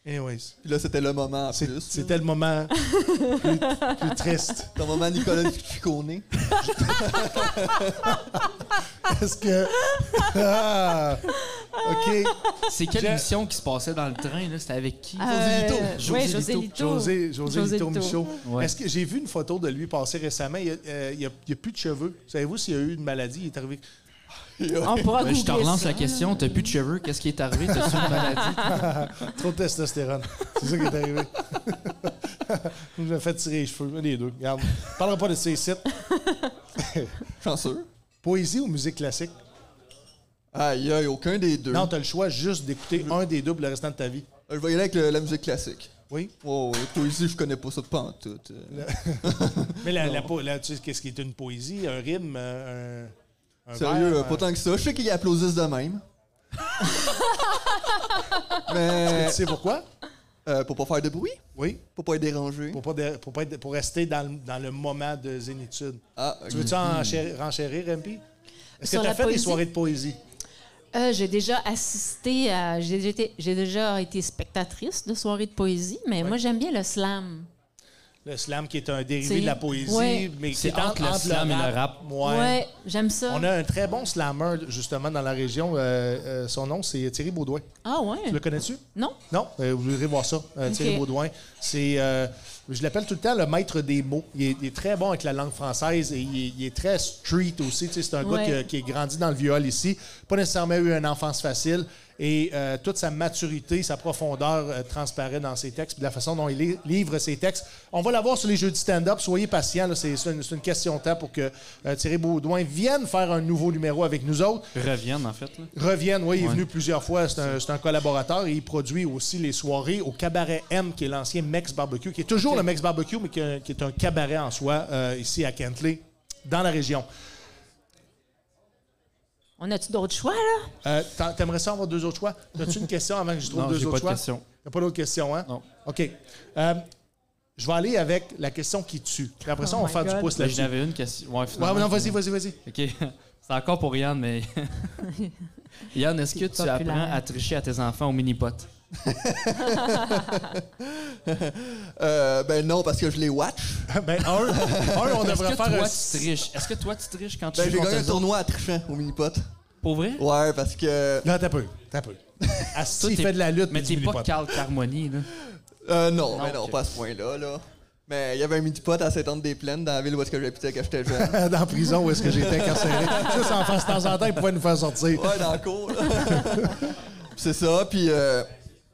[SPEAKER 2] Anyways,
[SPEAKER 4] Puis là, c'était le moment en
[SPEAKER 2] c'est-
[SPEAKER 4] plus.
[SPEAKER 2] c'était le moment plus, plus triste.
[SPEAKER 4] Ton moment Nicolas Ficone.
[SPEAKER 2] Parce que. Ah! OK.
[SPEAKER 3] C'est quelle
[SPEAKER 2] Je-
[SPEAKER 3] émission qui se passait dans le train, là? C'était avec qui? José
[SPEAKER 5] oui,
[SPEAKER 3] Lito.
[SPEAKER 5] Euh, José Lito.
[SPEAKER 2] José, José,
[SPEAKER 5] José
[SPEAKER 2] Lito
[SPEAKER 5] Lito.
[SPEAKER 2] Michaud.
[SPEAKER 3] Ouais.
[SPEAKER 2] Est-ce que j'ai vu une photo de lui passer récemment? Il n'y a, il a plus de cheveux. Savez-vous s'il y a eu une maladie? Il est arrivé. Ah.
[SPEAKER 5] On pourra
[SPEAKER 3] Ben, je te
[SPEAKER 5] googler
[SPEAKER 3] relance
[SPEAKER 5] ça.
[SPEAKER 3] la question, t'as plus de cheveux, qu'est-ce qui est arrivé? T'as su une maladie?
[SPEAKER 2] Trop de testostérone. C'est ça qui est arrivé. Je me fais tirer les cheveux. Un des deux. Regarde. On parlera pas de ces sites.
[SPEAKER 4] Chanceux.
[SPEAKER 2] Poésie ou musique classique?
[SPEAKER 4] Aïe, aïe, aucun des deux.
[SPEAKER 2] Non, tu as le choix juste d'écouter un des deux pour le restant de ta vie.
[SPEAKER 4] Euh, Je vais y aller avec le- la musique classique.
[SPEAKER 2] Oui.
[SPEAKER 4] Oh, ouais, poésie, je connais pas ça pas en tout. Euh,
[SPEAKER 2] Mais la, la po- la- tu sais, qu'est-ce qui est une poésie, un rythme, euh, un. un
[SPEAKER 4] Sérieux,
[SPEAKER 2] vers,
[SPEAKER 4] euh, pas tant que ça. Je sais qu'ils applaudissent de même.
[SPEAKER 2] un-
[SPEAKER 4] Mais
[SPEAKER 2] Tu sais pourquoi?
[SPEAKER 4] euh, pour pas faire de bruit,
[SPEAKER 2] Oui.
[SPEAKER 4] pour pas être dérangé.
[SPEAKER 2] Pour, pas dé- pour, pas être- pour rester dans le, dans le moment de zénitude.
[SPEAKER 4] Ah,
[SPEAKER 2] Tu veux-tu
[SPEAKER 3] Hmm.
[SPEAKER 2] en enchérir- renchérir, MP? Est-ce
[SPEAKER 5] Sur
[SPEAKER 2] que tu as
[SPEAKER 5] la
[SPEAKER 2] fait des
[SPEAKER 5] poésie?
[SPEAKER 2] soirées de poésie?
[SPEAKER 5] Euh, j'ai déjà assisté à. J'ai déjà été- j'ai déjà été spectatrice de soirées de poésie, mais moi, j'aime bien le slam.
[SPEAKER 2] Le slam qui est un dérivé
[SPEAKER 5] C'est-
[SPEAKER 2] de la poésie,
[SPEAKER 5] ouais.
[SPEAKER 2] mais qui
[SPEAKER 3] C'est
[SPEAKER 2] est en-
[SPEAKER 3] entre le slam et le rap.
[SPEAKER 2] Ouais.
[SPEAKER 5] Ouais, j'aime ça.
[SPEAKER 2] On a un très bon slammer, justement, dans la région. Euh, euh, son nom, c'est Thierry Baudouin.
[SPEAKER 5] Ah ouais?
[SPEAKER 2] Tu le connais-tu?
[SPEAKER 5] Non?
[SPEAKER 2] Non, Euh, vous irez voir ça, euh, Thierry
[SPEAKER 5] Ok.
[SPEAKER 2] Baudouin. C'est, euh, je l'appelle tout le temps le maître des mots. Il est, il est très bon avec la langue française et il est, il est très street aussi. Tu sais, c'est un
[SPEAKER 5] Ouais.
[SPEAKER 2] gars qui, qui est grandi dans le viol ici, pas nécessairement eu une enfance facile. Et euh, toute sa maturité, sa profondeur euh, transparaît dans ses textes, puis la façon dont il li- livre ses textes. On va l'avoir sur les jeux du stand-up. Soyez patients, là, c'est c'est une, c'est une question de temps pour que euh, Thierry Baudouin vienne faire un nouveau numéro avec nous autres
[SPEAKER 3] Reviennent, en fait. là.
[SPEAKER 2] reviennent. Oui, il est venu plusieurs fois. C'est un, c'est un collaborateur et il produit aussi les soirées au Cabaret M, qui est l'ancien Mex Barbecue, qui est toujours le Mex Barbecue, mais qui, est- qui est un cabaret en soi euh, ici à Kentley, dans la région.
[SPEAKER 5] On a-tu d'autres choix, là?
[SPEAKER 2] Euh, t'en- T'aimerais ça avoir deux autres choix? As-tu une question avant que je trouve
[SPEAKER 3] Non,
[SPEAKER 2] deux
[SPEAKER 3] j'ai
[SPEAKER 2] autres
[SPEAKER 3] pas de
[SPEAKER 2] choix?
[SPEAKER 3] question.
[SPEAKER 2] Y a pas d'autres questions, hein?
[SPEAKER 3] Non.
[SPEAKER 2] OK. Euh, je vais aller avec la question qui tue. Puis après ça,
[SPEAKER 5] Oh
[SPEAKER 2] on va
[SPEAKER 5] my
[SPEAKER 2] faire du
[SPEAKER 5] God.
[SPEAKER 2] pouce
[SPEAKER 3] Là,
[SPEAKER 2] là-dessus.
[SPEAKER 3] j'en avais une question. Ouais,
[SPEAKER 2] Ouais,
[SPEAKER 3] finalement,
[SPEAKER 2] non,
[SPEAKER 3] c'est-
[SPEAKER 2] vas-y, vas-y, vas-y.
[SPEAKER 3] OK. C'est encore pour Yann, mais. Yann, est-ce que tu
[SPEAKER 5] populaire.
[SPEAKER 3] apprends à tricher à tes enfants au mini-pot?
[SPEAKER 4] Euh, ben non, parce que je les watch.
[SPEAKER 2] ben, un, un, on
[SPEAKER 3] Est-ce
[SPEAKER 2] devrait
[SPEAKER 3] que
[SPEAKER 2] faire un-
[SPEAKER 3] toi, tu triches? Est-ce que toi, tu triches quand tu
[SPEAKER 4] Ben,
[SPEAKER 3] joues
[SPEAKER 4] j'ai
[SPEAKER 3] contre
[SPEAKER 4] gagné un
[SPEAKER 3] eux autres?
[SPEAKER 4] tournoi à trichant au mini-pot.
[SPEAKER 3] Pour vrai?
[SPEAKER 4] Ouais, parce que.
[SPEAKER 2] Non, t'as peu. T'as peu. Asti,
[SPEAKER 3] Toi,
[SPEAKER 2] il
[SPEAKER 3] t'es-
[SPEAKER 2] fait de la lutte,
[SPEAKER 3] Mais
[SPEAKER 2] puis
[SPEAKER 3] t'es
[SPEAKER 2] du
[SPEAKER 3] pas
[SPEAKER 2] mini-pot.
[SPEAKER 3] Carl Carmoni, là.
[SPEAKER 4] Euh, non,
[SPEAKER 3] Non,
[SPEAKER 4] mais non,
[SPEAKER 3] ok.
[SPEAKER 4] pas à ce point-là, là. Mais il y avait un mini-pot à Saint-Anne-des-Plaines, dans la ville où est-ce que j'habitais quand j'étais jeune.
[SPEAKER 2] dans la prison où est-ce que j'étais incarcéré. Juste en face, de temps en temps, ils pouvaient nous faire sortir.
[SPEAKER 4] Ouais, dans la cour. là. Puis c'est ça. Puis euh,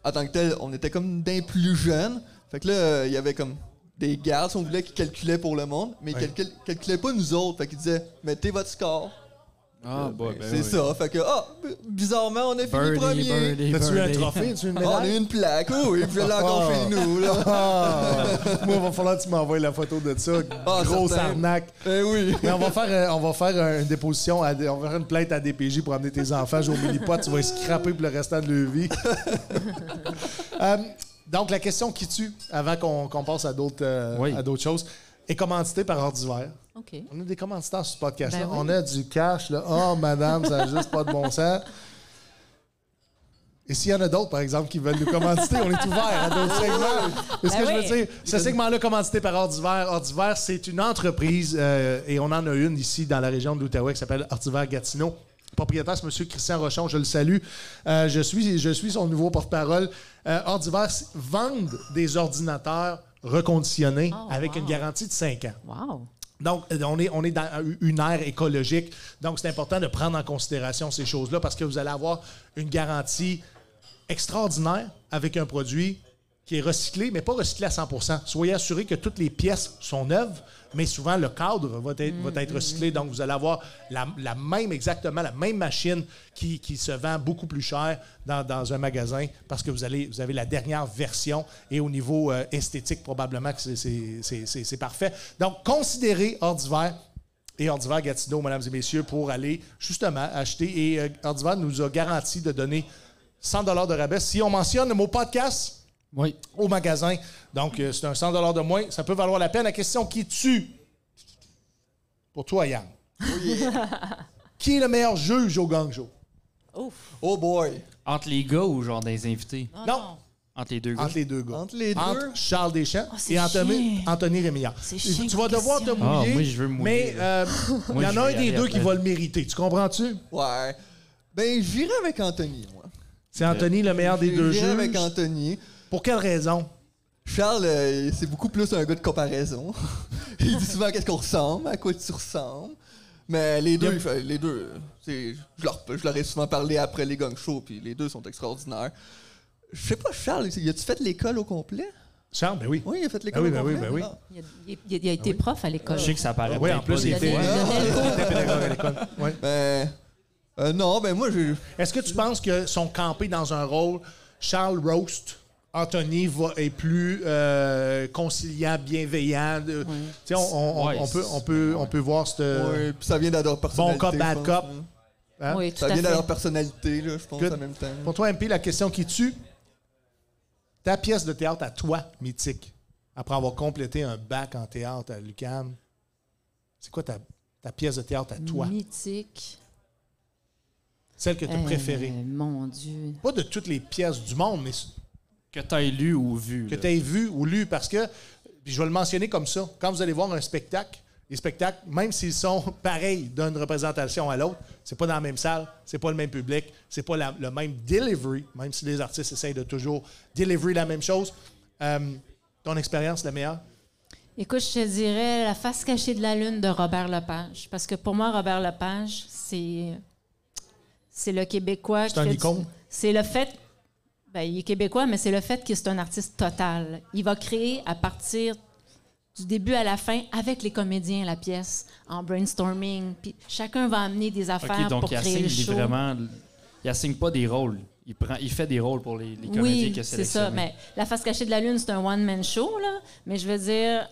[SPEAKER 4] en tant que tel, on était comme d'un plus jeune. Fait que là, euh, il y avait comme des gardes, si on voulait, qui calculaient pour le monde, mais ils
[SPEAKER 2] Ouais.
[SPEAKER 4] calcul- calculaient pas nous autres. Fait qu'ils disaient, mettez votre score.
[SPEAKER 3] Ah, bah,
[SPEAKER 2] ben
[SPEAKER 4] c'est ça. Fait que, ah, b- bizarrement, on a fini premier.
[SPEAKER 2] T'as-tu eu un trophée? tu une
[SPEAKER 4] Ah, on a eu
[SPEAKER 2] médaille?
[SPEAKER 4] une plaque. Oui, oui, puis je l'ai encore
[SPEAKER 2] Ah.
[SPEAKER 4] chez nous. Là.
[SPEAKER 2] Ah! Moi, il va falloir que tu m'envoies la photo de ça.
[SPEAKER 4] Ah,
[SPEAKER 2] Grosse
[SPEAKER 4] certain.
[SPEAKER 2] arnaque.
[SPEAKER 4] Eh oui.
[SPEAKER 2] Mais on va faire, euh, on va faire euh, une déposition, à, D- on va faire une plainte à DPJ pour amener tes enfants jouer au mini-pot. Tu vas les scraper pour le restant de leur vie. Euh, donc, la question qui tue, avant qu'on qu'on passe à d'autres euh,
[SPEAKER 3] Oui.
[SPEAKER 2] à d'autres choses, est commanditée par Ordivaire.
[SPEAKER 5] OK.
[SPEAKER 2] On a des commanditaires sur ce podcast-là.
[SPEAKER 5] Ben oui.
[SPEAKER 2] On a du cash. Là. Oh, madame, ça n'a juste pas de bon sens. Et s'il y en a d'autres, par exemple, qui veulent nous commanditer, on est ouvert à d'autres segments. Mais ce
[SPEAKER 5] Ben
[SPEAKER 2] que
[SPEAKER 5] oui.
[SPEAKER 2] je veux dire, ce segment-là, commandité par Ordiver. Ordiver, c'est une entreprise, euh, et on en a une ici dans la région de l'Outaouais qui s'appelle Ordiver Gatineau. Le Propriétaire, c'est M. Christian Rochon, je le salue. Euh, je, suis, je suis son nouveau porte-parole. Euh, Ordiver vendent des ordinateurs reconditionnés
[SPEAKER 5] Oh,
[SPEAKER 2] avec
[SPEAKER 5] wow.
[SPEAKER 2] une garantie de 5 ans.
[SPEAKER 5] Wow.
[SPEAKER 2] Donc, euh, on est, on est dans une ère écologique. Donc, c'est important de prendre en considération ces choses-là parce que vous allez avoir une garantie extraordinaire avec un produit qui est recyclé, mais pas recyclé à 100 Soyez assurés que toutes les pièces sont neuves, mais souvent le cadre va être, va être recyclé. Donc, vous allez avoir la, la même, exactement la même machine qui, qui se vend beaucoup plus cher dans, dans un magasin parce que vous, allez, vous avez la dernière version et au niveau euh, esthétique, probablement que c'est- c'est- c'est c'est- c'est parfait. Donc, considérez Ordiver et Ordiver Gatineau, mesdames et messieurs, pour aller justement acheter. Et euh, Ordiver nous a garanti de donner 100 de rabais si on mentionne le mot podcast
[SPEAKER 3] Oui.
[SPEAKER 2] au magasin. Donc, euh, c'est un 100 de moins. Ça peut valoir la peine. La question qui tue pour toi, Yann. qui est le meilleur juge au Gangjo?
[SPEAKER 5] Ouf.
[SPEAKER 4] Oh boy.
[SPEAKER 3] Entre les gars ou genre des invités?
[SPEAKER 5] Oh
[SPEAKER 2] Non.
[SPEAKER 3] Entre les deux gars?
[SPEAKER 2] Entre les deux gars.
[SPEAKER 4] Entre les deux.
[SPEAKER 2] Entre Charles Deschamps
[SPEAKER 5] Oh, c'est
[SPEAKER 2] et Anthony,
[SPEAKER 5] chiant.
[SPEAKER 2] Anthony Rémillard.
[SPEAKER 5] C'est chiant
[SPEAKER 2] Tu vas
[SPEAKER 5] comme
[SPEAKER 2] devoir te
[SPEAKER 5] question.
[SPEAKER 2] mouiller,
[SPEAKER 3] Ah, moi, je veux me mouiller,
[SPEAKER 2] mais euh, il y
[SPEAKER 3] Moi,
[SPEAKER 2] en
[SPEAKER 3] je
[SPEAKER 2] a un
[SPEAKER 3] vais y
[SPEAKER 2] des
[SPEAKER 3] aller
[SPEAKER 2] deux qui
[SPEAKER 3] après.
[SPEAKER 2] va le mériter. Tu comprends-tu?
[SPEAKER 4] Ouais. Ben, j'irai avec Anthony, moi.
[SPEAKER 2] C'est Anthony le meilleur des deux
[SPEAKER 4] J'irai
[SPEAKER 2] juges.
[SPEAKER 4] avec Anthony.
[SPEAKER 2] Pour quelle raison?
[SPEAKER 4] Charles, euh, c'est beaucoup plus un gars de comparaison. il dit souvent qu'est-ce qu'on ressemble, à quoi tu ressembles. Mais les deux, euh, les deux, euh, c'est- je leur, je leur ai souvent parlé après les gang shows, puis les deux sont extraordinaires. Je sais pas, Charles, y a-tu fait l'école au complet?
[SPEAKER 2] Charles, ben oui.
[SPEAKER 4] Oui, il a fait l'école
[SPEAKER 2] Ah oui,
[SPEAKER 4] au
[SPEAKER 2] ben oui,
[SPEAKER 4] complet.
[SPEAKER 2] ben oui.
[SPEAKER 4] Ah.
[SPEAKER 5] Il a, il a- il a été prof à l'école.
[SPEAKER 3] Je sais que ça paraît
[SPEAKER 2] Oui,
[SPEAKER 3] peut-être
[SPEAKER 2] en plus,
[SPEAKER 3] pas
[SPEAKER 2] il
[SPEAKER 3] des
[SPEAKER 2] était
[SPEAKER 3] fois.
[SPEAKER 2] il était pédagogue à l'école. Ouais.
[SPEAKER 4] Ben, euh, non, ben moi, je,
[SPEAKER 2] Est-ce que tu penses que sont campés dans un rôle Charles Roast, Anthony va- est plus euh, conciliant, bienveillant. de- tu sais, On, on- on-
[SPEAKER 3] Ouais,
[SPEAKER 2] on peut, on,
[SPEAKER 3] c'est-
[SPEAKER 2] peut, on peut voir cette.
[SPEAKER 4] ouais, puis ça vient de leur personnalité.
[SPEAKER 2] Euh, cop,
[SPEAKER 4] je
[SPEAKER 2] bad
[SPEAKER 4] pense,
[SPEAKER 2] cop.
[SPEAKER 4] hein.
[SPEAKER 2] Hein?
[SPEAKER 5] Oui, tout
[SPEAKER 4] Ça
[SPEAKER 5] à
[SPEAKER 4] vient de
[SPEAKER 5] fait.
[SPEAKER 4] leur personnalité, là, je pense,
[SPEAKER 2] Good.
[SPEAKER 4] en même temps.
[SPEAKER 2] Pour toi, MP, la question qui tue, ta pièce de théâtre à toi, mythique, après avoir complété un bac en théâtre à l'UCAM, c'est quoi ta, ta pièce de théâtre à toi?
[SPEAKER 5] Mythique.
[SPEAKER 2] Celle que tu as
[SPEAKER 5] Euh,
[SPEAKER 2] préférée?
[SPEAKER 5] Mon Dieu.
[SPEAKER 2] Pas de toutes les pièces du monde, mais
[SPEAKER 3] Que t'as lu ou vu.
[SPEAKER 2] que
[SPEAKER 3] là.
[SPEAKER 2] tu aies vu ou lu parce que Puis je vais le mentionner comme ça. Quand vous allez voir un spectacle, les spectacles, même s'ils sont pareils d'une représentation à l'autre, c'est pas dans la même salle, c'est pas le même public, c'est pas la- le même delivery, même si les artistes essayent de toujours delivery la même chose. Euh, ton expérience, la meilleure?
[SPEAKER 5] Écoute, je te dirais La face cachée de la lune de Robert Lepage. Parce que pour moi, Robert Lepage, c'est. C'est le Québécois. qui
[SPEAKER 2] un
[SPEAKER 5] fait du-
[SPEAKER 2] icône.
[SPEAKER 5] C'est le fait. ben, il est Québécois, mais c'est le fait que c'est un artiste total. Il va créer à partir du début à la fin avec les comédiens la pièce, en brainstorming. Puis chacun va amener des affaires
[SPEAKER 3] OK, donc
[SPEAKER 5] pour
[SPEAKER 3] il
[SPEAKER 5] créer
[SPEAKER 3] assigne
[SPEAKER 5] le
[SPEAKER 3] des-
[SPEAKER 5] show.
[SPEAKER 3] vraiment. Il assigne pas des rôles. Il, prend, il fait des rôles pour les, les comédiens
[SPEAKER 5] Oui,
[SPEAKER 3] qu'il a
[SPEAKER 5] c'est ça.
[SPEAKER 3] sélectionnés.
[SPEAKER 5] Mais La face cachée de la lune, c'est un one-man show, là. Mais je veux dire,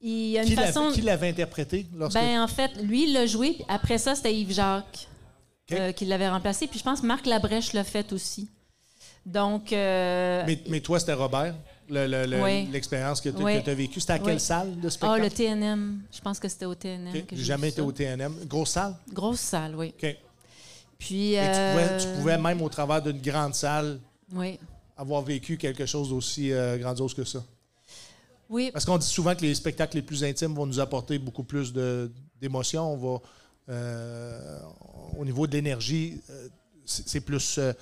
[SPEAKER 5] il y a une
[SPEAKER 2] Qui l'avait-
[SPEAKER 5] façon...
[SPEAKER 2] qui l'avait interprété lorsque.
[SPEAKER 5] Ben, en fait, lui, il l'a joué. puis après ça, c'était Yves Jacques
[SPEAKER 2] OK.
[SPEAKER 5] euh, qui l'avait remplacé. Puis je pense que Marc Labrèche l'a fait aussi. Donc, euh,
[SPEAKER 2] mais, mais toi, c'était Robert, le- le- le-
[SPEAKER 5] Oui.
[SPEAKER 2] l'expérience que tu
[SPEAKER 5] Oui.
[SPEAKER 2] as vécue. C'était à quelle
[SPEAKER 5] Oui.
[SPEAKER 2] salle de
[SPEAKER 5] ah,
[SPEAKER 2] spectacle?
[SPEAKER 5] le TNM. Je pense que c'était au TNM.
[SPEAKER 2] Ok.
[SPEAKER 5] que
[SPEAKER 2] J'ai
[SPEAKER 5] j'ai
[SPEAKER 2] jamais
[SPEAKER 5] vu
[SPEAKER 2] été
[SPEAKER 5] ça.
[SPEAKER 2] au TNM. Grosse salle?
[SPEAKER 5] Grosse salle, oui.
[SPEAKER 2] OK.
[SPEAKER 5] Puis.
[SPEAKER 2] Et tu pouvais,
[SPEAKER 5] euh,
[SPEAKER 2] tu pouvais même au travers d'une grande salle
[SPEAKER 5] Oui.
[SPEAKER 2] avoir vécu quelque chose d'aussi euh, grandiose que ça.
[SPEAKER 5] Oui,
[SPEAKER 2] Parce qu'on dit souvent que les spectacles les plus intimes vont nous apporter beaucoup plus de- d'émotions. On va euh, au niveau de l'énergie, euh, c'est c'est plus euh,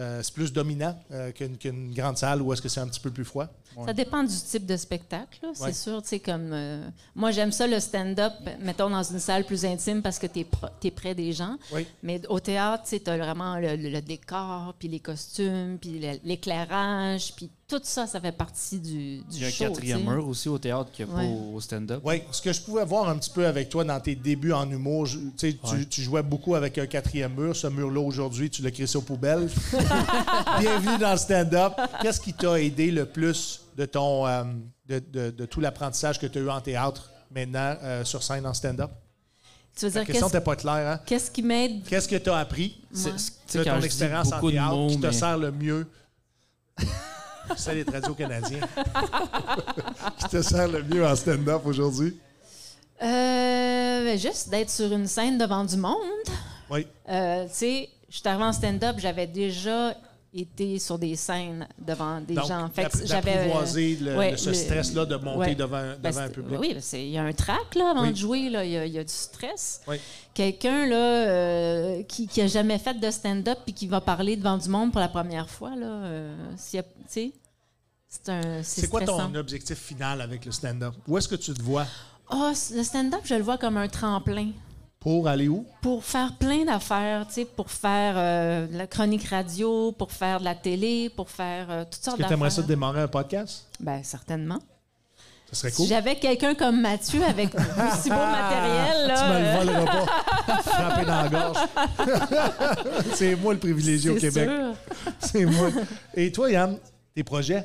[SPEAKER 2] euh, c'est plus dominant euh, qu'une qu'une grande salle où est-ce que c'est un petit peu plus froid.
[SPEAKER 5] Ça dépend du type de spectacle, là,
[SPEAKER 2] Ouais.
[SPEAKER 5] c'est sûr. Tu sais, comme euh, moi, j'aime ça le stand-up, mettons dans une salle plus intime parce que tu es, près des gens.
[SPEAKER 2] Oui.
[SPEAKER 5] Mais au théâtre, tu as vraiment le, le- le décor, puis les costumes, puis le- l'éclairage, puis tout ça, ça fait partie du, du
[SPEAKER 3] Il y a un
[SPEAKER 5] show,
[SPEAKER 3] quatrième
[SPEAKER 5] tu sais.
[SPEAKER 3] mur aussi au théâtre qu'il n'y a pas
[SPEAKER 5] Ouais.
[SPEAKER 3] au au stand-up.
[SPEAKER 2] Oui, ce que je pouvais voir un petit peu avec toi dans tes débuts en humour, je- tu, sais, tu- tu jouais beaucoup avec un quatrième mur. Ce mur-là, aujourd'hui, tu l'as crissé aux poubelles. Bienvenue dans le stand-up. Qu'est-ce qui t'a aidé le plus de, ton, euh, de, de- de tout l'apprentissage que tu as eu en théâtre maintenant euh, sur scène en stand-up?
[SPEAKER 5] Tu veux
[SPEAKER 2] La
[SPEAKER 5] dire,
[SPEAKER 2] question
[SPEAKER 5] qu'est-ce
[SPEAKER 2] n'était pas claire. Hein?
[SPEAKER 5] qu'est-ce qui m'aide?
[SPEAKER 2] Qu'est-ce que tu as appris
[SPEAKER 3] C'est
[SPEAKER 5] Ouais.
[SPEAKER 3] c'est- tu sais,
[SPEAKER 2] de
[SPEAKER 3] quand
[SPEAKER 2] ton
[SPEAKER 3] je dis
[SPEAKER 2] expérience en
[SPEAKER 3] beaucoup de
[SPEAKER 2] théâtre
[SPEAKER 3] mots,
[SPEAKER 2] qui te
[SPEAKER 3] mais-
[SPEAKER 2] sert le mieux? Celle des radios canadiens. qui te sert le mieux en stand-up aujourd'hui?
[SPEAKER 5] Euh, ben, juste d'être sur une scène devant du monde.
[SPEAKER 2] Oui.
[SPEAKER 5] Euh, tu sais, je suis arrivée en stand-up, j'avais déjà été sur des scènes devant des
[SPEAKER 2] Donc,
[SPEAKER 5] gens. Fait que
[SPEAKER 2] d'app-
[SPEAKER 5] j'avais euh,
[SPEAKER 2] d'apprivoiser le-
[SPEAKER 5] ouais,
[SPEAKER 2] le- ce
[SPEAKER 5] le-
[SPEAKER 2] stress-là de monter
[SPEAKER 5] ouais.
[SPEAKER 2] devant, devant
[SPEAKER 5] Ben,
[SPEAKER 2] un
[SPEAKER 5] c'est-
[SPEAKER 2] public.
[SPEAKER 5] Oui, ben, c'est- il y a un trac là, avant
[SPEAKER 2] Oui.
[SPEAKER 5] de jouer, là, il y, a- il y a du stress.
[SPEAKER 2] Oui.
[SPEAKER 5] Quelqu'un là euh, qui n'a jamais fait de stand-up puis qui va parler devant du monde pour la première fois, là, euh, s'il y a- tu sais, c'est un.
[SPEAKER 2] C'est quoi
[SPEAKER 5] stressant.
[SPEAKER 2] ton objectif final avec le stand-up? Où est-ce que tu te vois?
[SPEAKER 5] Ah, le stand-up, je le vois comme un tremplin.
[SPEAKER 2] Pour aller où?
[SPEAKER 5] pour faire plein d'affaires, tu sais, pour faire euh, de la chronique radio, pour faire de la télé, pour faire euh, toutes
[SPEAKER 2] Est-ce
[SPEAKER 5] sortes
[SPEAKER 2] que tu
[SPEAKER 5] d'affaires.
[SPEAKER 2] aimerais ça démarrer un podcast?
[SPEAKER 5] Ben certainement.
[SPEAKER 2] Ça serait
[SPEAKER 5] Si
[SPEAKER 2] cool.
[SPEAKER 5] j'avais quelqu'un comme Mathieu avec aussi beau matériel
[SPEAKER 2] Ah, tu me
[SPEAKER 5] là,
[SPEAKER 2] le
[SPEAKER 5] euh,
[SPEAKER 2] voleras pas. Frappé dans la gorge. C'est moi le privilégié au
[SPEAKER 5] c'est
[SPEAKER 2] Québec.
[SPEAKER 5] sûr.
[SPEAKER 2] C'est moi. Et toi, Yann, tes projets?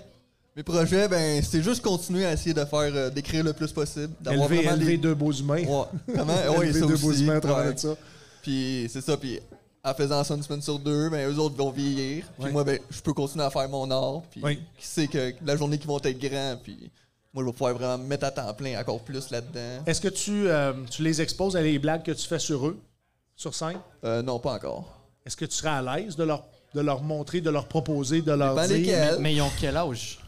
[SPEAKER 4] Mes projets, ben, c'est juste continuer à essayer de faire, euh, d'écrire le plus possible, d'avoir
[SPEAKER 2] Élever,
[SPEAKER 4] vraiment
[SPEAKER 2] élever
[SPEAKER 4] des.
[SPEAKER 2] deux beaux humains.
[SPEAKER 4] Ouais, comment?
[SPEAKER 2] Élever
[SPEAKER 4] Ouais, ça
[SPEAKER 2] deux beaux
[SPEAKER 4] aussi,
[SPEAKER 2] humains à travers
[SPEAKER 4] ouais.
[SPEAKER 2] ça.
[SPEAKER 4] Puis c'est ça, puis en faisant ça une semaine sur deux, ben, eux autres vont vieillir. Puis
[SPEAKER 2] Ouais.
[SPEAKER 4] moi, ben, je peux continuer à faire mon art. Puis
[SPEAKER 2] Oui.
[SPEAKER 4] qui sait que la journée qu'ils vont être grands, puis moi, je vais pouvoir vraiment me mettre à temps plein encore plus là-dedans.
[SPEAKER 2] Est-ce que tu, euh, tu les exposes à les blagues que tu fais sur eux, sur scène?
[SPEAKER 4] Euh, non, pas encore.
[SPEAKER 2] Est-ce que tu serais à l'aise de leur, de leur montrer, de leur proposer, de leur
[SPEAKER 4] Pas
[SPEAKER 2] dire?
[SPEAKER 3] Mais,
[SPEAKER 4] lesquels,
[SPEAKER 3] mais ils ont quel âge?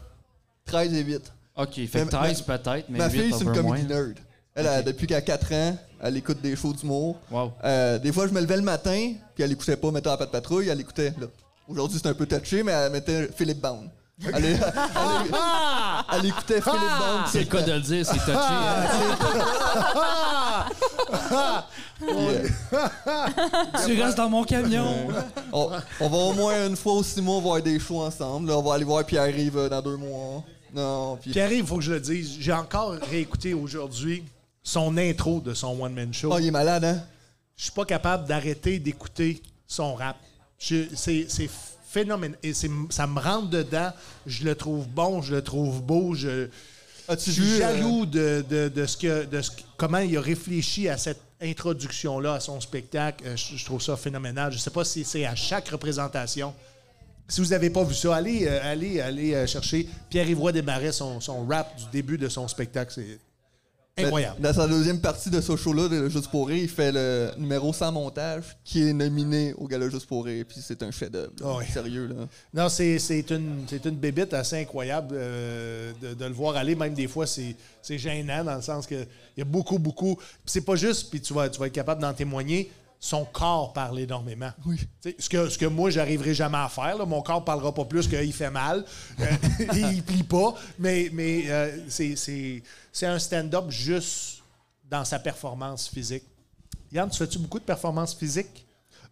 [SPEAKER 4] 13 et 8.
[SPEAKER 3] OK, fait
[SPEAKER 4] Mais-
[SPEAKER 3] que 13 peut-être, mais
[SPEAKER 4] Ma
[SPEAKER 3] 8
[SPEAKER 4] fille, c'est une
[SPEAKER 3] un peu moins.
[SPEAKER 4] comédie nerd. Elle, a- depuis qu'elle a 4 ans, elle écoute des shows d'humour.
[SPEAKER 3] Wow.
[SPEAKER 4] Euh, des fois, je me levais le matin, puis elle écoutait pas Mettons la patte patrouille, elle écoutait. là. Aujourd'hui, c'est un peu touché, mais elle mettait Philippe Bound. Elle, elle- elle- elle écoutait Philippe Bound.
[SPEAKER 3] Ah! C'est le cas de le dire, c'est touché. hein. tu restes dans mon camion.
[SPEAKER 4] On, on va au moins une fois ou six mois voir des shows ensemble. là. on va aller voir Pierre arrive dans deux mois. Non, puis.
[SPEAKER 2] Pierre, il faut que je le dise, j'ai encore réécouté aujourd'hui son intro de son one-man show.
[SPEAKER 4] Oh, il est malade, hein?
[SPEAKER 2] Je suis pas capable d'arrêter d'écouter son rap. Je- C'est c'est phénoménal. Et c'est- ça me rentre dedans. Je le trouve bon, je le trouve beau. Je,
[SPEAKER 4] As-tu
[SPEAKER 2] je suis
[SPEAKER 4] vu, euh,
[SPEAKER 2] jaloux de, de- de ce que, de ce que- comment il a réfléchi à cette introduction-là, à son spectacle. Euh, Je, je trouve ça phénoménal. Je sais pas si c'est à chaque représentation. Si vous n'avez pas vu ça, allez, euh, allez, allez euh, chercher Pierre-Yvois Desmarais, son, son rap du début de son spectacle. C'est Incroyable.
[SPEAKER 4] Dans sa deuxième partie de ce show-là, de Juste pour rire, il fait le numéro sans montage qui est nominé au gala Juste pour rire. Puis c'est un chef-d'œuvre. là.
[SPEAKER 2] Ah ouais.
[SPEAKER 4] Sérieux, là.
[SPEAKER 2] Non, c'est c'est une, c'est une bébite assez incroyable euh, de, de le voir aller. Même des fois, c'est c'est gênant dans le sens que il y a beaucoup, beaucoup. Puis c'est pas juste, puis tu vas, tu vas être capable d'en témoigner. Son corps parle énormément. Oui. Ce que, ce que moi, j'arriverai jamais à faire. là. Mon corps parlera pas plus qu'il fait mal. Euh, il plie pas. Mais, mais euh, c'est- c'est c'est un stand-up juste dans sa performance physique. Yann, tu fais-tu beaucoup de performances physiques?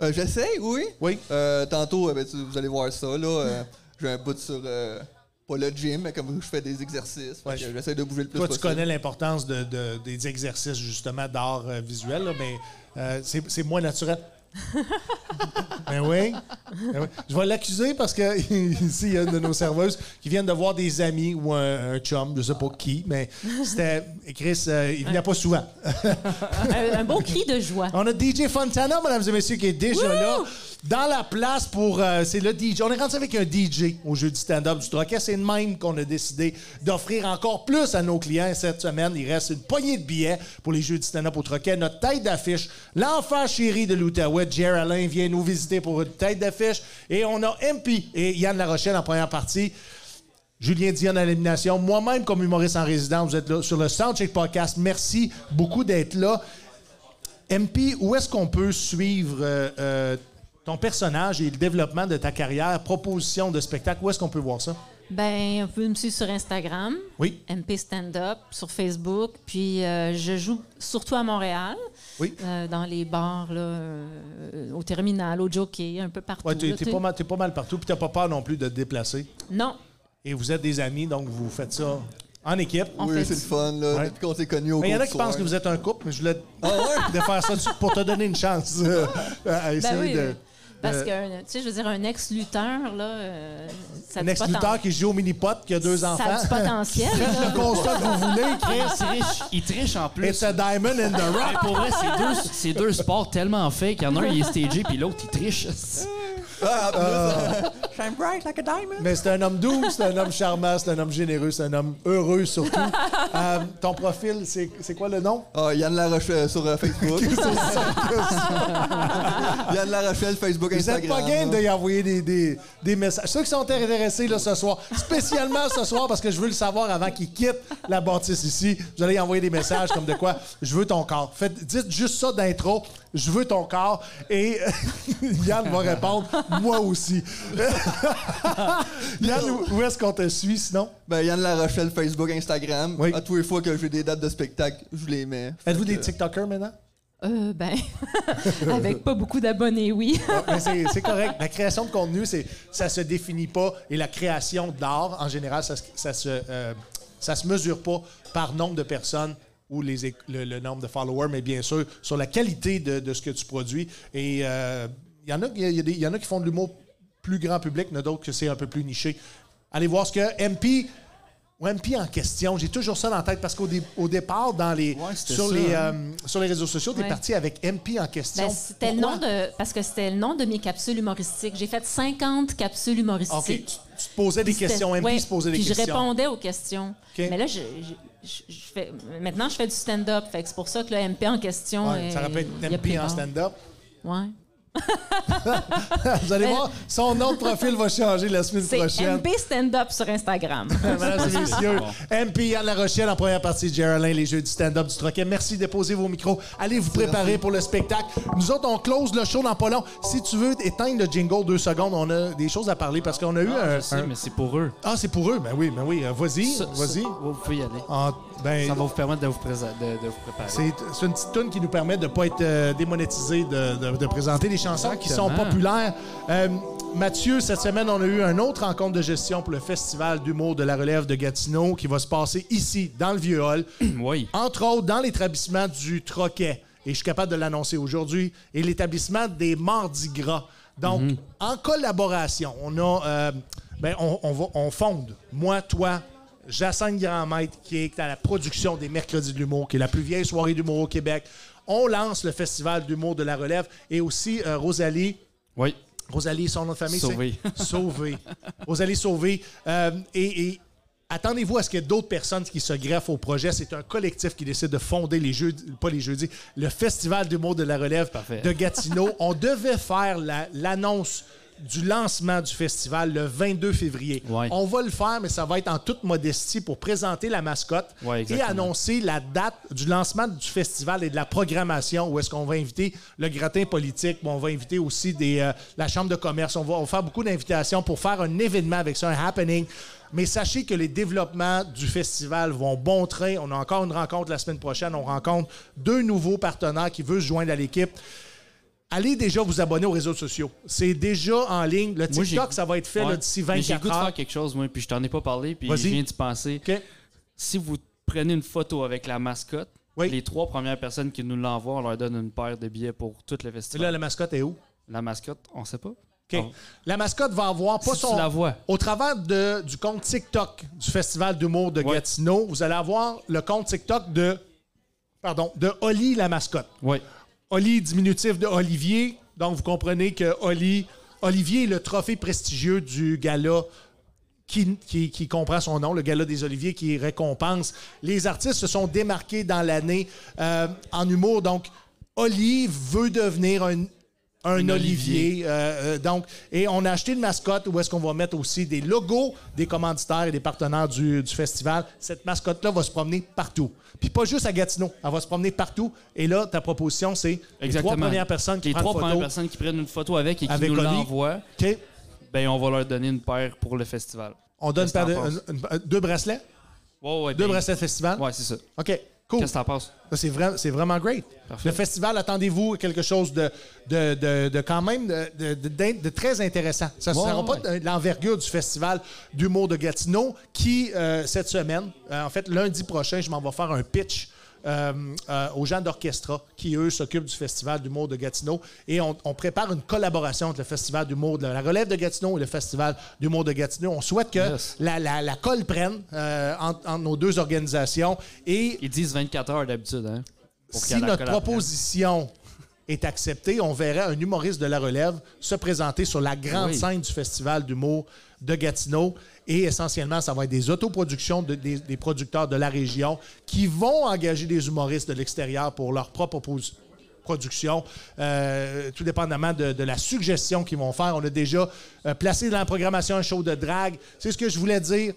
[SPEAKER 4] Euh, J'essaie, oui.
[SPEAKER 2] Oui.
[SPEAKER 4] Euh, tantôt, euh, ben, tu- vous allez voir ça. Là, euh, j'ai un bout sur. euh, pas le gym, mais comme je fais des exercices. Fait
[SPEAKER 2] Ouais,
[SPEAKER 4] que
[SPEAKER 2] je-
[SPEAKER 4] J'essaie de bouger le plus
[SPEAKER 2] Toi, tu
[SPEAKER 4] possible.
[SPEAKER 2] connais l'importance de- de- des exercices, justement, d'art euh, visuel, là, mais euh, c'est c'est moins naturel. ben oui. Ben oui. Je vais l'accuser parce que ici, il y a une de nos serveuses qui viennent de voir des amis ou un, un chum, je sais pas qui, mais c'était. Chris, euh, il venait pas souvent.
[SPEAKER 5] Un, un beau cri de joie.
[SPEAKER 2] On a DJ Fontana, mesdames et messieurs, qui est déjà là dans la place pour. euh, c'est le DJ. On est rentré avec un DJ au jeu du stand-up du Troquet. C'est le même qu'on a décidé d'offrir encore plus à nos clients cette semaine. Il reste une poignée de billets pour les jeux du stand-up au Troquet. Notre tête d'affiche, l'enfant chéri de l'Outaouais, Jer Alain, vient nous visiter pour une tête d'affiche. Et on a MP et Yann Larochelle en première partie. Julien Dion à l'élimination. Moi-même, comme humoriste en résidence, vous êtes là sur le Soundcheck Podcast. Merci beaucoup d'être là. MP, où est-ce qu'on peut suivre euh, euh, ton personnage et le développement de ta carrière, proposition de spectacle? Où est-ce qu'on peut voir ça?
[SPEAKER 5] Ben, vous pouvez me suivre sur Instagram,
[SPEAKER 2] Oui.
[SPEAKER 5] MP Stand Up, sur Facebook. Puis euh, je joue surtout à Montréal,
[SPEAKER 2] Oui.
[SPEAKER 5] euh, dans les bars, là, euh, au terminal, au jockey, un peu partout.
[SPEAKER 2] Ouais, t'es,
[SPEAKER 5] là,
[SPEAKER 2] t'es
[SPEAKER 5] tu
[SPEAKER 2] pas
[SPEAKER 5] sais.
[SPEAKER 2] mal, t'es pas mal partout, puis t'as pas peur non plus de te déplacer.
[SPEAKER 5] Non,
[SPEAKER 2] Et vous êtes des amis, donc vous faites ça en équipe.
[SPEAKER 5] on
[SPEAKER 4] Oui,
[SPEAKER 5] fait
[SPEAKER 4] c'est le
[SPEAKER 5] du-
[SPEAKER 4] fun, là.
[SPEAKER 2] Ouais.
[SPEAKER 4] Depuis qu'on s'est connus au
[SPEAKER 2] Mais il y en a
[SPEAKER 4] cours
[SPEAKER 2] qui
[SPEAKER 4] du
[SPEAKER 2] pensent que
[SPEAKER 4] soir.
[SPEAKER 2] vous êtes un couple, mais je voulais
[SPEAKER 4] Ah ouais?
[SPEAKER 2] de faire ça dessus pour te donner une chance euh, à essayer
[SPEAKER 5] Ben oui,
[SPEAKER 2] de...
[SPEAKER 5] oui. Parce
[SPEAKER 2] de-
[SPEAKER 5] que, tu sais, je veux dire, un ex-lutteur, là, euh, ça a
[SPEAKER 2] Un
[SPEAKER 5] du poten-
[SPEAKER 2] ex-lutteur qui joue au mini-pot, qui a deux
[SPEAKER 5] ça a
[SPEAKER 2] enfants.
[SPEAKER 5] du potentiel.
[SPEAKER 2] Faites le constat que vous voulez, Chris.
[SPEAKER 3] Il triche, il triche en plus.
[SPEAKER 2] It's a diamond in the rough.
[SPEAKER 3] Mais pour vrai, c'est deux, c'est deux sports tellement fake. Il y en a un, il est stagé, puis l'autre, il triche.
[SPEAKER 4] Ah, en plus,
[SPEAKER 2] Mais c'est un homme doux, c'est un homme charmant, c'est un homme généreux, c'est un homme heureux surtout. Euh, ton profil, c'est c'est quoi le nom?
[SPEAKER 4] Ah, Yann Larochelle euh, sur euh, Facebook. Yann Larochelle, Facebook,
[SPEAKER 2] Vous
[SPEAKER 4] Instagram.
[SPEAKER 2] êtes pas game
[SPEAKER 4] là.
[SPEAKER 2] d'y envoyer des, des- des messages. Ceux qui sont intéressés là, ce soir, spécialement ce soir, parce que je veux le savoir avant qu'ils quittent la bâtisse ici, vous allez y envoyer des messages comme de quoi je veux ton corps. Faites, dites juste ça d'intro, je veux ton corps, et Yann va répondre, moi aussi. Yann, où- où est-ce qu'on te suit sinon?
[SPEAKER 4] Ben, Yann Larochelle, Facebook, Instagram.
[SPEAKER 2] Oui.
[SPEAKER 4] À tous les fois que j'ai des dates de spectacle, je les mets.
[SPEAKER 2] Êtes-vous
[SPEAKER 4] Fait
[SPEAKER 2] des
[SPEAKER 4] que-
[SPEAKER 2] TikTokers maintenant?
[SPEAKER 5] Euh, ben, avec pas beaucoup d'abonnés, oui.
[SPEAKER 2] Ah, Mais c'est c'est correct. La création de contenu, c'est ça se définit pas. Et la création d'art, en général, ça, se- ça se, euh, ça se mesure pas par nombre de personnes ou les, éc- le, le nombre de followers, mais bien sûr, sur la qualité de, de ce que tu produis. Et euh, il y, en a- il y a- il y a des- il y en a qui font de l'humour plus grand public, il y en a d'autres que c'est un peu plus niché. Allez voir ce que MP... ou MP en question, j'ai toujours ça dans la tête parce qu'au dé- au départ, dans les,
[SPEAKER 3] Ouais, c'était
[SPEAKER 2] sur,
[SPEAKER 3] ça,
[SPEAKER 2] les,
[SPEAKER 3] hein.
[SPEAKER 2] euh, sur les réseaux sociaux, t'es
[SPEAKER 5] Ouais.
[SPEAKER 2] parti avec MP en question.
[SPEAKER 5] Ben, c'était le
[SPEAKER 2] Pourquoi?
[SPEAKER 5] nom de parce que c'était le nom de mes capsules humoristiques. J'ai fait 50 capsules humoristiques.
[SPEAKER 2] Ah, OK. Tu, tu te posais des
[SPEAKER 5] C'était-
[SPEAKER 2] questions. MP
[SPEAKER 5] ouais,
[SPEAKER 2] se posait des
[SPEAKER 5] puis
[SPEAKER 2] questions.
[SPEAKER 5] je répondais aux questions.
[SPEAKER 2] OK.
[SPEAKER 5] Mais là, je, je- je- je fais, maintenant, je fais du stand-up. Fait que c'est pour ça que le MP en question.
[SPEAKER 2] Ouais, ça
[SPEAKER 5] euh,
[SPEAKER 2] rappelle
[SPEAKER 5] il a
[SPEAKER 2] MP
[SPEAKER 5] pris
[SPEAKER 2] en
[SPEAKER 5] part.
[SPEAKER 2] stand-up. Ah,
[SPEAKER 5] Ouais.
[SPEAKER 2] Vous allez voir, son nom de profil va changer la semaine
[SPEAKER 5] Euh, C'est
[SPEAKER 2] prochaine.
[SPEAKER 5] MP stand-up sur Instagram.
[SPEAKER 2] Mesdames et messieurs, MP à La Rochelle en première partie, Geraldine, les jeux du stand-up du Troquet. Merci de poser vos micros. Allez vous préparer pour le spectacle. Nous autres, on close le show dans pas long. Si tu veux éteindre le jingle deux secondes, on a des choses à parler parce qu'on a eu
[SPEAKER 3] Ah,
[SPEAKER 2] un.
[SPEAKER 3] je sais,
[SPEAKER 2] Euh, un-
[SPEAKER 3] mais c'est pour eux.
[SPEAKER 2] Ah, c'est pour eux. Ben oui, ben oui. Euh, Vas-y,
[SPEAKER 3] Ça-
[SPEAKER 2] vas-y.
[SPEAKER 3] ça- vous pouvez y aller.
[SPEAKER 2] Ah, ben,
[SPEAKER 3] Ça va vous permettre de vous, présa- de, de vous préparer.
[SPEAKER 2] C'est c'est une petite tune qui nous permet de ne pas être euh, démonétisé, de, de- de présenter des chansons qui sont
[SPEAKER 3] Exactement.
[SPEAKER 2] populaires. Euh, Mathieu, cette semaine, on a eu un autre rencontre de gestion pour le Festival d'humour de la relève de Gatineau qui va se passer ici, dans le Vieux Hall,
[SPEAKER 3] Oui.
[SPEAKER 2] entre autres dans l'établissement du Troquet. Et je suis capable de l'annoncer aujourd'hui. Et l'établissement des Mardi Gras. Donc, en collaboration, on a. euh, ben, on, on va- on fonde, moi, toi, Jacinthe Grandmaître, qui est à la production des Mercredis de l'humour, qui est la plus vieille soirée d'humour au Québec. On lance le Festival d'humour de la relève et aussi euh, Rosalie.
[SPEAKER 3] Oui.
[SPEAKER 2] Rosalie, son nom de famille, c'est
[SPEAKER 3] Sauvé.
[SPEAKER 2] Sauvé. Rosalie Sauvé. Euh, et, et Attendez-vous à ce qu'il y ait d'autres personnes qui se greffent au projet. C'est un collectif qui décide de fonder les jeudis, pas les jeudis, le Festival d'humour de la relève
[SPEAKER 3] Parfait.
[SPEAKER 2] de Gatineau. On devait faire la- l'annonce du lancement du festival le 22 février.
[SPEAKER 3] Ouais.
[SPEAKER 2] On va le faire, mais ça va être en toute modestie pour présenter la mascotte
[SPEAKER 3] Ouais,
[SPEAKER 2] et
[SPEAKER 3] exactement.
[SPEAKER 2] annoncer la date du lancement du festival et de la programmation où est-ce qu'on va inviter le gratin politique, mais on va inviter aussi des, euh, la chambre de commerce. On va, on va faire beaucoup d'invitations pour faire un événement avec ça, un happening. Mais sachez que les développements du festival vont bon train. On a encore une rencontre la semaine prochaine. On rencontre deux nouveaux partenaires qui veulent se joindre à l'équipe. Allez déjà vous abonner aux réseaux sociaux. C'est déjà en ligne. Le
[SPEAKER 3] Moi, j'ai-
[SPEAKER 2] TikTok, ça va être fait là,
[SPEAKER 3] Ouais.
[SPEAKER 2] d'ici
[SPEAKER 3] Mais J'ai le
[SPEAKER 2] 24
[SPEAKER 3] goût de faire
[SPEAKER 2] heures.
[SPEAKER 3] quelque chose, moi, puis je t'en ai pas parlé, puis
[SPEAKER 2] Vas-y.
[SPEAKER 3] je viens d'y penser.
[SPEAKER 2] OK?
[SPEAKER 3] Si vous prenez une photo avec la mascotte,
[SPEAKER 2] Oui.
[SPEAKER 3] les trois premières personnes qui nous l'envoient, on leur donne une paire de billets pour tout le
[SPEAKER 2] Et Là,
[SPEAKER 3] festival.
[SPEAKER 2] la mascotte est où?
[SPEAKER 3] La mascotte, on sait pas.
[SPEAKER 2] OK.
[SPEAKER 3] On-
[SPEAKER 2] La mascotte va avoir pas
[SPEAKER 3] Ah. Si
[SPEAKER 2] son.
[SPEAKER 3] tu la vois.
[SPEAKER 2] Au travers de- du compte TikTok du Festival d'humour de
[SPEAKER 3] Ouais.
[SPEAKER 2] Gatineau, vous allez avoir le compte TikTok de. Pardon, de Oli la mascotte.
[SPEAKER 3] Oui.
[SPEAKER 2] Oli, diminutif de Olivier. Donc, vous comprenez que Oli, Olivier est le trophée prestigieux du gala qui, qui- qui comprend son nom, le Gala des Oliviers, qui récompense. Les artistes se sont démarqués dans l'année euh, en humour. Donc, Oli veut devenir un, un Olivier. Euh, euh, donc, et on a acheté une mascotte où est-ce qu'on va mettre aussi des logos des commanditaires et des partenaires du, du festival. Cette mascotte-là va se promener partout. Puis pas juste à Gatineau. Elle va se promener partout. Et là, ta proposition, c'est les
[SPEAKER 3] Exactement.
[SPEAKER 2] trois premières personnes qui
[SPEAKER 3] les
[SPEAKER 2] prennent
[SPEAKER 3] trois
[SPEAKER 2] photo.
[SPEAKER 3] premières personnes qui prennent une photo avec et qui
[SPEAKER 2] Avec
[SPEAKER 3] nous
[SPEAKER 2] Oli.
[SPEAKER 3] l'envoient,
[SPEAKER 2] OK.
[SPEAKER 3] ben on va leur donner une paire pour le festival.
[SPEAKER 2] On donne
[SPEAKER 3] Qu'est-ce
[SPEAKER 2] une paire de-
[SPEAKER 3] que t'en penses?
[SPEAKER 2] une- une- deux bracelets.
[SPEAKER 3] Ouais, ouais,
[SPEAKER 2] Deux
[SPEAKER 3] ben-
[SPEAKER 2] bracelets Oh. de festival.
[SPEAKER 3] Ouais, c'est ça.
[SPEAKER 2] OK. Cool.
[SPEAKER 3] Qu'est-ce que t'en penses?
[SPEAKER 2] Ça, C'est vrai- c'est vraiment great.
[SPEAKER 3] Parfait.
[SPEAKER 2] Le festival, attendez-vous à quelque chose de, de, de- de quand même de, de- de- d'in- de très intéressant. Ça ne
[SPEAKER 3] Ouais,
[SPEAKER 2] sera
[SPEAKER 3] ouais.
[SPEAKER 2] pas de- de l'envergure du festival d'humour de Gatineau qui, euh, cette semaine, euh, en fait, lundi prochain, je m'en vais faire un pitch. euh, euh, aux gens d'orchestra qui, eux, s'occupent du Festival d'humour de Gatineau. Et on, on prépare une collaboration entre le Festival d'humour de la relève de Gatineau et le Festival d'humour de Gatineau. On souhaite que
[SPEAKER 3] Yes.
[SPEAKER 2] la, la, la colle prenne euh, entre- entre nos deux organisations. Et
[SPEAKER 3] Ils disent 24 heures d'habitude, hein? pour qu'il y
[SPEAKER 2] si
[SPEAKER 3] ait la
[SPEAKER 2] notre
[SPEAKER 3] collab-
[SPEAKER 2] proposition est acceptée, on verrait un humoriste de la relève se présenter sur la grande
[SPEAKER 3] Oui.
[SPEAKER 2] scène du Festival d'humour de Gatineau. Et essentiellement, ça va être des autoproductions de- des, des producteurs de la région qui vont engager des humoristes de l'extérieur pour leur propre pos- production, euh, tout dépendamment de, de la suggestion qu'ils vont faire. On a déjà euh, placé dans la programmation un show de drague. C'est ce que je voulais dire.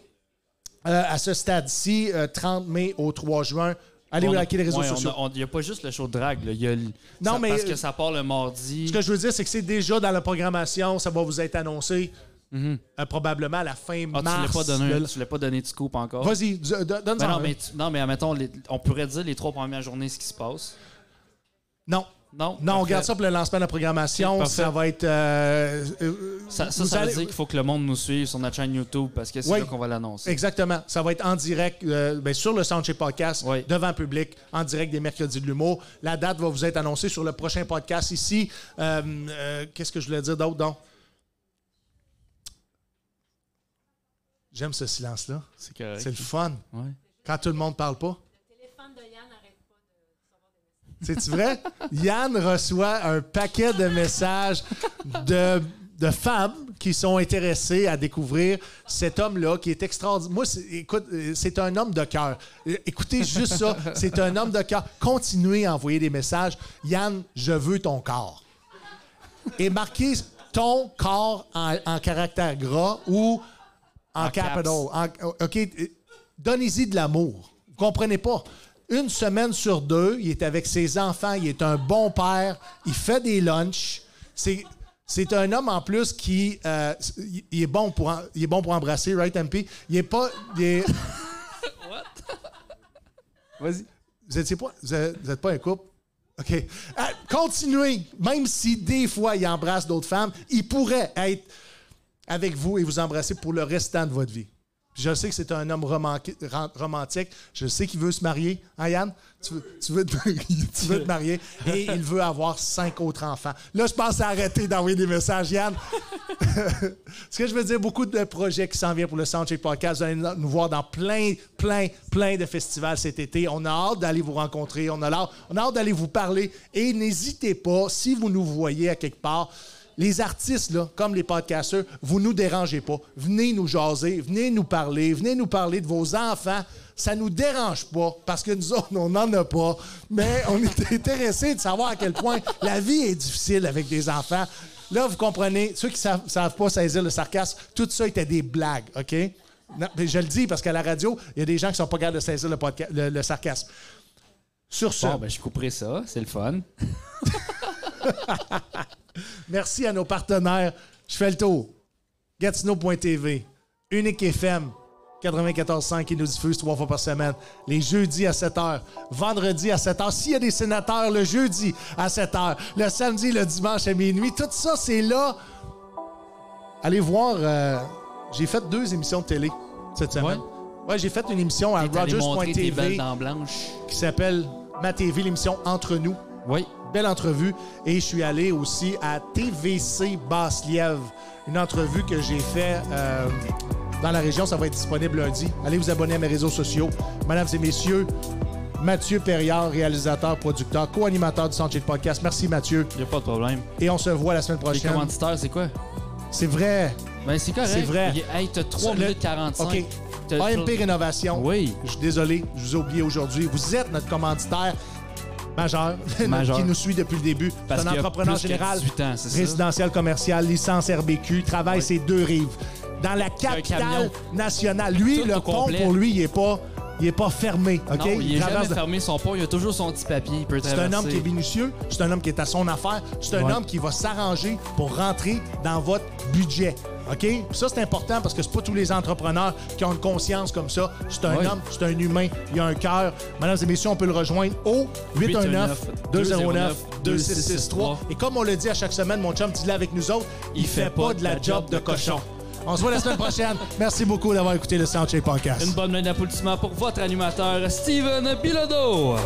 [SPEAKER 2] euh, à ce stade-ci, euh, 30 mai au 3 juin, allez
[SPEAKER 3] On a-
[SPEAKER 2] liker les réseaux
[SPEAKER 3] ouais, on a-
[SPEAKER 2] sociaux.
[SPEAKER 3] on- Il n'y a pas juste le show de drague. là, il y a le-
[SPEAKER 2] Non,
[SPEAKER 3] ça-
[SPEAKER 2] mais- euh,
[SPEAKER 3] Parce que ça part le mardi.
[SPEAKER 2] Ce que je veux dire, c'est que c'est déjà dans la programmation, ça va vous être annoncé euh, probablement à la fin
[SPEAKER 3] Ah,
[SPEAKER 2] mars.
[SPEAKER 3] tu ne l'as pas donné,
[SPEAKER 2] Le-
[SPEAKER 3] tu l'as pas donné de scoop encore.
[SPEAKER 2] Vas-y, dis- euh, donne
[SPEAKER 3] Mais
[SPEAKER 2] ça.
[SPEAKER 3] non, mais tu- non, mais admettons, les- on pourrait dire les trois premières journées ce qui se passe.
[SPEAKER 2] non,
[SPEAKER 3] Non?
[SPEAKER 2] non, on
[SPEAKER 3] Parfait.
[SPEAKER 2] garde ça pour le lancement de la programmation.
[SPEAKER 3] Ok, parfait.
[SPEAKER 2] ça va être. euh, euh,
[SPEAKER 3] Ça, ça,
[SPEAKER 2] vous
[SPEAKER 3] ça veut
[SPEAKER 2] allez-
[SPEAKER 3] dire qu'il faut que le monde nous suive sur notre chaîne YouTube parce que c'est
[SPEAKER 2] Oui.
[SPEAKER 3] là qu'on va l'annoncer.
[SPEAKER 2] Exactement. Ça va être en direct euh, ben, sur le Soundcheck Podcast,
[SPEAKER 3] Oui.
[SPEAKER 2] devant le public, en direct des mercredis de l'humour. La date va vous être annoncée sur le prochain podcast ici. Euh, euh, Qu'est-ce que je voulais dire d'autre, donc? J'aime ce silence-là.
[SPEAKER 3] C'est correct.
[SPEAKER 2] C'est le fun.
[SPEAKER 3] Ouais.
[SPEAKER 2] Quand tout le monde parle pas. C'est vrai? Yann reçoit un paquet de messages de, de femmes qui sont intéressées à découvrir cet homme-là qui est extraordinaire. Moi, c'est- écoute, euh, c'est un homme de cœur. Euh, Écoutez juste ça. C'est un homme de cœur. Continuez à envoyer des messages. Yann, je veux ton corps. Et marquez ton corps en, en caractère gras ou en,
[SPEAKER 3] En caps.
[SPEAKER 2] capital. En- OK. euh, Donnez-y de l'amour. Vous comprenez pas. Une semaine sur deux, il est avec ses enfants, il est un bon père, il fait des lunchs. C'est. C'est un homme en plus qui euh, il- il est bon pour en- il est bon pour embrasser right MP. Il est pas il est-
[SPEAKER 3] Vas-y.
[SPEAKER 2] vous étiez pas vous êtes, vous êtes pas un couple. OK. Ah, continuez même si des fois il embrasse d'autres femmes, il pourrait être avec vous et vous embrasser pour le restant de votre vie. Puis Je sais que c'est un homme romanqui- ran- romantique. Je sais qu'il veut se marier. Hein, Yann? Tu veux, tu veux te, tu veux te marier. Et il veut avoir cinq autres enfants. Là, je pense à arrêter d'envoyer des messages, Yann. Ce que je veux dire, beaucoup de projets qui s'en viennent pour le Soundcheck Podcast. Vous allez nous voir dans plein, plein, plein de festivals cet été. On a hâte d'aller vous rencontrer. On a hâte, on a hâte d'aller vous parler. Et n'hésitez pas, si vous nous voyez à quelque part, les artistes, là, comme les podcasteurs, vous nous dérangez pas. Venez nous jaser, venez nous parler, venez nous parler de vos enfants. Ça nous dérange pas parce que nous autres, on n'en a pas. Mais on est intéressés de savoir à quel point la vie est difficile avec des enfants. Là, vous comprenez, ceux qui ne savent, savent pas saisir le sarcasme, tout ça était des blagues, OK? Non, mais je le dis parce qu'à la radio, il y a des gens qui sont pas capables de saisir le, podca- le- le sarcasme. Sur ce,
[SPEAKER 3] Bon, ben, je couperai ça. C'est le fun.
[SPEAKER 2] merci à nos partenaires. Je fais le tour. Gatineau.tv, Unique FM, 94.5 qui nous diffuse trois fois par semaine, les jeudis à 7h, vendredi à 7h, s'il y a des sénateurs, le jeudi à 7h, le samedi, le dimanche à minuit, tout ça, c'est là. Allez voir, euh, j'ai fait deux émissions de télé cette semaine. Ouais, j'ai fait une émission à
[SPEAKER 3] T'es allé montrer tes
[SPEAKER 2] Rogers.tv
[SPEAKER 3] belles dents blanches.
[SPEAKER 2] qui s'appelle Ma TV, l'émission Entre nous.
[SPEAKER 3] Oui.
[SPEAKER 2] Belle entrevue. Et je suis allé aussi à TVC Basse-Lièvre, une entrevue que j'ai fait euh, dans la région. Ça va être disponible lundi. Allez vous abonner à mes réseaux sociaux. Mesdames et messieurs, Mathieu Perriard, réalisateur, producteur, co-animateur du Sentier de Podcast. Merci Mathieu.
[SPEAKER 3] Y a pas de problème.
[SPEAKER 2] Et on se voit la semaine
[SPEAKER 3] Les
[SPEAKER 2] prochaine.
[SPEAKER 3] commanditaires, c'est quoi?
[SPEAKER 2] C'est vrai.
[SPEAKER 3] Ben, c'est correct.
[SPEAKER 2] C'est vrai.
[SPEAKER 3] Il y a- Hey, t'as 3
[SPEAKER 2] Le-
[SPEAKER 3] minutes 45.
[SPEAKER 2] OK.
[SPEAKER 3] T'as-
[SPEAKER 2] AMP Rénovation.
[SPEAKER 3] Oui.
[SPEAKER 2] Je suis désolé, je vous ai oublié aujourd'hui. Vous êtes notre commanditaire majeur,
[SPEAKER 3] Majeur.
[SPEAKER 2] qui nous suit depuis le début. C'est
[SPEAKER 3] Parce
[SPEAKER 2] un
[SPEAKER 3] qu'il y a
[SPEAKER 2] entrepreneur
[SPEAKER 3] plus que
[SPEAKER 2] général,
[SPEAKER 3] 18 ans, c'est ça?
[SPEAKER 2] résidentiel commercial, licence RBQ, travaille ses deux rives. Dans la capitale
[SPEAKER 3] camion.
[SPEAKER 2] nationale. Lui,
[SPEAKER 3] Tout
[SPEAKER 2] le
[SPEAKER 3] au
[SPEAKER 2] pont,
[SPEAKER 3] complet.
[SPEAKER 2] pour lui, il n'est pas, il est pas fermé. OK?
[SPEAKER 3] Non, il est
[SPEAKER 2] traverse
[SPEAKER 3] jamais
[SPEAKER 2] de-
[SPEAKER 3] fermé son pont. Il a toujours son petit papier. Il peut
[SPEAKER 2] c'est
[SPEAKER 3] traverser.
[SPEAKER 2] un homme qui est minutieux, c'est un homme qui est à son affaire, c'est un
[SPEAKER 3] Ouais.
[SPEAKER 2] homme qui va s'arranger pour rentrer dans votre budget. OK? Puis Ça, c'est important parce que c'est pas tous les entrepreneurs qui ont une conscience comme ça. C'est un
[SPEAKER 3] Ouais.
[SPEAKER 2] homme, c'est un humain, il a un cœur. Mesdames et messieurs, on peut le rejoindre au 819-209-2663.
[SPEAKER 3] 819-209-2663.
[SPEAKER 2] Et comme on le dit à chaque semaine, mon chum dit là avec nous autres, il, fait, pas de la job de cochon. On se voit la semaine prochaine. Merci beaucoup d'avoir écouté le Soundcheck Podcast.
[SPEAKER 3] Une bonne main d'applaudissement pour votre animateur, Steven Bilodeau.